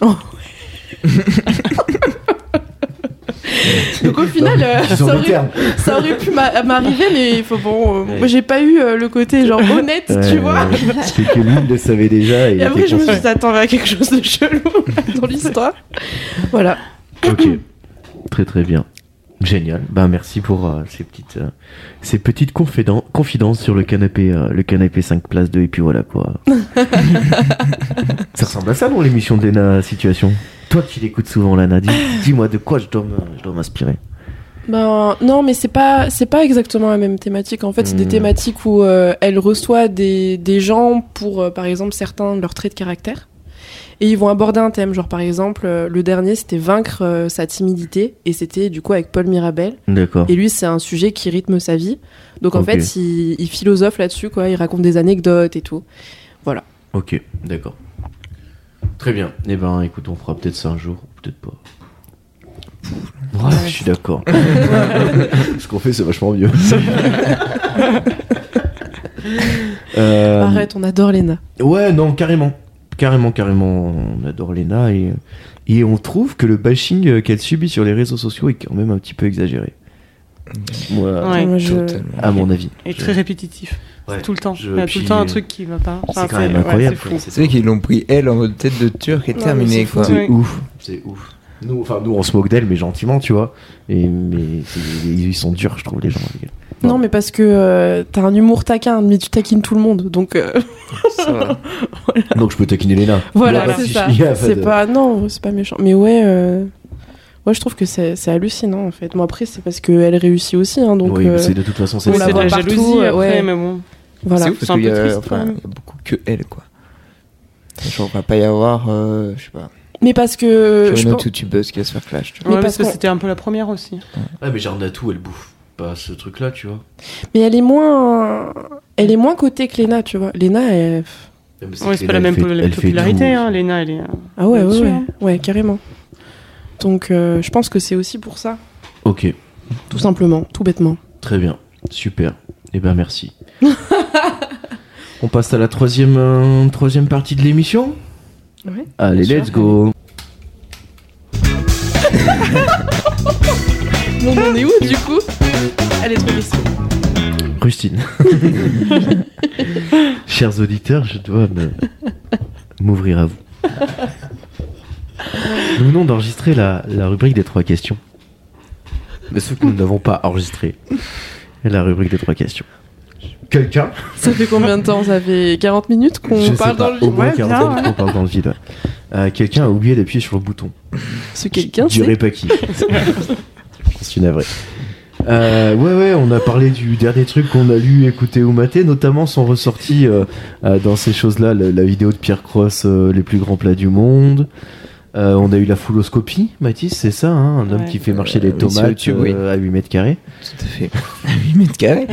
[SPEAKER 2] Donc au final, euh, ça,
[SPEAKER 1] Disons le
[SPEAKER 2] aurait,
[SPEAKER 1] terme.
[SPEAKER 2] ça aurait pu m'a- m'arriver, mais il faut bon. euh, moi, j'ai pas eu euh, le côté genre honnête, tu
[SPEAKER 1] Ouais,
[SPEAKER 2] vois.
[SPEAKER 1] ouais, C'est Euh, que lui il le savait déjà. Et,
[SPEAKER 2] Et après,
[SPEAKER 1] était
[SPEAKER 2] je me
[SPEAKER 1] conscient.
[SPEAKER 2] suis attendue à quelque chose de chelou dans l'histoire. Voilà.
[SPEAKER 1] Ok. Très très bien. Génial. Ben merci pour euh, ces petites euh, ces petites confiden- confidences sur le canapé euh, le canapé 5 places 2 et puis voilà quoi. ça ressemble à ça dans l'émission d'Ena situation. Toi qui l'écoutes souvent Lana, dis, dis-moi de quoi je dois me- je dois m'inspirer.
[SPEAKER 2] Ben non, mais c'est pas c'est pas exactement la même thématique. En fait, c'est des
[SPEAKER 1] Mm.
[SPEAKER 2] thématiques où euh, elle reçoit des des gens pour euh, par exemple certains de leurs traits de caractère. Et ils vont aborder un thème, genre par exemple, euh, le dernier c'était vaincre euh, sa timidité, et c'était du coup avec Paul Mirabel.
[SPEAKER 1] D'accord.
[SPEAKER 2] Et lui, c'est un sujet qui rythme sa vie. Donc en
[SPEAKER 1] Ok.
[SPEAKER 2] fait, il, il philosophe là-dessus, quoi. Il raconte des anecdotes et tout.
[SPEAKER 1] Ok. D'accord. Très bien. Eh ben écoute, on fera peut-être ça un jour ou peut-être pas. Ouais, je suis d'accord. Ce qu'on fait, c'est vachement mieux. Euh,
[SPEAKER 2] Arrête, on adore Lena.
[SPEAKER 1] Ouais, non, carrément. Carrément, carrément. On adore Lena et, et on trouve que le bashing euh, qu'elle subit sur les réseaux sociaux est quand même un petit peu exagéré. Moi,
[SPEAKER 4] Ouais.
[SPEAKER 2] Moi, je-
[SPEAKER 3] Totalement.
[SPEAKER 1] à mon avis.
[SPEAKER 4] est
[SPEAKER 1] Je-
[SPEAKER 4] très répétitif.
[SPEAKER 1] Ouais.
[SPEAKER 4] tout le temps.
[SPEAKER 1] Je-
[SPEAKER 4] Il y a tout
[SPEAKER 1] puis-
[SPEAKER 4] le temps un truc qui va pas. Enfin,
[SPEAKER 1] C'est quand même
[SPEAKER 4] ouais,
[SPEAKER 1] incroyable.
[SPEAKER 4] c'est
[SPEAKER 1] quoi.
[SPEAKER 4] fou.
[SPEAKER 3] C'est vrai qu'ils l'ont pris, elle, en mode tête de turc et
[SPEAKER 2] Non, mais
[SPEAKER 3] terminé,
[SPEAKER 2] c'est
[SPEAKER 3] quoi.
[SPEAKER 4] fou.
[SPEAKER 1] C'est
[SPEAKER 4] Ouais.
[SPEAKER 1] ouf. C'est ouf. Nous, enfin, nous, on se moque d'elle, mais gentiment, tu vois. Et, mais c'est- ils sont durs, je trouve, les gens. avec elle.
[SPEAKER 2] Non, mais parce que euh, t'as un humour taquin, mais tu taquines tout le monde. Donc euh,
[SPEAKER 3] Ça va.
[SPEAKER 1] Donc, je peux taquiner Lena. Il
[SPEAKER 2] voilà,
[SPEAKER 1] y a pas de
[SPEAKER 2] c'est
[SPEAKER 1] fiche-
[SPEAKER 2] ça.
[SPEAKER 1] Bah, il y a pas
[SPEAKER 2] C'est
[SPEAKER 1] de-
[SPEAKER 2] pas non, c'est pas méchant. Mais ouais, euh, ouais, je trouve que c'est c'est hallucinant en fait. Moi après, c'est parce qu'elle réussit aussi, hein, donc
[SPEAKER 1] oui, mais
[SPEAKER 2] euh,
[SPEAKER 1] c'est de toute façon, c'est
[SPEAKER 4] Oui,
[SPEAKER 2] la
[SPEAKER 4] c'est de
[SPEAKER 2] voit
[SPEAKER 4] la
[SPEAKER 1] ça.
[SPEAKER 2] partout,
[SPEAKER 4] jalousie
[SPEAKER 2] euh,
[SPEAKER 4] après,
[SPEAKER 2] ouais.
[SPEAKER 4] mais bon.
[SPEAKER 2] voilà.
[SPEAKER 3] C'est ouf
[SPEAKER 4] c'est un
[SPEAKER 3] parce qu'il y,
[SPEAKER 4] peu
[SPEAKER 3] a-
[SPEAKER 4] triste,
[SPEAKER 3] enfin,
[SPEAKER 4] quand même.
[SPEAKER 3] il y a beaucoup que elle, quoi. Genre, il va pas y avoir, euh, je sais pas,
[SPEAKER 2] Mais parce que je
[SPEAKER 3] une
[SPEAKER 2] pense...
[SPEAKER 3] autre youtubeuse qui va se faire clash, tu vois.
[SPEAKER 2] Mais
[SPEAKER 4] Ouais,
[SPEAKER 2] parce
[SPEAKER 4] parce que
[SPEAKER 2] qu'on-
[SPEAKER 4] c'était un peu la première aussi.
[SPEAKER 1] Ouais, Ah, mais Jarnatou, elle bouffe pas ce truc-là, tu vois.
[SPEAKER 2] mais elle est moins, elle est moins cotée que Lena, tu vois. Lena, elle...
[SPEAKER 1] Mais
[SPEAKER 4] Ouais,
[SPEAKER 1] que
[SPEAKER 4] c'est pas la
[SPEAKER 1] Lena,
[SPEAKER 4] même
[SPEAKER 1] elle fait- elle fait tout.
[SPEAKER 4] popularité, hein, Léna, elle est. euh,
[SPEAKER 2] ah ouais, ouais,
[SPEAKER 4] là-dessus,
[SPEAKER 2] ouais,
[SPEAKER 4] hein.
[SPEAKER 2] ouais, carrément. Donc euh, je pense que c'est aussi pour ça.
[SPEAKER 1] Ok.
[SPEAKER 2] Tout simplement, tout bêtement.
[SPEAKER 1] Très bien, super. Eh ben merci. On passe à la troisième, euh, troisième partie de l'émission
[SPEAKER 2] Ouais.
[SPEAKER 1] Allez,
[SPEAKER 4] Bien
[SPEAKER 1] let's
[SPEAKER 4] sûr.
[SPEAKER 1] go
[SPEAKER 2] ben, on en est où du coup Elle est trop question.
[SPEAKER 1] Rustine. Chers auditeurs, je dois me- m'ouvrir à vous. Nous venons d'enregistrer la, la rubrique des trois questions. Mais ce que nous n'avons pas enregistré, est la rubrique des trois questions. Quelqu'un
[SPEAKER 2] Ça fait combien de temps Ça fait 40 minutes qu'on
[SPEAKER 1] Je sais
[SPEAKER 2] parle dans
[SPEAKER 1] pas,
[SPEAKER 2] le
[SPEAKER 1] au
[SPEAKER 2] vide.
[SPEAKER 1] moins
[SPEAKER 4] Ouais,
[SPEAKER 1] 40
[SPEAKER 4] bien,
[SPEAKER 1] minutes qu'on parle dans le vide. ouais. Euh, Quelqu'un a oublié d'appuyer sur le bouton.
[SPEAKER 2] Ce quelqu'un,
[SPEAKER 1] Je
[SPEAKER 2] c'est
[SPEAKER 1] dirais pas qui. Je suis navré. Euh, ouais, ouais, on a parlé du dernier truc qu'on a lu, écouté ou maté. Notamment, sont ressortis euh, euh, dans ces choses-là la, la vidéo de Pierre Cross, euh, les plus grands plats du monde. Euh, on a eu la fouloscopie, Mathis, c'est ça, hein, un homme
[SPEAKER 4] Ouais.
[SPEAKER 1] qui fait marcher
[SPEAKER 3] Euh,
[SPEAKER 1] les
[SPEAKER 3] oui, sur
[SPEAKER 1] tomates
[SPEAKER 3] YouTube, oui.
[SPEAKER 1] euh, à 8 mètres carrés.
[SPEAKER 3] Tout à fait. 8 mètres carrés.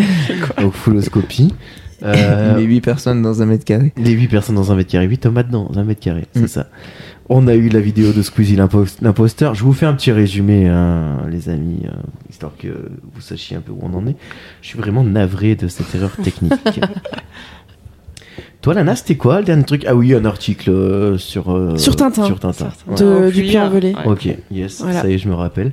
[SPEAKER 1] Donc, fouloscopie. Euh,
[SPEAKER 3] Les 8 personnes dans un mètre carré.
[SPEAKER 1] Les 8 personnes dans un mètre carré, 8 tomates dans un mètre carré, c'est
[SPEAKER 3] Mm.
[SPEAKER 1] ça. On a eu la vidéo de Squeezie l'impos- l'imposteur. Je vous fais un petit résumé, hein, les amis, euh, histoire que vous sachiez un peu où on en est. Je suis vraiment navré de cette erreur technique. Toi, Lana, c'était quoi le dernier truc Ah oui, un article euh, sur, euh,
[SPEAKER 2] Sur Tintin.
[SPEAKER 1] Sur Tintin. Ouais.
[SPEAKER 2] De-
[SPEAKER 4] Oh,
[SPEAKER 2] du
[SPEAKER 4] puis,
[SPEAKER 2] Puy-en-Velay.
[SPEAKER 4] ouais.
[SPEAKER 1] Ok, yes,
[SPEAKER 2] Voilà.
[SPEAKER 1] ça y est, je me rappelle.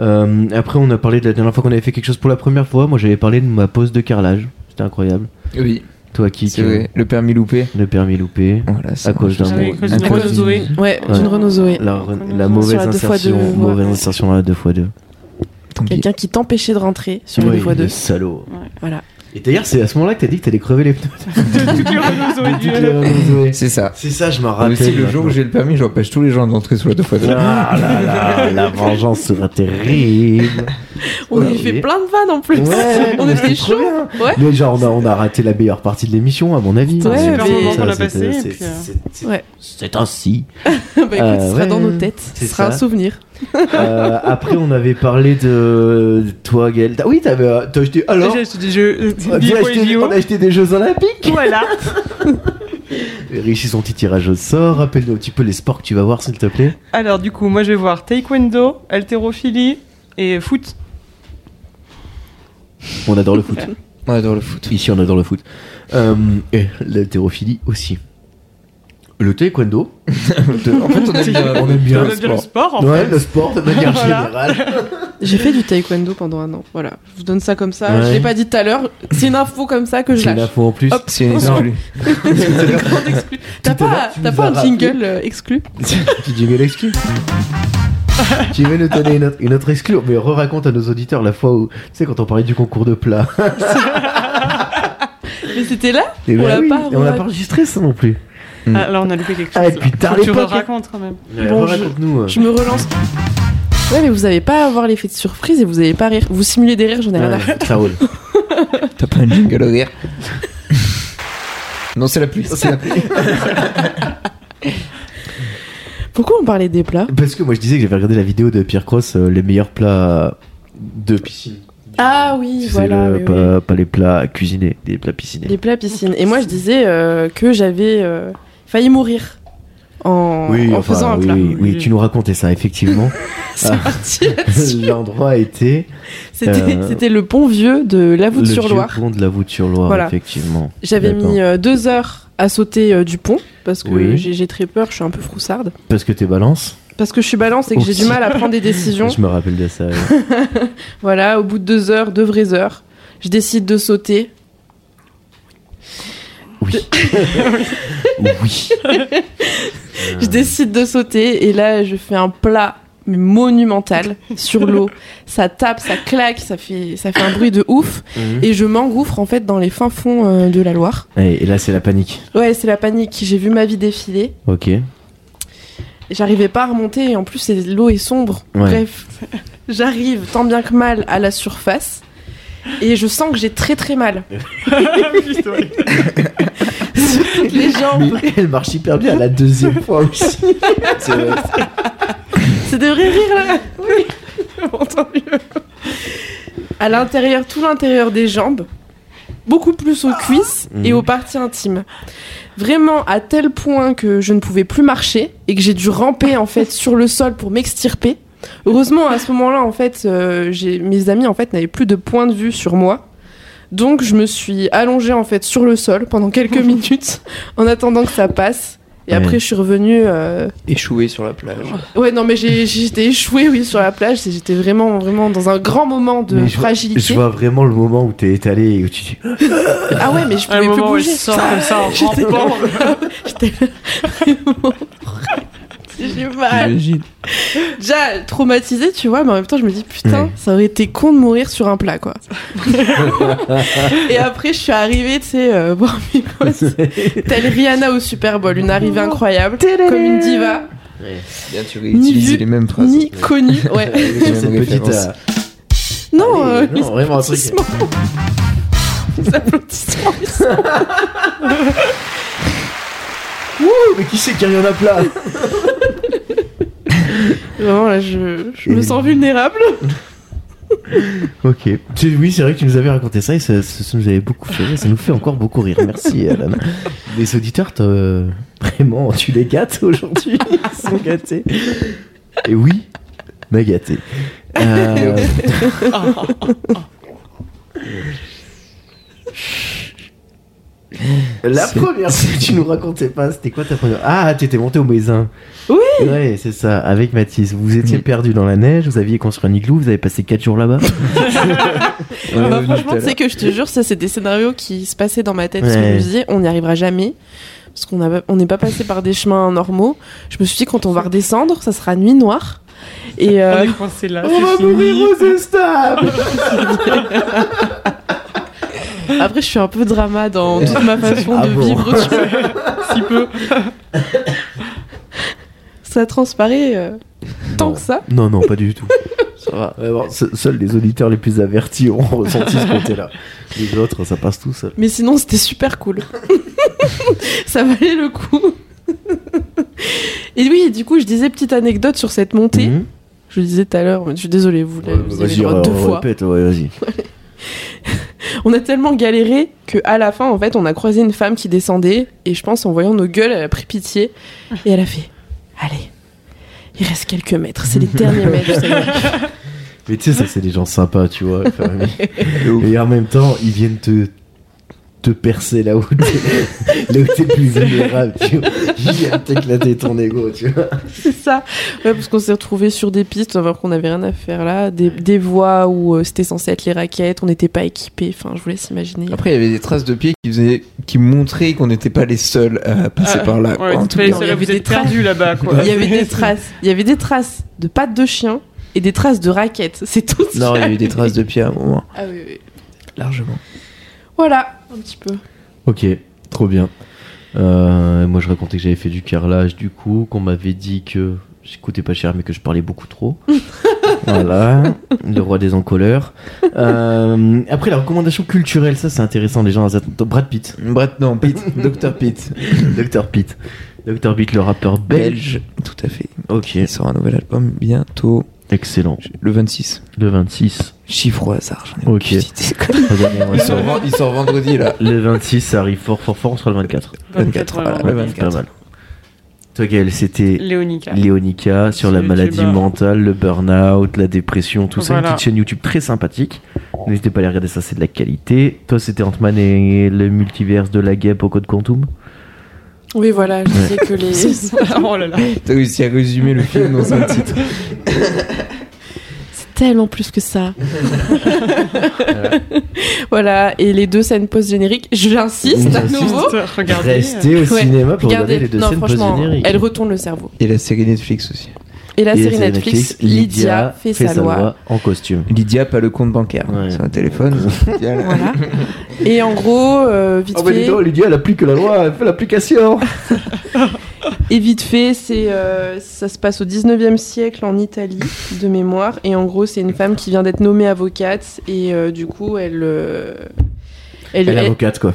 [SPEAKER 1] Euh, après, on a parlé de la dernière fois qu'on avait fait quelque chose pour la première fois. Moi, j'avais parlé de ma pause de carrelage. C'était incroyable.
[SPEAKER 3] Oui.
[SPEAKER 1] Toi, qui,
[SPEAKER 3] C'est
[SPEAKER 1] qui-
[SPEAKER 3] vrai. Le permis loupé.
[SPEAKER 1] le permis loupé.
[SPEAKER 3] Voilà,
[SPEAKER 1] À cause d'un
[SPEAKER 4] Ah oui, à cause
[SPEAKER 1] mot.
[SPEAKER 4] d'une
[SPEAKER 3] À cause
[SPEAKER 4] Renault
[SPEAKER 3] d'une-
[SPEAKER 4] Zoé.
[SPEAKER 2] Ouais,
[SPEAKER 1] Ouais.
[SPEAKER 2] d'une Renault Zoé.
[SPEAKER 1] La,
[SPEAKER 4] Renault
[SPEAKER 1] la
[SPEAKER 4] Zoé.
[SPEAKER 1] mauvaise
[SPEAKER 2] Sur la deux fois
[SPEAKER 1] insertion,
[SPEAKER 2] deux,
[SPEAKER 1] mauvaise
[SPEAKER 2] ouais.
[SPEAKER 1] insertion à la 2x2.
[SPEAKER 3] Tant pis.
[SPEAKER 2] Quelqu'un qui t'empêchait de rentrer sur
[SPEAKER 1] Oui,
[SPEAKER 2] une voie
[SPEAKER 1] le
[SPEAKER 2] 2.
[SPEAKER 1] salaud.
[SPEAKER 2] Voilà.
[SPEAKER 1] Et d'ailleurs, c'est à ce moment-là que t'as dit que t'allais crever les pneus.
[SPEAKER 4] De toutes les Renault Zoé du
[SPEAKER 1] Toutes les Renault Zoé.
[SPEAKER 3] C'est ça.
[SPEAKER 1] C'est ça, je m'en
[SPEAKER 3] Moi
[SPEAKER 1] rappelle.
[SPEAKER 3] aussi, le jour où
[SPEAKER 1] maintenant.
[SPEAKER 3] j'ai le permis, j'empêche tous les gens d'entrer sous la deux fois deux.
[SPEAKER 1] Ah là là, la vengeance sera terrible.
[SPEAKER 2] On avait
[SPEAKER 1] Ouais.
[SPEAKER 2] fait plein de vannes en plus.
[SPEAKER 1] Ouais,
[SPEAKER 2] on
[SPEAKER 1] mais c'est
[SPEAKER 2] était
[SPEAKER 1] trop
[SPEAKER 2] chaud.
[SPEAKER 1] bien.
[SPEAKER 2] Ouais.
[SPEAKER 1] Mais genre, on a, on a raté la meilleure partie de l'émission, à mon avis.
[SPEAKER 2] Ouais,
[SPEAKER 1] C'est
[SPEAKER 2] Super
[SPEAKER 1] ça,
[SPEAKER 2] moment
[SPEAKER 1] ça,
[SPEAKER 4] qu'on a
[SPEAKER 1] c'est-
[SPEAKER 4] passé,
[SPEAKER 1] c'est-
[SPEAKER 4] et puis, euh,
[SPEAKER 1] c'est- c'est-
[SPEAKER 2] Ouais.
[SPEAKER 1] C'est ainsi.
[SPEAKER 2] bah écoute,
[SPEAKER 1] Euh,
[SPEAKER 2] ce sera
[SPEAKER 1] ouais.
[SPEAKER 2] dans nos têtes.
[SPEAKER 1] C'est
[SPEAKER 2] Ce sera
[SPEAKER 1] ça.
[SPEAKER 2] un souvenir.
[SPEAKER 1] Euh, après, on avait parlé de de toi, Gaël. T'as- Oui, t'avais euh, t'as acheté. Alors, Ah,
[SPEAKER 4] J'ai acheté des jeux.
[SPEAKER 1] on a
[SPEAKER 4] des
[SPEAKER 1] bien acheté-
[SPEAKER 4] vidéos.
[SPEAKER 1] on a acheté des Jeux Olympiques.
[SPEAKER 4] Voilà.
[SPEAKER 1] Réussis son petit tirage au sort. Rappelle-nous un petit peu les sports que tu vas voir, s'il te plaît.
[SPEAKER 4] Alors, du coup, moi, je vais voir taekwondo, haltérophilie et foot.
[SPEAKER 1] On adore le foot.
[SPEAKER 3] On adore le foot.
[SPEAKER 1] Ici, on adore le foot. Euh, et l'haltérophilie aussi. Le taekwondo.
[SPEAKER 3] En fait, on aime bien, on aime bien
[SPEAKER 4] On
[SPEAKER 3] le
[SPEAKER 4] aime bien le
[SPEAKER 3] sport.
[SPEAKER 4] sport, en
[SPEAKER 1] ouais,
[SPEAKER 4] fait.
[SPEAKER 1] le sport de manière
[SPEAKER 4] Voilà.
[SPEAKER 1] générale.
[SPEAKER 2] J'ai fait du taekwondo pendant un an. Voilà, je vous donne ça comme ça.
[SPEAKER 1] Ouais.
[SPEAKER 2] Je l'ai pas dit tout à l'heure. C'est une info comme ça que je
[SPEAKER 1] C'est une
[SPEAKER 2] lâche.
[SPEAKER 1] info en plus.
[SPEAKER 2] Hop.
[SPEAKER 3] C'est une
[SPEAKER 1] Non.
[SPEAKER 3] exclue.
[SPEAKER 2] Grande exclu. T'as
[SPEAKER 1] Tout à l'heure,
[SPEAKER 2] pas,
[SPEAKER 1] tu
[SPEAKER 2] t'as
[SPEAKER 1] nous
[SPEAKER 2] pas
[SPEAKER 1] as
[SPEAKER 2] un
[SPEAKER 1] rappelé.
[SPEAKER 2] jingle euh, exclu
[SPEAKER 1] tu dis mais l'exclu. tu veux nous donner une autre, une autre exclu Mais re-raconte à nos auditeurs la fois où, tu sais, quand on parlait du concours de plat.
[SPEAKER 2] Mais c'était là
[SPEAKER 1] Et
[SPEAKER 2] On
[SPEAKER 1] bah
[SPEAKER 2] l'a
[SPEAKER 1] oui,
[SPEAKER 2] pas
[SPEAKER 1] et on l'a
[SPEAKER 2] re-
[SPEAKER 1] pas enregistré ça non plus.
[SPEAKER 4] Ah, là, on a loupé quelque chose.
[SPEAKER 1] Ah, et puis tard
[SPEAKER 4] Faut que tu
[SPEAKER 1] l'époque,
[SPEAKER 4] racontes quand même.
[SPEAKER 1] Ouais,
[SPEAKER 2] Bon,
[SPEAKER 1] re-raconte-nous.
[SPEAKER 2] Je me relance. Ouais, mais vous avez pas à avoir l'effet de surprise et vous avez pas à rire. Vous simulez des rires, j'en ai rien à
[SPEAKER 1] euh. Ouais, ça roule.
[SPEAKER 3] T'as pas une jingle au rire Non, c'est la pluie. C'est la pluie.
[SPEAKER 2] Pourquoi on parlait des plats
[SPEAKER 1] Parce que moi je disais que j'avais regardé la vidéo de Pierre Cross, euh, les meilleurs plats de piscine.
[SPEAKER 2] Ah oui,
[SPEAKER 1] C'est
[SPEAKER 2] voilà.
[SPEAKER 1] le-
[SPEAKER 2] oui, oui.
[SPEAKER 1] pas, pas les plats cuisinés, des plats piscinés.
[SPEAKER 2] Les plats piscine. Et moi, je disais euh, que j'avais euh, failli mourir en, en
[SPEAKER 1] enfin,
[SPEAKER 2] faisant un
[SPEAKER 1] oui,
[SPEAKER 2] plat.
[SPEAKER 1] oui, oui, tu nous racontais ça, effectivement.
[SPEAKER 2] C'est
[SPEAKER 1] Ah.
[SPEAKER 2] parti.
[SPEAKER 1] L'endroit était
[SPEAKER 2] C'était
[SPEAKER 1] Euh,
[SPEAKER 2] c'était le pont vieux de la
[SPEAKER 1] le vieux
[SPEAKER 2] Voûte-sur-Loire.
[SPEAKER 1] pont de la Voûte-sur-Loire,
[SPEAKER 2] Voilà.
[SPEAKER 1] effectivement.
[SPEAKER 2] J'avais
[SPEAKER 1] D'accord.
[SPEAKER 2] mis euh, deux heures à sauter euh, du pont parce que
[SPEAKER 1] Oui.
[SPEAKER 2] j'ai j'ai très peur, je suis un peu froussarde.
[SPEAKER 1] Parce que t'es balance,
[SPEAKER 2] Parce que je suis balance et que j'ai
[SPEAKER 1] Aussi.
[SPEAKER 2] du mal à prendre des décisions.
[SPEAKER 1] je me rappelle de ça. ouais.
[SPEAKER 2] Voilà, au bout de deux heures, deux vraies heures, je décide de sauter.
[SPEAKER 1] Oui. oui. Euh.
[SPEAKER 2] Je décide de sauter et là, je fais un plat mais monumental sur l'eau. Ça tape, ça claque, ça fait, ça fait un bruit de ouf.
[SPEAKER 1] Mhm.
[SPEAKER 2] Et je m'engouffre en fait dans les fins fonds euh, de la Loire.
[SPEAKER 1] Et, et là, c'est la panique.
[SPEAKER 2] Ouais, c'est la panique. J'ai vu ma vie défiler.
[SPEAKER 1] Ok.
[SPEAKER 2] Oh, J'arrivais pas à remonter et en plus c'est- l'eau est sombre.
[SPEAKER 1] Ouais.
[SPEAKER 2] Bref, j'arrive tant bien que mal à la surface et je sens que j'ai très très mal.
[SPEAKER 4] Ah,
[SPEAKER 2] Sur toutes les jambes.
[SPEAKER 1] Mais elle marche hyper bien à la deuxième fois aussi. C'est vrai.
[SPEAKER 2] C'est des vrais rires là. Oui. On entend mieux. À l'intérieur, tout l'intérieur des jambes, beaucoup plus aux cuisses et
[SPEAKER 1] Mhm.
[SPEAKER 2] aux parties intimes. Vraiment à tel point que je ne pouvais plus marcher et que j'ai dû ramper en fait sur le sol pour m'extirper. Heureusement à ce moment-là en fait, euh, j'ai- mes amis en fait n'avaient plus de point de vue sur moi. Donc je me suis allongée en fait sur le sol pendant quelques minutes en attendant que ça passe. Et
[SPEAKER 1] Ouais.
[SPEAKER 2] après je suis revenue euh,
[SPEAKER 3] Échoué sur la plage.
[SPEAKER 2] Ouais, non, mais j'ai- j'étais échouée, oui, sur la plage. C'est- J'étais vraiment, vraiment dans un grand moment de
[SPEAKER 1] Mais je vois-
[SPEAKER 2] fragilité.
[SPEAKER 1] Je vois vraiment le moment où t'es étalé et où tu dis
[SPEAKER 2] Ah ouais, mais je
[SPEAKER 4] À
[SPEAKER 2] pouvais
[SPEAKER 4] un
[SPEAKER 2] plus
[SPEAKER 4] moment où elle
[SPEAKER 2] bouger.
[SPEAKER 4] sort comme ça en
[SPEAKER 2] J'étais
[SPEAKER 4] rampant.
[SPEAKER 2] J'étais vraiment- J'ai mal.
[SPEAKER 3] J'imagine.
[SPEAKER 2] Déjà traumatisée, tu vois, mais en même temps, je me dis putain,
[SPEAKER 1] Ouais.
[SPEAKER 2] ça aurait été con de mourir sur un plat, quoi. Et après, je suis arrivée, tu sais, euh, voir mes potes, telle Rihanna au Super Bowl, une arrivée incroyable, comme une diva,
[SPEAKER 3] Bien, tu
[SPEAKER 2] Ni
[SPEAKER 3] réutilises
[SPEAKER 2] vu,
[SPEAKER 3] les mêmes phrases.
[SPEAKER 2] ni connue. Ouais. Ah,
[SPEAKER 1] Sur cette
[SPEAKER 3] Même
[SPEAKER 1] petite,
[SPEAKER 3] référence.
[SPEAKER 1] euh,
[SPEAKER 2] Non,
[SPEAKER 1] Allez,
[SPEAKER 2] euh,
[SPEAKER 1] non,
[SPEAKER 2] les
[SPEAKER 1] vraiment un truc.
[SPEAKER 2] applaudissements. les applaudissements. ils sont-
[SPEAKER 1] Ouh, mais qui c'est qui a rien à plat
[SPEAKER 2] Vraiment, là, je, je me sens vulnérable.
[SPEAKER 1] Ok. Tu- Oui, c'est vrai que tu nous avais raconté ça et ça, ça- ça nous avait beaucoup fait rire. Ça nous fait encore beaucoup rire. Merci, Alan. Les auditeurs, t'as, euh, vraiment, tu les gâtes aujourd'hui. Ils sont gâtés. Et oui, m'a gâté. Euh, La
[SPEAKER 3] C'est-
[SPEAKER 1] première fois que tu nous racontais pas, c'était quoi ta première Ah, tu étais monté au Mézin.
[SPEAKER 2] Oui.
[SPEAKER 1] Ouais, c'est ça, avec Mathis. Vous étiez
[SPEAKER 3] Oui.
[SPEAKER 1] perdu dans la neige, vous aviez construit un igloo, vous avez passé 4 jours là-bas.
[SPEAKER 3] On est
[SPEAKER 2] Bah,
[SPEAKER 3] revenu
[SPEAKER 2] franchement,
[SPEAKER 3] tout à
[SPEAKER 2] tu sais que je te jure, ça, c'est des scénarios qui se passaient dans ma tête. Parce que je
[SPEAKER 1] Ouais.
[SPEAKER 2] me disais, on n'y arrivera jamais. Parce qu'on a- on n'est pas passé par des chemins normaux. Je me suis dit, quand on va redescendre, ça sera nuit noire. Et
[SPEAKER 4] On
[SPEAKER 3] Ah
[SPEAKER 2] euh,
[SPEAKER 4] est coincé là.
[SPEAKER 1] On va
[SPEAKER 4] c'est fini.
[SPEAKER 1] mourir aux estables
[SPEAKER 2] après, je suis un peu drama dans toute ma façon
[SPEAKER 1] Ah
[SPEAKER 2] de
[SPEAKER 1] bon.
[SPEAKER 2] vivre. tu vois.
[SPEAKER 4] Si peu.
[SPEAKER 2] Ça transparaît euh, tant
[SPEAKER 1] Non.
[SPEAKER 2] que ça.
[SPEAKER 1] Non, non, pas du tout. Ça va. Vraiment, se- seuls les auditeurs les plus avertis ont ressenti ce côté-là. Les autres, ça passe tout seul.
[SPEAKER 2] Mais sinon, c'était super cool. ça valait le coup. Et oui, du coup, je disais petite anecdote sur cette montée.
[SPEAKER 1] Mhm.
[SPEAKER 2] Je le disais tout à l'heure, mais je suis désolée, vous, l'avez-
[SPEAKER 1] Ouais,
[SPEAKER 2] vous avez
[SPEAKER 1] vas-y,
[SPEAKER 2] le droit
[SPEAKER 1] on-
[SPEAKER 2] deux
[SPEAKER 1] on
[SPEAKER 2] fois.
[SPEAKER 1] répète, ouais, vas-y.
[SPEAKER 2] On a tellement galéré que à la fin, en fait, on a croisé une femme qui descendait et je pense en voyant nos gueules, elle a pris pitié et elle a fait "Allez, il reste quelques mètres, c'est les derniers mètres." ça y est.
[SPEAKER 1] Mais tu sais, ça, c'est des gens sympas, tu vois. enfin, mais- Et en même temps, ils viennent te te percer là où t'es, là où t'es plus vulnérable, tu vois. Ils viennent t'éclater ton ego, tu vois.
[SPEAKER 2] C'est ça. Ouais, parce qu'on s'est retrouvés sur des pistes alors qu'on n'avait rien à faire là, des, des voies où euh, c'était censé être les raquettes, on n'était pas équipés. Enfin, je vous laisse imaginer.
[SPEAKER 3] Après, il y avait des traces de pieds qui, faisaient, qui montraient qu'on n'était pas les seuls à passer
[SPEAKER 4] Ah,
[SPEAKER 3] par là. quoi,
[SPEAKER 4] Ouais,
[SPEAKER 3] en
[SPEAKER 4] vous
[SPEAKER 3] tout
[SPEAKER 4] êtes les
[SPEAKER 2] il y
[SPEAKER 3] cas.
[SPEAKER 4] seuls à
[SPEAKER 2] avait
[SPEAKER 4] vous
[SPEAKER 2] des
[SPEAKER 4] êtes
[SPEAKER 2] traces.
[SPEAKER 4] perdus là-bas. quoi.
[SPEAKER 2] Il y avait des traces, il y avait des traces de pattes de chien et des traces de raquettes. C'est tout. ce
[SPEAKER 3] Non,
[SPEAKER 2] qu'il
[SPEAKER 3] il y a eu des traces de pieds à un moment.
[SPEAKER 2] Ah oui, oui.
[SPEAKER 3] Largement.
[SPEAKER 2] Voilà, un petit peu.
[SPEAKER 1] Ok, trop bien. Euh, moi, je racontais que j'avais fait du carrelage, du coup, qu'on m'avait dit que j'écoutais pas cher, mais que je parlais beaucoup trop. voilà, le roi des encoleurs. Euh, après, la recommandation culturelle, ça, c'est intéressant. Les gens, ils attendent- Brad Pitt,
[SPEAKER 3] Brett, non, Pete, Dr. Pete.
[SPEAKER 1] Dr Pitt, Dr Pitt, le rappeur belge.
[SPEAKER 3] Belge, tout à fait.
[SPEAKER 1] Ok,
[SPEAKER 3] Il sort un nouvel album bientôt,
[SPEAKER 1] excellent.
[SPEAKER 3] le 26.
[SPEAKER 1] Le 26.
[SPEAKER 3] Chiffre au hasard, j'en
[SPEAKER 1] Ok.
[SPEAKER 3] ai aucune idée.
[SPEAKER 1] Regardez-moi
[SPEAKER 3] Il
[SPEAKER 1] ça.
[SPEAKER 3] sort, ven- il sort vendredi là.
[SPEAKER 1] Le 26, ça arrive fort, fort, fort. On sera le 24.
[SPEAKER 3] 24, voilà.
[SPEAKER 4] vraiment.
[SPEAKER 3] Le
[SPEAKER 1] Ouais,
[SPEAKER 3] 24.
[SPEAKER 1] Pas mal. Toi, Gaël, c'était
[SPEAKER 4] Léonica.
[SPEAKER 1] Léonica sur la
[SPEAKER 4] Sur
[SPEAKER 1] maladie
[SPEAKER 4] YouTube, hein.
[SPEAKER 1] mentale, le burn-out, la dépression, tout ça. Une
[SPEAKER 4] Voilà.
[SPEAKER 1] petite chaîne YouTube très sympathique. N'hésitez pas à aller regarder ça, c'est de la qualité. Toi, c'était Ant-Man et le multiverse de la guêpe au code quantum.
[SPEAKER 2] Oui, voilà, je disais que les.
[SPEAKER 4] oh là là.
[SPEAKER 3] T'as réussi à résumer le film dans un titre.
[SPEAKER 2] C'est tellement plus que ça. voilà, et les deux scènes post-génériques, j'insiste à
[SPEAKER 1] J'insiste.
[SPEAKER 2] nouveau.
[SPEAKER 4] Regardez.
[SPEAKER 1] Restez au
[SPEAKER 2] euh, Ouais.
[SPEAKER 1] cinéma pour regarder
[SPEAKER 2] Regardez,
[SPEAKER 1] les deux
[SPEAKER 2] non,
[SPEAKER 1] scènes
[SPEAKER 2] franchement,
[SPEAKER 1] post-génériques.
[SPEAKER 2] elle retourne le cerveau.
[SPEAKER 3] Et la série Netflix aussi.
[SPEAKER 2] Et la
[SPEAKER 1] Et
[SPEAKER 2] série
[SPEAKER 1] c'est
[SPEAKER 2] Netflix, Lydia fait sa loi.
[SPEAKER 1] en costume.
[SPEAKER 3] Lydia, pas le compte bancaire.
[SPEAKER 1] Ouais.
[SPEAKER 3] C'est un téléphone. Lydia, là.
[SPEAKER 2] Voilà. Et en gros, euh,
[SPEAKER 1] Ah
[SPEAKER 2] vite fait,
[SPEAKER 1] bah, Lydia, elle applique la loi, elle fait l'application.
[SPEAKER 2] et vite fait, c'est euh, ça se passe au 19e siècle en Italie, de mémoire. Et en gros, c'est une femme qui vient d'être nommée avocate et euh, du coup, elle, euh,
[SPEAKER 1] Elle
[SPEAKER 2] elle,
[SPEAKER 1] est
[SPEAKER 2] elle-
[SPEAKER 1] avocate, quoi.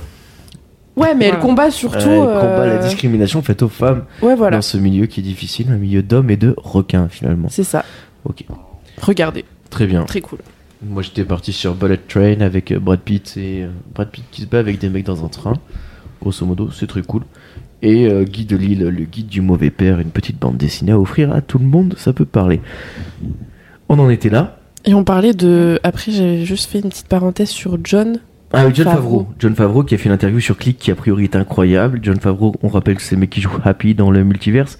[SPEAKER 2] ouais, mais elle
[SPEAKER 4] Voilà.
[SPEAKER 2] combat surtout.
[SPEAKER 1] elle combat la
[SPEAKER 2] euh,
[SPEAKER 1] discrimination faite aux femmes
[SPEAKER 2] Ouais, voilà,
[SPEAKER 1] dans ce milieu qui est difficile, un milieu d'hommes et de requins, finalement.
[SPEAKER 2] c'est ça.
[SPEAKER 1] Ok,
[SPEAKER 2] Regardez,
[SPEAKER 1] très bien.
[SPEAKER 2] très cool.
[SPEAKER 1] Moi j'étais parti sur Bullet Train avec euh, Brad Pitt et euh, Brad Pitt qui se bat avec des mecs dans un train. Grosso modo, c'est très cool. Et euh, Guy de Lille, le guide du mauvais père, une petite bande dessinée à offrir à tout le monde, ça peut parler. On en était là.
[SPEAKER 2] Et on parlait de. Après, j'avais juste fait une petite parenthèse sur John.
[SPEAKER 1] Ah, avec John Favreau.
[SPEAKER 2] Favreau.
[SPEAKER 1] John Favreau qui a fait l'interview sur Click qui a priori est incroyable. John Favreau, on rappelle que c'est le mec qui joue Happy dans le multiverse,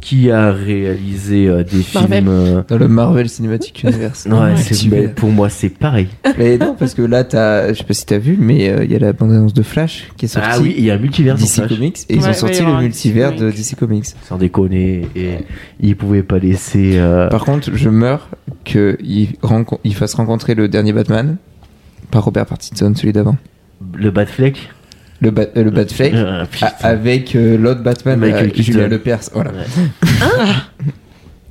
[SPEAKER 1] qui a réalisé euh, des
[SPEAKER 2] Marvel.
[SPEAKER 1] films. euh,
[SPEAKER 3] Dans le Marvel Cinematic Universe.
[SPEAKER 1] Ouais, c'est-
[SPEAKER 3] Si vous
[SPEAKER 1] mais
[SPEAKER 3] voulez.
[SPEAKER 1] pour moi c'est pareil.
[SPEAKER 3] Mais non, parce que là, t'as, je sais pas si t'as vu, mais euh, il y a la bande-annonce de Flash qui est sortie.
[SPEAKER 1] Ah oui, il y a un multivers en
[SPEAKER 3] DC
[SPEAKER 1] Flash.
[SPEAKER 3] Comics et ils
[SPEAKER 4] Ouais,
[SPEAKER 3] ont
[SPEAKER 4] ouais, il
[SPEAKER 3] sorti
[SPEAKER 4] y aura
[SPEAKER 3] le
[SPEAKER 4] un
[SPEAKER 3] multivers
[SPEAKER 4] DC
[SPEAKER 3] de
[SPEAKER 4] Comics.
[SPEAKER 3] DC Comics.
[SPEAKER 1] Sans déconner, et il pouvait pas laisser. euh,
[SPEAKER 3] Par contre, je meurs qu'ils il fassent rencontrer le dernier Batman par Robert Pattinson, celui d'avant.
[SPEAKER 1] Le Batfleck
[SPEAKER 3] Le, ba- euh, le Batfleck
[SPEAKER 1] Ah, putain.
[SPEAKER 3] a- avec euh, l'autre Batman,
[SPEAKER 1] Michael
[SPEAKER 3] euh, Julien
[SPEAKER 1] Keaton.
[SPEAKER 3] Lepers. Voilà.
[SPEAKER 1] Ouais.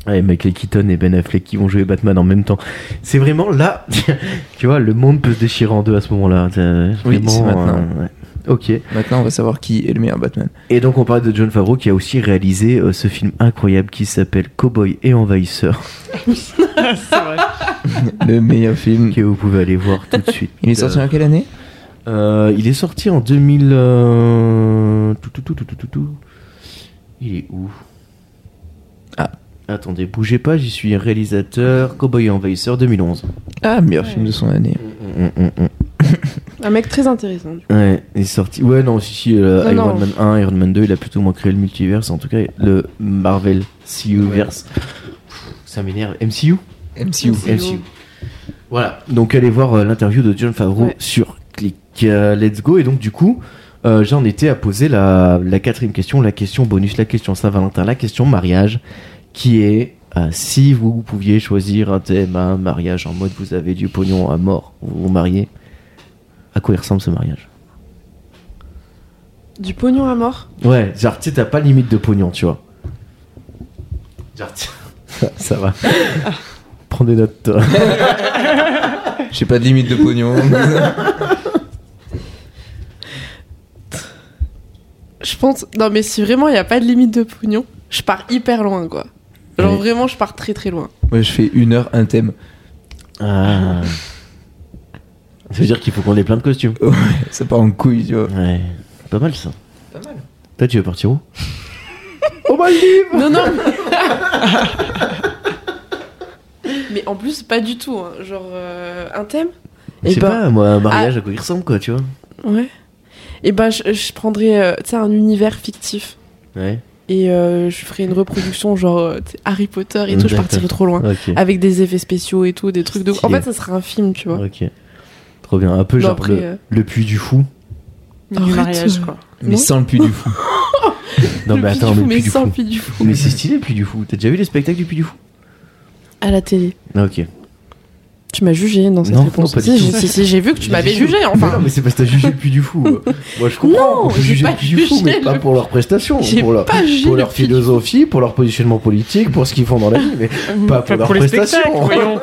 [SPEAKER 1] Ouais, Michael Keaton et Ben Affleck qui vont jouer Batman en même temps. C'est vraiment là, tu vois, le monde peut se déchirer en deux à ce moment-là. C'est
[SPEAKER 3] Oui,
[SPEAKER 1] vraiment,
[SPEAKER 3] c'est maintenant.
[SPEAKER 1] euh, ouais. Ok.
[SPEAKER 3] Maintenant, on va savoir qui est le meilleur Batman.
[SPEAKER 1] Et donc on parle de John Favreau qui a aussi réalisé euh, ce film incroyable qui s'appelle Cowboy et Envahisseur,
[SPEAKER 4] C'est vrai.
[SPEAKER 3] Le meilleur film.
[SPEAKER 1] que vous pouvez aller voir tout de suite.
[SPEAKER 3] Il est sorti en quelle année
[SPEAKER 1] Euh, il est sorti en 2000. euh, tout, tout, tout, tout, tout, tout, tout. Il est où
[SPEAKER 3] Ah.
[SPEAKER 1] Attendez, bougez pas, j'y suis réalisateur Cowboy et Envahisseur 2011.
[SPEAKER 3] Ah, meilleur film de son année.
[SPEAKER 1] Mm, mm, mm, mm.
[SPEAKER 2] Un mec très intéressant. du coup.
[SPEAKER 1] Ouais, il est sorti. Ouais, non, si, si, euh,
[SPEAKER 2] Non,
[SPEAKER 1] Iron
[SPEAKER 2] non.
[SPEAKER 1] Man 1, Iron Man 2, il a plutôt moins créé le multiverse, en tout cas le Marvel CU-verse. Ça m'énerve. MCU
[SPEAKER 3] MCU.
[SPEAKER 4] MCU.
[SPEAKER 1] MCU. Voilà, donc allez voir euh, l'interview de John Favreau
[SPEAKER 2] Ouais.
[SPEAKER 1] sur Click. Euh, let's go. Et donc, du coup, euh, j'en étais à poser la, la quatrième question, la question bonus, la question Saint-Valentin, la question mariage, qui est euh, si vous pouviez choisir un thème, un mariage en mode vous avez du pognon à mort, vous vous mariez, à quoi il ressemble ce mariage
[SPEAKER 2] Du pognon à mort.
[SPEAKER 1] Ouais, genre, tu sais, t'as pas limite de pognon, tu vois. Genre, tu- ça va. Prends des notes, toi.
[SPEAKER 3] J'ai pas de limite de pognon.
[SPEAKER 2] Je pense. Non, mais si vraiment il n'y a pas de limite de pognon, je pars hyper loin, quoi. Genre
[SPEAKER 1] Oui.
[SPEAKER 2] vraiment, je pars très très loin.
[SPEAKER 3] Moi, je fais une heure, un thème.
[SPEAKER 1] Ah. Ça veut dire qu'il faut qu'on ait plein de costumes.
[SPEAKER 3] Ouais, ça part en couille, tu vois.
[SPEAKER 1] Ouais. Pas mal ça.
[SPEAKER 3] Pas mal.
[SPEAKER 1] Toi, tu veux partir où
[SPEAKER 2] Non, non. mais- mais en plus, pas du tout. hein. Genre euh, un thème.
[SPEAKER 1] Je
[SPEAKER 2] Et
[SPEAKER 1] sais
[SPEAKER 2] ben,
[SPEAKER 1] pas, moi, un mariage, à quoi il ressemble, quoi, tu vois.
[SPEAKER 2] ouais. Et ben, je, je prendrais, euh, tu sais, un univers fictif.
[SPEAKER 1] Ouais.
[SPEAKER 2] Et euh, je ferais une reproduction genre euh, tu sais, Harry Potter et tout. Je
[SPEAKER 1] D'accord.
[SPEAKER 2] partirais trop loin.
[SPEAKER 1] Ok.
[SPEAKER 2] Avec des effets spéciaux et tout, des trucs de. En
[SPEAKER 1] Stylé.
[SPEAKER 2] fait, ça serait un film, tu vois.
[SPEAKER 1] Ok. Trop bien. Un peu
[SPEAKER 2] Non,
[SPEAKER 1] genre
[SPEAKER 2] après,
[SPEAKER 1] le,
[SPEAKER 2] euh,
[SPEAKER 1] le puits du fou.
[SPEAKER 4] Du
[SPEAKER 2] Arrête.
[SPEAKER 4] mariage, quoi.
[SPEAKER 3] Mais
[SPEAKER 2] Non.
[SPEAKER 3] sans le puits du fou.
[SPEAKER 1] Non,
[SPEAKER 2] le
[SPEAKER 1] mais
[SPEAKER 2] Puy du
[SPEAKER 1] attends,
[SPEAKER 2] Fou,
[SPEAKER 1] le
[SPEAKER 2] mais
[SPEAKER 1] puits du
[SPEAKER 2] sans le
[SPEAKER 1] fou.
[SPEAKER 2] Puy du fou.
[SPEAKER 1] Mais c'est stylé, le puits du fou. T'as déjà vu les spectacles du puits du fou
[SPEAKER 2] À la télé.
[SPEAKER 1] Ah, Ok.
[SPEAKER 2] Tu m'as jugé dans cette
[SPEAKER 1] Non, non,
[SPEAKER 2] réponse.
[SPEAKER 1] pas du
[SPEAKER 2] si,
[SPEAKER 1] tout.
[SPEAKER 2] j'ai- si, si, j'ai vu que tu
[SPEAKER 1] Mais
[SPEAKER 2] m'avais
[SPEAKER 1] du tout.
[SPEAKER 2] jugé,
[SPEAKER 1] Mais
[SPEAKER 2] enfin.
[SPEAKER 1] non, mais c'est parce que t'as jugé le puits du fou. euh. Moi, je comprends.
[SPEAKER 2] Non,
[SPEAKER 1] on peut
[SPEAKER 2] j'ai
[SPEAKER 1] juger
[SPEAKER 2] pas
[SPEAKER 1] le puits du fou,
[SPEAKER 2] jugé
[SPEAKER 1] mais pas
[SPEAKER 2] le-
[SPEAKER 1] pour leurs prestations.
[SPEAKER 2] J'ai
[SPEAKER 1] Pour leur,
[SPEAKER 2] pas jugé
[SPEAKER 1] pour
[SPEAKER 2] le
[SPEAKER 1] leur
[SPEAKER 2] Puy du Fou.
[SPEAKER 1] philosophie, pour leur positionnement politique, pour ce qu'ils font dans la vie. Mais pas
[SPEAKER 4] Enfin,
[SPEAKER 1] pour hein. leurs
[SPEAKER 4] pour les spectacles,
[SPEAKER 1] prestations.
[SPEAKER 4] voyons.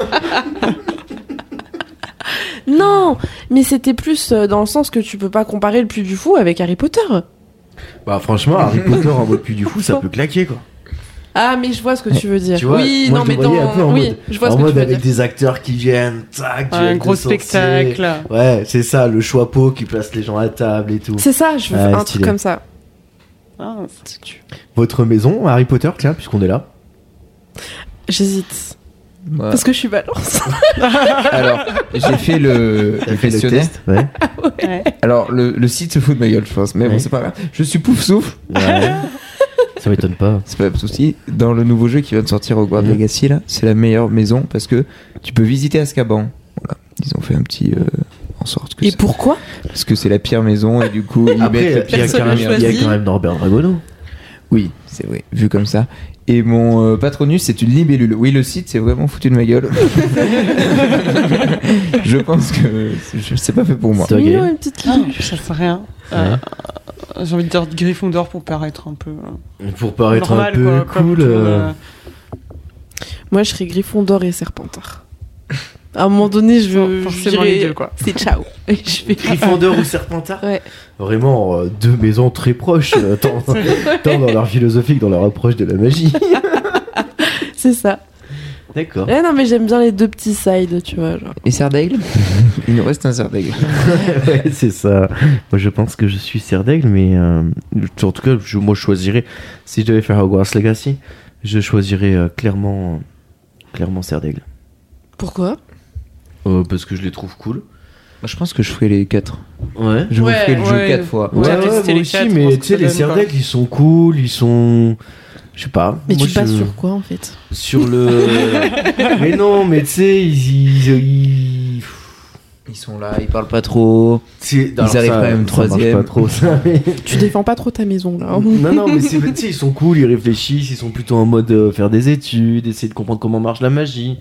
[SPEAKER 2] Non, mais c'était plus euh, dans le sens que tu peux pas comparer le Puy du Fou avec Harry Potter.
[SPEAKER 1] Bah franchement, Harry Potter en mode puits du fou, ça peut claquer quoi.
[SPEAKER 2] Ah, mais je vois ce que tu veux dire.
[SPEAKER 1] Tu vois,
[SPEAKER 2] oui,
[SPEAKER 1] moi
[SPEAKER 2] non,
[SPEAKER 1] je
[SPEAKER 2] mais
[SPEAKER 1] le voyais un peu
[SPEAKER 2] dans.
[SPEAKER 1] en
[SPEAKER 2] Oui,
[SPEAKER 1] mode,
[SPEAKER 2] je vois
[SPEAKER 1] en
[SPEAKER 2] ce que tu
[SPEAKER 1] mode
[SPEAKER 2] veux
[SPEAKER 1] avec
[SPEAKER 2] dire.
[SPEAKER 1] des acteurs qui viennent, tac,
[SPEAKER 4] Un
[SPEAKER 1] duel
[SPEAKER 4] gros
[SPEAKER 1] de sorciers.
[SPEAKER 4] spectacle.
[SPEAKER 1] Ouais, c'est ça, le choix pot qui place les gens à table et tout.
[SPEAKER 2] C'est ça, je veux
[SPEAKER 1] Ah,
[SPEAKER 2] un
[SPEAKER 1] stylé.
[SPEAKER 2] truc comme ça.
[SPEAKER 4] Ah,
[SPEAKER 1] Votre maison, Harry Potter, tiens, puisqu'on est là.
[SPEAKER 2] J'hésite.
[SPEAKER 3] Moi,
[SPEAKER 2] Parce que je suis balance.
[SPEAKER 3] Alors, j'ai fait le, le questionnaire.
[SPEAKER 1] Ouais.
[SPEAKER 4] ouais.
[SPEAKER 3] Alors, le, le site se fout de ma gueule, je pense. Mais
[SPEAKER 1] Ouais.
[SPEAKER 3] bon, c'est pas grave. Je suis pouf souffle.
[SPEAKER 1] Ouais. ça m'étonne pas.
[SPEAKER 3] C'est pas de souci. Dans le nouveau jeu qui vient de sortir Hogwarts
[SPEAKER 1] Mhm.
[SPEAKER 3] Legacy, là, c'est la meilleure maison parce que tu peux visiter Azkaban. Voilà. Ils ont fait un petit. euh, en sorte que.
[SPEAKER 2] Et
[SPEAKER 3] ça-
[SPEAKER 2] pourquoi
[SPEAKER 3] Parce que c'est la pire maison et du coup, ils mettent
[SPEAKER 1] Après,
[SPEAKER 3] la
[SPEAKER 1] il y, a
[SPEAKER 3] pire
[SPEAKER 1] quand
[SPEAKER 2] personne
[SPEAKER 1] même-
[SPEAKER 2] n'a
[SPEAKER 1] il y a
[SPEAKER 2] choisi.
[SPEAKER 1] quand même Norbert Dragono.
[SPEAKER 3] Oui, c'est vrai, vu comme ça. Et mon euh, patronus, c'est une libellule. Oui, le site, c'est vraiment foutu de ma gueule. je pense que je- c'est pas fait pour moi.
[SPEAKER 1] C'est ok.
[SPEAKER 2] Mignon, une petite
[SPEAKER 4] Ah,
[SPEAKER 2] ligne.
[SPEAKER 4] ça sert à rien. Euh,
[SPEAKER 1] Hein
[SPEAKER 4] euh, J'ai envie de dire Gryffondor pour paraître un peu euh,
[SPEAKER 1] Pour paraître
[SPEAKER 4] normal,
[SPEAKER 1] un peu
[SPEAKER 4] quoi, comme
[SPEAKER 1] cool.
[SPEAKER 4] tout,
[SPEAKER 1] euh,
[SPEAKER 4] euh,
[SPEAKER 2] Moi, je serais Griffon d'or et Serpentard. À un moment donné, je veux.
[SPEAKER 4] For-
[SPEAKER 2] je
[SPEAKER 4] forcément
[SPEAKER 2] dirais,
[SPEAKER 4] les deux, quoi.
[SPEAKER 2] C'est ciao. Et je vais.
[SPEAKER 1] Gryffondor ou Serpentard
[SPEAKER 2] Ouais.
[SPEAKER 1] Vraiment, euh, deux maisons très proches, euh, tant, tant dans leur philosophie que dans leur approche de la magie.
[SPEAKER 2] C'est ça.
[SPEAKER 1] D'accord.
[SPEAKER 2] Ouais, non, mais j'aime bien les deux petits sides, tu vois. Genre.
[SPEAKER 3] Et Sardaigle Il nous reste un Sardaigle.
[SPEAKER 1] Ouais, c'est ça. Moi, je pense que je suis Serdaigle, mais euh, en tout cas, je- moi, je choisirais. Si je devais faire Hogwarts Legacy, je choisirais euh, clairement, clairement Serdaigle.
[SPEAKER 2] Pourquoi
[SPEAKER 1] Euh, parce que je les trouve cool.
[SPEAKER 3] Moi, je pense que je ferai les quatre.
[SPEAKER 1] Ouais.
[SPEAKER 3] Je
[SPEAKER 4] Ouais,
[SPEAKER 3] vous ferai le jeu
[SPEAKER 4] ouais.
[SPEAKER 3] quatre fois.
[SPEAKER 4] Ouais,
[SPEAKER 1] Ouais,
[SPEAKER 4] après,
[SPEAKER 1] ouais,
[SPEAKER 4] c'était
[SPEAKER 1] moi
[SPEAKER 4] les quatre,
[SPEAKER 1] aussi,
[SPEAKER 4] je pense
[SPEAKER 1] mais
[SPEAKER 4] que
[SPEAKER 1] tu sais,
[SPEAKER 4] ça
[SPEAKER 1] les
[SPEAKER 4] donne quoi.
[SPEAKER 1] Serdecs, ils sont cool, ils sont. Je sais pas.
[SPEAKER 2] Mais
[SPEAKER 1] Moi,
[SPEAKER 2] tu
[SPEAKER 1] je-
[SPEAKER 2] passes sur quoi en fait
[SPEAKER 1] Sur le. mais non, mais tu sais, ils. ils- ils-
[SPEAKER 3] Ils sont là, ils parlent pas trop.
[SPEAKER 1] c'est- alors,
[SPEAKER 3] arrivent
[SPEAKER 1] ça-
[SPEAKER 3] quand même
[SPEAKER 1] ça marche
[SPEAKER 3] troisième.
[SPEAKER 1] pas trop, ça, mais-
[SPEAKER 2] Tu défends pas trop ta maison là. hein.
[SPEAKER 1] Non, non, mais c'est, tu sais, ils sont cool, ils réfléchissent, ils sont plutôt en mode euh, faire des études, essayer de comprendre comment marche la magie.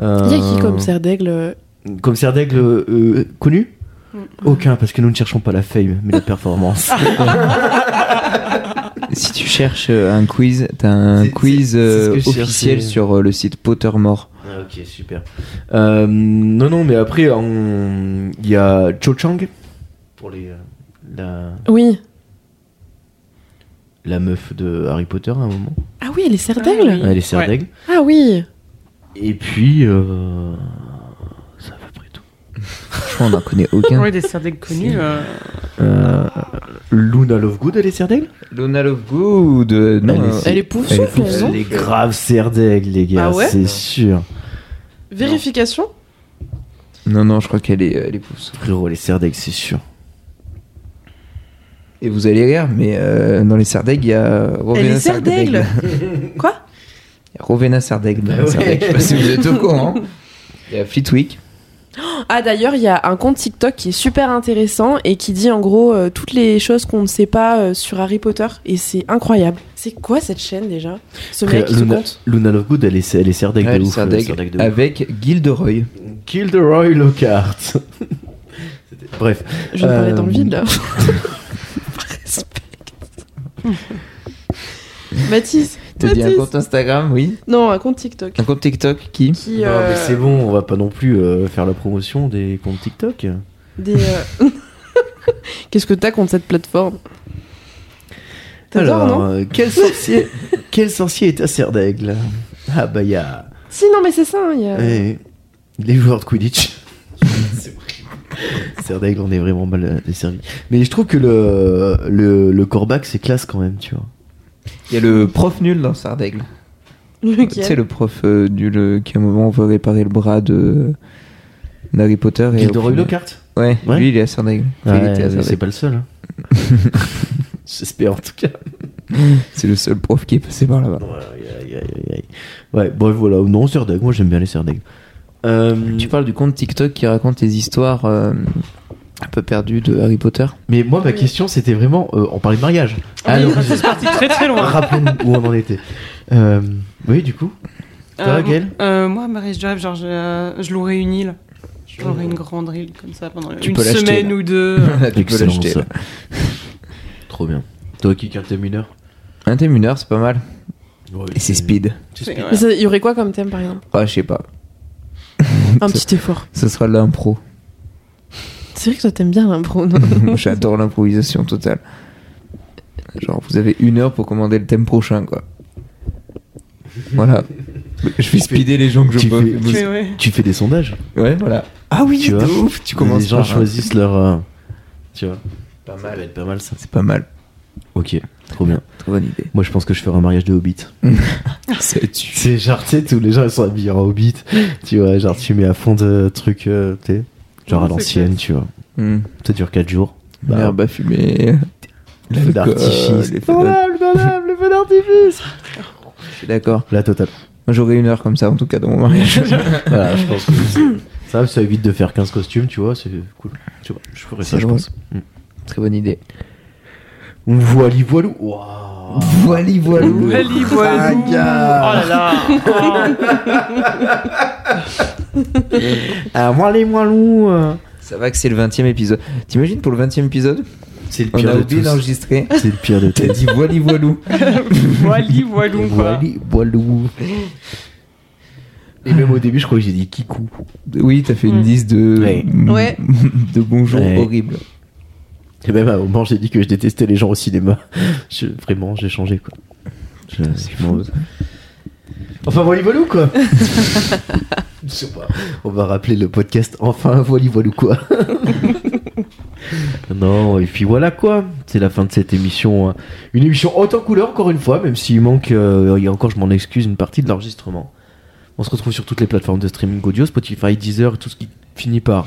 [SPEAKER 1] Euh,
[SPEAKER 2] Il y a qui comme Serdaigle euh,
[SPEAKER 1] Comme Serdaigle euh, euh, connu
[SPEAKER 4] Mm.
[SPEAKER 2] Ah.
[SPEAKER 1] Aucun, parce que nous ne cherchons pas la fame, mais la performance.
[SPEAKER 3] si tu cherches euh, un quiz, t'as un
[SPEAKER 1] C'est-
[SPEAKER 3] quiz
[SPEAKER 1] c'est- c'est ce
[SPEAKER 3] euh,
[SPEAKER 1] que je
[SPEAKER 3] officiel
[SPEAKER 1] cherchais.
[SPEAKER 3] sur euh, le site Pottermore.
[SPEAKER 1] Ah, ok, super. Euh, non, non, mais après, on- il y a Cho Chang pour les, euh, la,
[SPEAKER 2] Oui.
[SPEAKER 1] la meuf de Harry Potter à un moment.
[SPEAKER 2] Ah oui, elle est serre
[SPEAKER 4] Ah
[SPEAKER 2] d'aigle
[SPEAKER 4] oui.
[SPEAKER 1] Elle est serre
[SPEAKER 4] Ouais.
[SPEAKER 1] d'aigle.
[SPEAKER 2] Ah oui.
[SPEAKER 1] Et puis, euh, ça va près tout.
[SPEAKER 3] Franchement, on en connaît aucun.
[SPEAKER 4] Oui, des serres d'aigle connues. euh,
[SPEAKER 1] Euh, Luna Lovegood, elle est serre d'aigle
[SPEAKER 3] Luna Lovegood, euh, non,
[SPEAKER 1] Elle est-
[SPEAKER 3] euh,
[SPEAKER 2] Elle est
[SPEAKER 3] Elle
[SPEAKER 2] poufsouffle,
[SPEAKER 3] est poufsouffle.
[SPEAKER 2] disons.
[SPEAKER 1] Elle est grave serre d'aigle, les gars,
[SPEAKER 2] Ah ouais
[SPEAKER 1] c'est sûr.
[SPEAKER 2] Vérification
[SPEAKER 3] non, non, je crois qu'elle est, euh, elle est pousse.
[SPEAKER 1] Frérot, les serre d'aigle, c'est sûr.
[SPEAKER 3] Et vous allez rire, mais euh, dans les Sardègues, il y a
[SPEAKER 2] Elle
[SPEAKER 3] Rowena
[SPEAKER 2] est serre d'aigle. Quoi
[SPEAKER 3] Il y a Rowena Sardaigle dans
[SPEAKER 1] Ah
[SPEAKER 3] les
[SPEAKER 1] ouais.
[SPEAKER 3] Sardègues, je sais pas si vous êtes au courant. Il y a Fleetwick.
[SPEAKER 2] Ah d'ailleurs, il y a un compte TikTok qui est super intéressant et qui dit en gros euh, toutes les choses qu'on ne sait pas euh, sur Harry Potter et c'est incroyable. C'est quoi cette chaîne déjà Ce
[SPEAKER 1] Après,
[SPEAKER 2] mec qui
[SPEAKER 1] Luna,
[SPEAKER 2] compte
[SPEAKER 1] Luna Lovegood, elle est, elle est Ah. serre d'aigle
[SPEAKER 3] Ouais,
[SPEAKER 1] de
[SPEAKER 3] les
[SPEAKER 1] ouf.
[SPEAKER 3] Sardègues,
[SPEAKER 1] serre d'aigle de ouf.
[SPEAKER 3] avec Gilderoy.
[SPEAKER 1] Gilderoy Lockhart. C'était- Bref.
[SPEAKER 2] Je vais parler
[SPEAKER 1] Euh,
[SPEAKER 2] dans le vide là. Respect. Mathis,
[SPEAKER 3] T'as dit un
[SPEAKER 2] Mathis.
[SPEAKER 3] compte Instagram, oui.
[SPEAKER 2] Non, un compte TikTok
[SPEAKER 3] Un compte TikTok qui
[SPEAKER 2] qui
[SPEAKER 1] Non,
[SPEAKER 2] euh,
[SPEAKER 1] mais c'est bon, on va pas non plus euh, faire la promotion des comptes TikTok.
[SPEAKER 2] des euh, Qu'est-ce que t'as contre cette plateforme T'adores, non
[SPEAKER 1] Alors, euh, quel sorcier, quel sorcier est à serre d'aigle Ah bah y'a
[SPEAKER 2] Si, non, mais c'est ça. hein, il y
[SPEAKER 4] Euh.
[SPEAKER 2] a-
[SPEAKER 1] eh, les joueurs de Quidditch. C'est horrible. serre d'aigle, on est vraiment mal euh, desservi. Mais je trouve que le le, le Corbac c'est classe quand même, tu vois.
[SPEAKER 3] Il y a le prof nul dans Sardaigle.
[SPEAKER 2] Lequel
[SPEAKER 3] Tu sais, le prof euh, nul euh, qui à un moment veut réparer le bras de d'Harry Potter. Et au
[SPEAKER 1] Gilderoy
[SPEAKER 3] final-
[SPEAKER 1] Lockhart.
[SPEAKER 3] hein ouais,
[SPEAKER 1] Ouais.
[SPEAKER 3] lui il est à Sardaigle. Enfin, il
[SPEAKER 1] Ouais,
[SPEAKER 3] était à
[SPEAKER 1] mais c'est
[SPEAKER 3] Sardaigle.
[SPEAKER 1] pas le seul. hein. J'espère en tout cas.
[SPEAKER 3] C'est le seul prof qui est passé par là-bas.
[SPEAKER 1] Ouais, aïe, aïe, aïe, aïe. Ouais, bref, voilà. Non, serre d'aigle, moi j'aime bien les serres d'aigle. Euh,
[SPEAKER 3] Tu parles du compte TikTok qui raconte les histoires euh, un peu perdues de Harry Potter.
[SPEAKER 1] mais moi, ma question, c'était vraiment. euh, on parlait de mariage.
[SPEAKER 4] Ah Oui,
[SPEAKER 1] Alors,
[SPEAKER 4] c'est parti très très loin.
[SPEAKER 1] rappelons où on en était. Euh, oui, du coup. Toi,
[SPEAKER 4] Euh,
[SPEAKER 1] Gaëlle
[SPEAKER 4] euh, Moi, Marriage Drive, genre, je, euh, je louerais une île. J'aurais une grande île comme ça pendant
[SPEAKER 3] Tu
[SPEAKER 4] une
[SPEAKER 3] peux l'acheter,
[SPEAKER 4] semaine
[SPEAKER 3] là.
[SPEAKER 4] ou deux.
[SPEAKER 3] Ah, tu peux
[SPEAKER 1] Excellent,
[SPEAKER 3] l'acheter.
[SPEAKER 1] ça.
[SPEAKER 3] là.
[SPEAKER 1] Trop bien. Toi qui carte mineur.
[SPEAKER 3] Un thème une heure, c'est pas mal. Et c'est speed.
[SPEAKER 4] C'est-
[SPEAKER 2] Mais ça, Il y aurait quoi comme thème par exemple
[SPEAKER 3] Ah, je sais pas.
[SPEAKER 2] Un petit effort.
[SPEAKER 3] Ce sera de l'impro.
[SPEAKER 2] C'est vrai que toi t'aimes bien l'impro, non
[SPEAKER 3] J'adore l'improvisation totale. Genre, vous avez une heure pour commander le thème prochain, quoi. Voilà. Je vais speeder les gens que je
[SPEAKER 1] tu
[SPEAKER 3] peux.
[SPEAKER 1] fais-
[SPEAKER 4] Ouais.
[SPEAKER 3] vous-
[SPEAKER 4] Mais ouais.
[SPEAKER 1] Tu fais des sondages.
[SPEAKER 3] Ouais, voilà. Ah oui,
[SPEAKER 1] Tu
[SPEAKER 3] de
[SPEAKER 1] vois,
[SPEAKER 3] ouf, tu commences
[SPEAKER 1] Les gens
[SPEAKER 3] par un-
[SPEAKER 1] choisissent leur. euh, tu vois.
[SPEAKER 3] Pas
[SPEAKER 1] Ça va
[SPEAKER 3] mal.
[SPEAKER 1] être pas mal ça.
[SPEAKER 3] C'est pas mal.
[SPEAKER 1] Ok, trop bien.
[SPEAKER 3] Trop bonne idée.
[SPEAKER 1] Moi, je pense que je ferai un mariage de hobbit.
[SPEAKER 4] Ah,
[SPEAKER 3] C'est tu.
[SPEAKER 1] C'est genre, tu sais, tous les gens ils sont habillés en hobbit. Tu vois, genre, tu mets à fond de trucs, euh, tu sais, genre à
[SPEAKER 4] Ouais, c'est
[SPEAKER 1] l'ancienne, tu vois.
[SPEAKER 3] Hum.
[SPEAKER 1] Ça dure 4 jours. Bah,
[SPEAKER 3] L'herbe à
[SPEAKER 1] le
[SPEAKER 3] fumer.
[SPEAKER 1] feu
[SPEAKER 3] l'alcool,
[SPEAKER 1] d'artifice.
[SPEAKER 3] les feux d'art-
[SPEAKER 1] Formidable, formidable, le feu d'artifice.
[SPEAKER 3] Je suis d'accord.
[SPEAKER 1] La totale.
[SPEAKER 3] Moi, j'aurai une heure comme ça, en tout cas, dans mon mariage.
[SPEAKER 1] Voilà, je pense que c'est- ça, ça évite de faire 15 costumes, tu vois, c'est cool. Tu vois, je ferais
[SPEAKER 3] C'est
[SPEAKER 1] ça, je
[SPEAKER 3] drôle.
[SPEAKER 1] pense.
[SPEAKER 3] Très bonne idée.
[SPEAKER 1] Voili, voilou. Waouh.
[SPEAKER 3] Voili, voilou.
[SPEAKER 4] Voili, voilou.
[SPEAKER 3] Ah, gars.
[SPEAKER 4] Oh là là Oh
[SPEAKER 1] Ah, voili, voilou. euh.
[SPEAKER 3] Ça va que c'est le 20 e épisode. T'imagines pour le 20 e épisode
[SPEAKER 1] C'est le
[SPEAKER 3] On
[SPEAKER 1] pire
[SPEAKER 3] a
[SPEAKER 1] de
[SPEAKER 3] oublié
[SPEAKER 1] tous.
[SPEAKER 3] d'enregistrer.
[SPEAKER 1] C'est le pire de
[SPEAKER 3] T'as
[SPEAKER 1] tous.
[SPEAKER 3] dit voili, voilou.
[SPEAKER 4] Voili, voilou, Oh, quoi.
[SPEAKER 1] Voili, voilou. Et même au début, je crois que j'ai dit kikou.
[SPEAKER 3] Oui, t'as fait une
[SPEAKER 4] Mm.
[SPEAKER 3] liste de,
[SPEAKER 1] Ouais.
[SPEAKER 2] Ouais.
[SPEAKER 3] de bonjour
[SPEAKER 1] Ouais.
[SPEAKER 3] horrible.
[SPEAKER 1] Et même à un moment, j'ai dit que je détestais les gens au cinéma. Je- vraiment, j'ai changé, quoi. Je, je m'en veux. Enfin, voilà, voilou, quoi. je sais pas. On va rappeler le podcast Enfin, voilà, voilou, quoi. non, et puis voilà, quoi. C'est la fin de cette émission. hein. Une émission haute en couleur, encore une fois, même s'il manque, euh, il y a encore, je m'en excuse, une partie de l'enregistrement. On se retrouve sur toutes les plateformes de streaming audio, Spotify, Deezer, tout ce qui finit par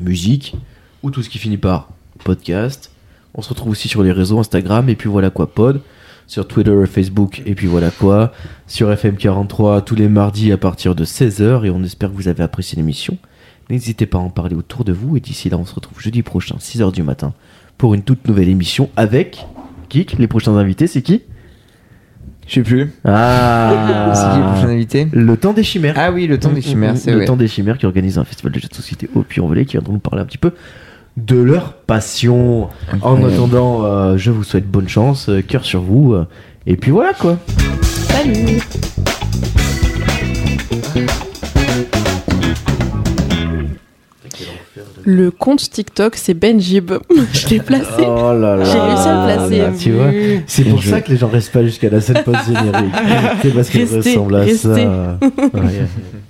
[SPEAKER 1] musique ou tout ce qui finit par podcast. On se retrouve aussi sur les réseaux Instagram et puis voilà quoi pod, sur Twitter, Facebook et puis voilà quoi, sur FM43 tous les mardis à partir de 16h et on espère que vous avez apprécié l'émission. N'hésitez pas à en parler autour de vous et d'ici là on se retrouve jeudi prochain 6h du matin pour une toute nouvelle émission avec Kik, les prochains invités c'est qui
[SPEAKER 3] Je sais plus. C'est qui le prochain
[SPEAKER 1] Ah
[SPEAKER 3] invité
[SPEAKER 1] Le temps des chimères.
[SPEAKER 3] Ah oui, Euh, le temps des chimères, c'est
[SPEAKER 1] Le
[SPEAKER 3] vrai.
[SPEAKER 1] temps des chimères qui organise un festival de jeux de société au Puy-en-Velay qui viendront nous parler un petit peu de leur passion.
[SPEAKER 3] Oh,
[SPEAKER 1] En
[SPEAKER 3] Incroyable.
[SPEAKER 1] attendant, euh, je vous souhaite bonne chance, euh, cœur sur vous, euh, et puis voilà quoi.
[SPEAKER 2] Salut Le compte TikTok, c'est Benjib. Je l'ai placé.
[SPEAKER 1] Oh là là.
[SPEAKER 2] J'ai réussi à le placer.
[SPEAKER 1] là, tu vois. C'est pour
[SPEAKER 3] Je-
[SPEAKER 1] ça que les gens restent pas jusqu'à la scène post-générique. C'est parce qu'ils
[SPEAKER 2] Restez,
[SPEAKER 1] ressemblent à
[SPEAKER 2] restez.
[SPEAKER 1] ça. Ouais.